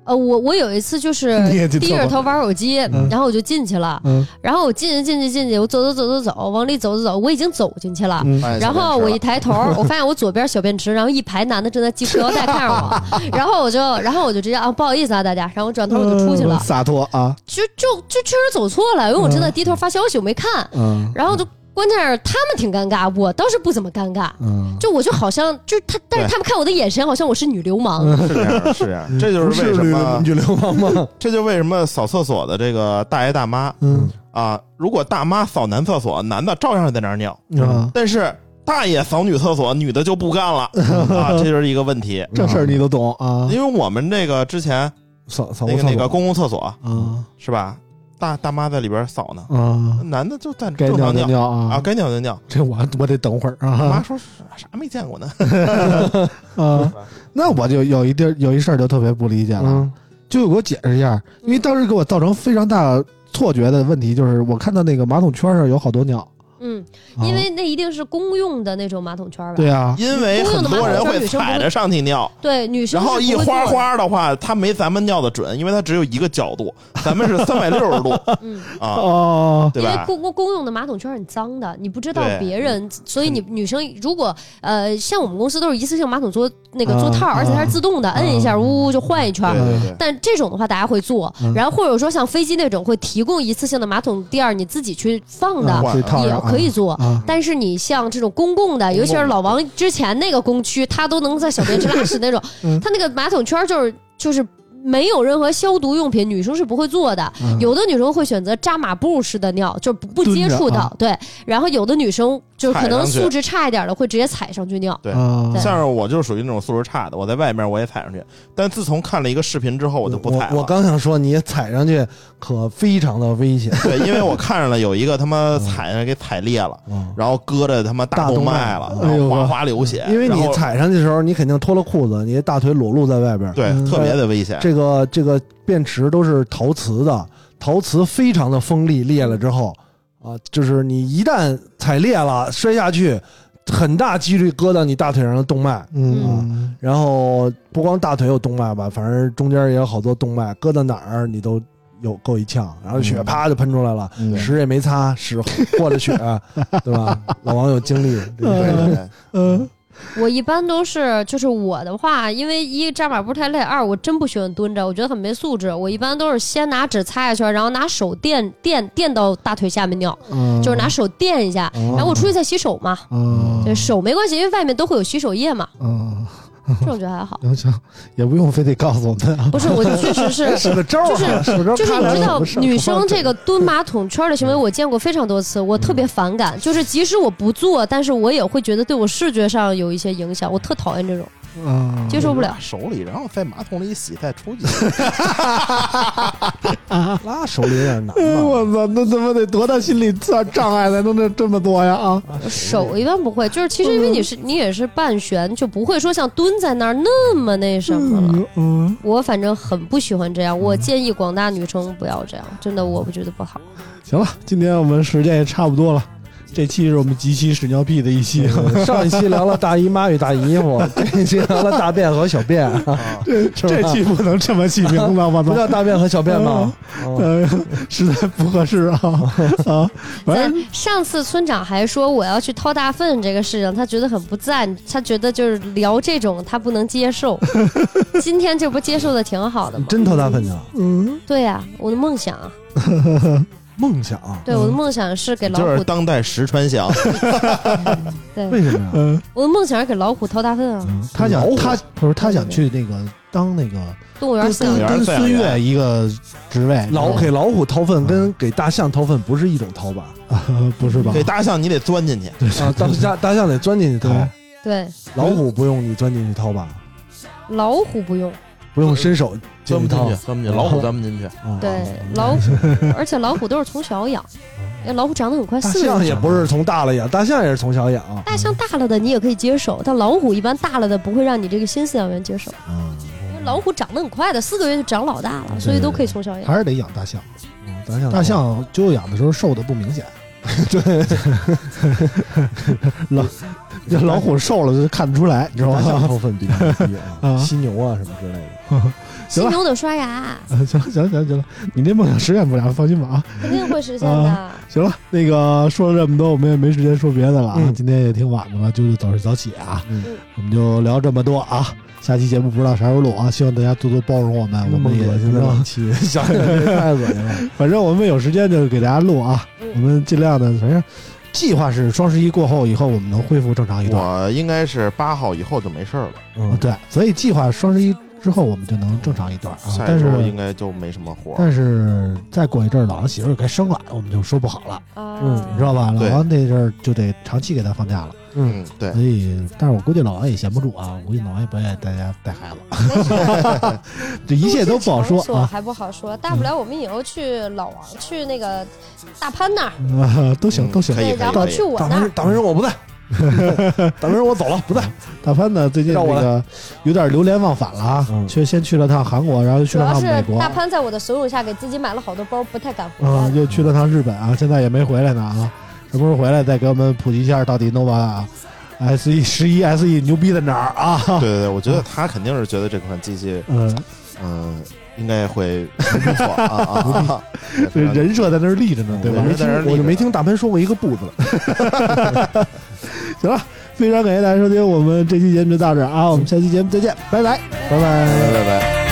Speaker 2: 呃，我我有一次就是
Speaker 3: 你也进
Speaker 2: 低
Speaker 3: 厕
Speaker 2: 着
Speaker 3: 所
Speaker 2: 头玩手机，
Speaker 3: 嗯
Speaker 2: 然后我就进去了，
Speaker 3: 嗯
Speaker 2: 然后我进去进去进去，我走走走走走，往里走走走，我已经走进去了。
Speaker 3: 嗯
Speaker 5: 哎
Speaker 2: 然后我一抬头，我发现我左边小便池，然后一排男的正在系裤腰带看着
Speaker 3: 嗯
Speaker 2: 我， 然后我就，然后我就直接啊，不好意思啊，大家，然后我转头我就出去了，
Speaker 3: 洒脱啊，
Speaker 2: 就就就确实走错了，因为我正在低头发消息，我没看，
Speaker 3: 嗯
Speaker 2: 然后就关键是他们挺尴尬，我倒是不怎么尴尬，
Speaker 3: 嗯，
Speaker 2: 就我就好像就是他，但
Speaker 5: 对
Speaker 2: 是
Speaker 5: 嗯
Speaker 2: 他们看我的眼神好像我是女流氓，
Speaker 5: 是这样是这啊样，这就是为什么
Speaker 6: 女流氓吗？
Speaker 5: 这就是为什么扫厕所的这个大爷大妈
Speaker 3: 嗯
Speaker 5: 啊，如果大妈扫男厕所，男的照样在那儿尿，
Speaker 3: 啊，
Speaker 5: 但是大爷扫女厕所，女的就不干了啊，这就是一个问题。
Speaker 3: 这事儿你都懂啊
Speaker 5: 因为我们这个之前
Speaker 6: 扫扫
Speaker 5: 那
Speaker 6: 过
Speaker 5: 个
Speaker 6: 厕
Speaker 5: 那个
Speaker 6: 所，
Speaker 5: 公共厕所
Speaker 3: 啊
Speaker 5: 是吧，大大妈在里边扫呢，
Speaker 3: 啊，
Speaker 5: 男的就在
Speaker 3: 该
Speaker 5: 正
Speaker 3: 尿
Speaker 5: 常
Speaker 3: 的尿啊
Speaker 5: 啊，，该尿就尿。
Speaker 3: 这我我得等会儿
Speaker 5: 妈
Speaker 3: 啊
Speaker 5: 说啥啥没见过呢，
Speaker 3: 啊，那我就有一地儿有一事儿就特别不理解了，
Speaker 6: 嗯
Speaker 3: 就给我解释一下，因为当时给我造成非常大错觉的问题就是，我看到那个马桶圈上有好多尿，
Speaker 2: 嗯，
Speaker 3: 啊
Speaker 2: 因为那一定是公用的那种马桶圈吧？
Speaker 3: 对啊，
Speaker 5: 因为很多人会踩着上去尿，
Speaker 2: 对，女生
Speaker 5: 然后
Speaker 2: 是
Speaker 5: 一
Speaker 2: 不会
Speaker 5: 花
Speaker 2: 做的，
Speaker 5: 花的话，它没咱们尿的准，因为它只有一个角度，咱们是三百六十度
Speaker 2: 嗯，
Speaker 5: 啊，
Speaker 3: 哦，
Speaker 5: 对
Speaker 2: 因为
Speaker 5: 吧？
Speaker 2: 公公公用的马桶圈很脏的，你不知道
Speaker 5: 对嗯
Speaker 2: 别人，所以你女生如果呃像我们公司都是一次性马桶座那个
Speaker 5: 嗯
Speaker 2: 座套，
Speaker 3: 啊
Speaker 2: 而且它是自动的，摁一下呜呜就换一圈
Speaker 5: 对嗯
Speaker 2: 儿。
Speaker 5: 对对，
Speaker 2: 但这种的话，大家会做，然后或者说像飞机那种会提供一次性的马桶垫儿，你自己去放
Speaker 5: 嗯
Speaker 2: 的，
Speaker 3: 啊这套
Speaker 2: 也
Speaker 3: 上啊
Speaker 2: 可以做。
Speaker 3: 啊
Speaker 2: 但是你像这种公共的，尤其是老王之前那个工区，他都能在小便池 拉屎那种，他那个马桶圈就是就是。没有任何消毒用品，女生是不会做的。
Speaker 3: 嗯
Speaker 2: 有的女生会选择扎马步式的尿，就是不不接触到。对，然后有的女生就是可
Speaker 5: 踩
Speaker 2: 能
Speaker 5: 上去
Speaker 2: 素质差一点的会直接踩上去尿。
Speaker 5: 对
Speaker 3: 啊
Speaker 2: 对
Speaker 5: 像是我就是属于那种素质差的，我在外面我也踩上去，但自从看了一个视频之后，我就不踩
Speaker 6: 我
Speaker 5: 了。
Speaker 6: 我刚想说，你踩上去可非常的 危险。
Speaker 5: 对，因为我看上了有一个他妈踩上给踩裂了，
Speaker 6: 嗯
Speaker 5: 然后割着他妈
Speaker 6: 大
Speaker 5: 大
Speaker 6: 动
Speaker 5: 动
Speaker 6: 脉
Speaker 5: 脉了，
Speaker 6: 哎
Speaker 5: 然
Speaker 6: 呦
Speaker 5: 后
Speaker 6: 呵
Speaker 5: 哗哗流血。
Speaker 6: 因为
Speaker 5: 然
Speaker 6: 你
Speaker 5: 后
Speaker 6: 踩上去的时候，你肯定脱了裤子，你的大腿裸露在外边。呃
Speaker 5: 对
Speaker 3: 嗯
Speaker 5: 特别的危险。
Speaker 6: 这个这个便池都是陶瓷的，陶瓷非常的锋利，裂了之后啊，就是你一旦踩裂了摔下去，很大几率割到你大腿上的动脉。
Speaker 3: 嗯
Speaker 6: 然后不光大腿有动脉吧，反正中间也有好多动脉，搁到哪儿你都有够一呛，然后血啪就喷出来了，
Speaker 3: 嗯
Speaker 6: 屎也没擦，屎和着血，对吧？老王有经历，这
Speaker 5: 对
Speaker 6: 个
Speaker 5: 对对，
Speaker 3: 嗯
Speaker 2: 我一般都是，就是我的话，因为一扎马步太累，二我真不喜欢蹲着，我觉得很没素质。我一般都是先拿纸擦一圈，然后拿手垫垫垫到大腿下面尿，
Speaker 3: 嗯，
Speaker 2: 就是拿手垫一下，然后我出去再洗手嘛。
Speaker 3: 嗯
Speaker 2: 对手没关系，因为外面都会有洗手液 嘛，
Speaker 3: 嗯，
Speaker 2: 这种就还好。
Speaker 3: 行行，也不用非得告诉我们啊。
Speaker 2: 不是，我就确实 是
Speaker 3: 是个招儿啊，是个招儿
Speaker 2: 就是你知道，女生这，
Speaker 3: 看来我们上课
Speaker 2: 个嗯蹲马桶圈的行为，我见过非常多次，我特别反感。就是即使我不做，但是我也会觉得对我视觉上有一些影响，我特讨厌这种，
Speaker 3: 嗯
Speaker 2: 接受不了。
Speaker 5: 手里，然后在马桶里洗再出去。
Speaker 6: 拉手里有点难
Speaker 3: 哎
Speaker 6: 吧？
Speaker 3: 我操，那他妈得多大心理障障碍才能这这么多呀啊！
Speaker 2: 手一般不会，就是其实因为你是你也是半悬，就不会说像蹲在那儿那么那什么了。
Speaker 3: 嗯，
Speaker 2: 我反正很不喜欢这样，我建议广大女生不要这样，真的我不觉得不好。
Speaker 3: 行了，今天我们时间也差不多了，这期是我们集齐屎尿屁的一期。
Speaker 6: 上一期聊了大姨妈与大姨夫，这一期聊了大便和小 便，是吧
Speaker 3: 这期不能这么起名 字，我
Speaker 6: 不
Speaker 3: 操！
Speaker 6: 叫大便和小便吗？嗯
Speaker 3: 呃，实在不合适 啊啊！反
Speaker 2: 咱
Speaker 3: 正
Speaker 2: 上次村长还说我要去掏大粪这个事情，他觉得很不赞，他觉得就是聊这种他不能接受。今天这不接受的挺好的
Speaker 6: 你
Speaker 2: 吗？
Speaker 6: 真掏大粪去了？
Speaker 3: 嗯
Speaker 2: 对呀、我的梦想啊，
Speaker 6: 梦想啊
Speaker 2: 对、我的梦想是给老
Speaker 5: 就是
Speaker 2: 虎，
Speaker 5: 当代石川 翔，
Speaker 2: 对
Speaker 6: 为什么呀？
Speaker 3: 嗯，
Speaker 2: 我的梦想是给老虎掏大粪
Speaker 6: 嗯
Speaker 2: 啊，
Speaker 3: 他想他他说他想去那个当那个
Speaker 2: 动物园
Speaker 3: 跟
Speaker 2: 饲
Speaker 3: 跟
Speaker 2: 养员。
Speaker 3: 跟孙悦一个职位，
Speaker 6: 老给老虎掏粪跟给大象掏粪不是一种掏吧？
Speaker 3: 啊 不是吧
Speaker 5: 给？大象你得钻进去，
Speaker 6: 啊，大象大象得钻进去掏，
Speaker 2: 对，
Speaker 6: 老虎不用你钻进去掏吧？
Speaker 2: 老虎不用，
Speaker 6: 不用伸手进去掏。
Speaker 5: 钻不进去，老虎钻不进去。
Speaker 6: 啊
Speaker 2: 对、老虎，而且老虎都是从小养，哎老虎长得很快，
Speaker 6: 大
Speaker 2: 四
Speaker 6: 象
Speaker 2: 个
Speaker 6: 啊也不是从大了养，大象也是从小养。
Speaker 2: 大象大了的你也可以接受，但老虎一般大了的不会让你这个新饲养员接受，
Speaker 3: 嗯
Speaker 2: 因为老虎长得很快的，四个月就长老大了，所以都可以从小养。
Speaker 3: 还是得养大象。
Speaker 6: 嗯大象
Speaker 3: 大象就养的时候瘦的不明显。 对，老这老虎瘦了就看得出来，你知道
Speaker 6: 大象
Speaker 3: 吗？
Speaker 6: 掏粪比较低
Speaker 3: 啊
Speaker 6: 啊，犀牛啊什么之类的。
Speaker 3: 行
Speaker 2: 犀
Speaker 3: 了
Speaker 2: 牛得刷牙，
Speaker 3: 行行行行了，你那梦想实现不了，放心吧啊。
Speaker 2: 肯定会实现的。
Speaker 3: 行了，那个说了这么多，我们也没时间说别的了啊。
Speaker 6: 嗯
Speaker 3: 今天也挺晚的了，就是早睡早起啊。
Speaker 6: 嗯
Speaker 3: 我们就聊这么多啊。下期节目不知道啥时候录啊，希望大家多多包容我们。我
Speaker 6: 那
Speaker 3: 们
Speaker 6: 么
Speaker 3: 也
Speaker 6: 恶心
Speaker 3: 不
Speaker 6: 的
Speaker 3: 知道
Speaker 6: 冷气， 想想这太恶心
Speaker 5: 嗯
Speaker 6: 了。
Speaker 3: 反正我们有时间就给大家录啊，我们尽量的，反正计划是双十一过后以后我们能恢复正常一段。
Speaker 5: 我应该是八号以后就没事儿了，
Speaker 6: 嗯，
Speaker 3: 对，所以计划双十一之后我们就能正常一段啊。
Speaker 5: 下
Speaker 3: 但
Speaker 5: 一周
Speaker 3: 是
Speaker 5: 应该就没什么活儿。
Speaker 3: 但是再过一阵儿，老王媳妇儿该生了，我们就说不好了，
Speaker 2: 啊，
Speaker 3: 你知道嗯吧？老
Speaker 5: 嗯对
Speaker 3: 王那阵儿就得长期给她放假了，
Speaker 5: 嗯，对，
Speaker 3: 所以，但是我估计老王也闲不住啊，我估计老王也不愿意带家带孩子， 这一切都不好说啊，
Speaker 2: 还不好说。大不了我们以后去老王，去那个大潘那儿，
Speaker 3: 啊都行
Speaker 5: 嗯
Speaker 3: 都行
Speaker 5: 可。以
Speaker 2: 对，然后去我
Speaker 6: 大
Speaker 2: 那
Speaker 6: 明
Speaker 2: 儿，
Speaker 6: 大明说 我不在，大明说我走了，不在。
Speaker 3: 大潘呢，最近这
Speaker 6: 让我
Speaker 3: 个有点流连忘返了啊
Speaker 6: 嗯，
Speaker 3: 去先去了趟韩国，然后又去
Speaker 2: 主
Speaker 3: 了
Speaker 2: 要
Speaker 3: 趟
Speaker 2: 是
Speaker 3: 美国
Speaker 2: 大，潘在我的怂恿下给自己买了好多包，不太敢回
Speaker 3: 啊
Speaker 2: 来，。
Speaker 3: 又去了趟日本啊，现在也没回来呢啊，什么时候回来再给我们普及一下到底 nova 啊 S E 十一 S E 牛逼在哪儿啊？
Speaker 5: 对对对，我觉得他肯定是觉得这款机器，
Speaker 3: 嗯，
Speaker 5: 嗯，应该会不错啊啊啊！
Speaker 3: 这人设在那儿立着呢，对吧
Speaker 5: 我？
Speaker 6: 嗯没
Speaker 5: 是在这儿
Speaker 6: 听，
Speaker 5: 立着
Speaker 6: 我就没听大潘说过一个不字。
Speaker 3: 行了，非常感谢大家收听，我们这期节目就到这儿啊，我们下期节目再见，拜拜，拜拜
Speaker 5: 拜拜拜。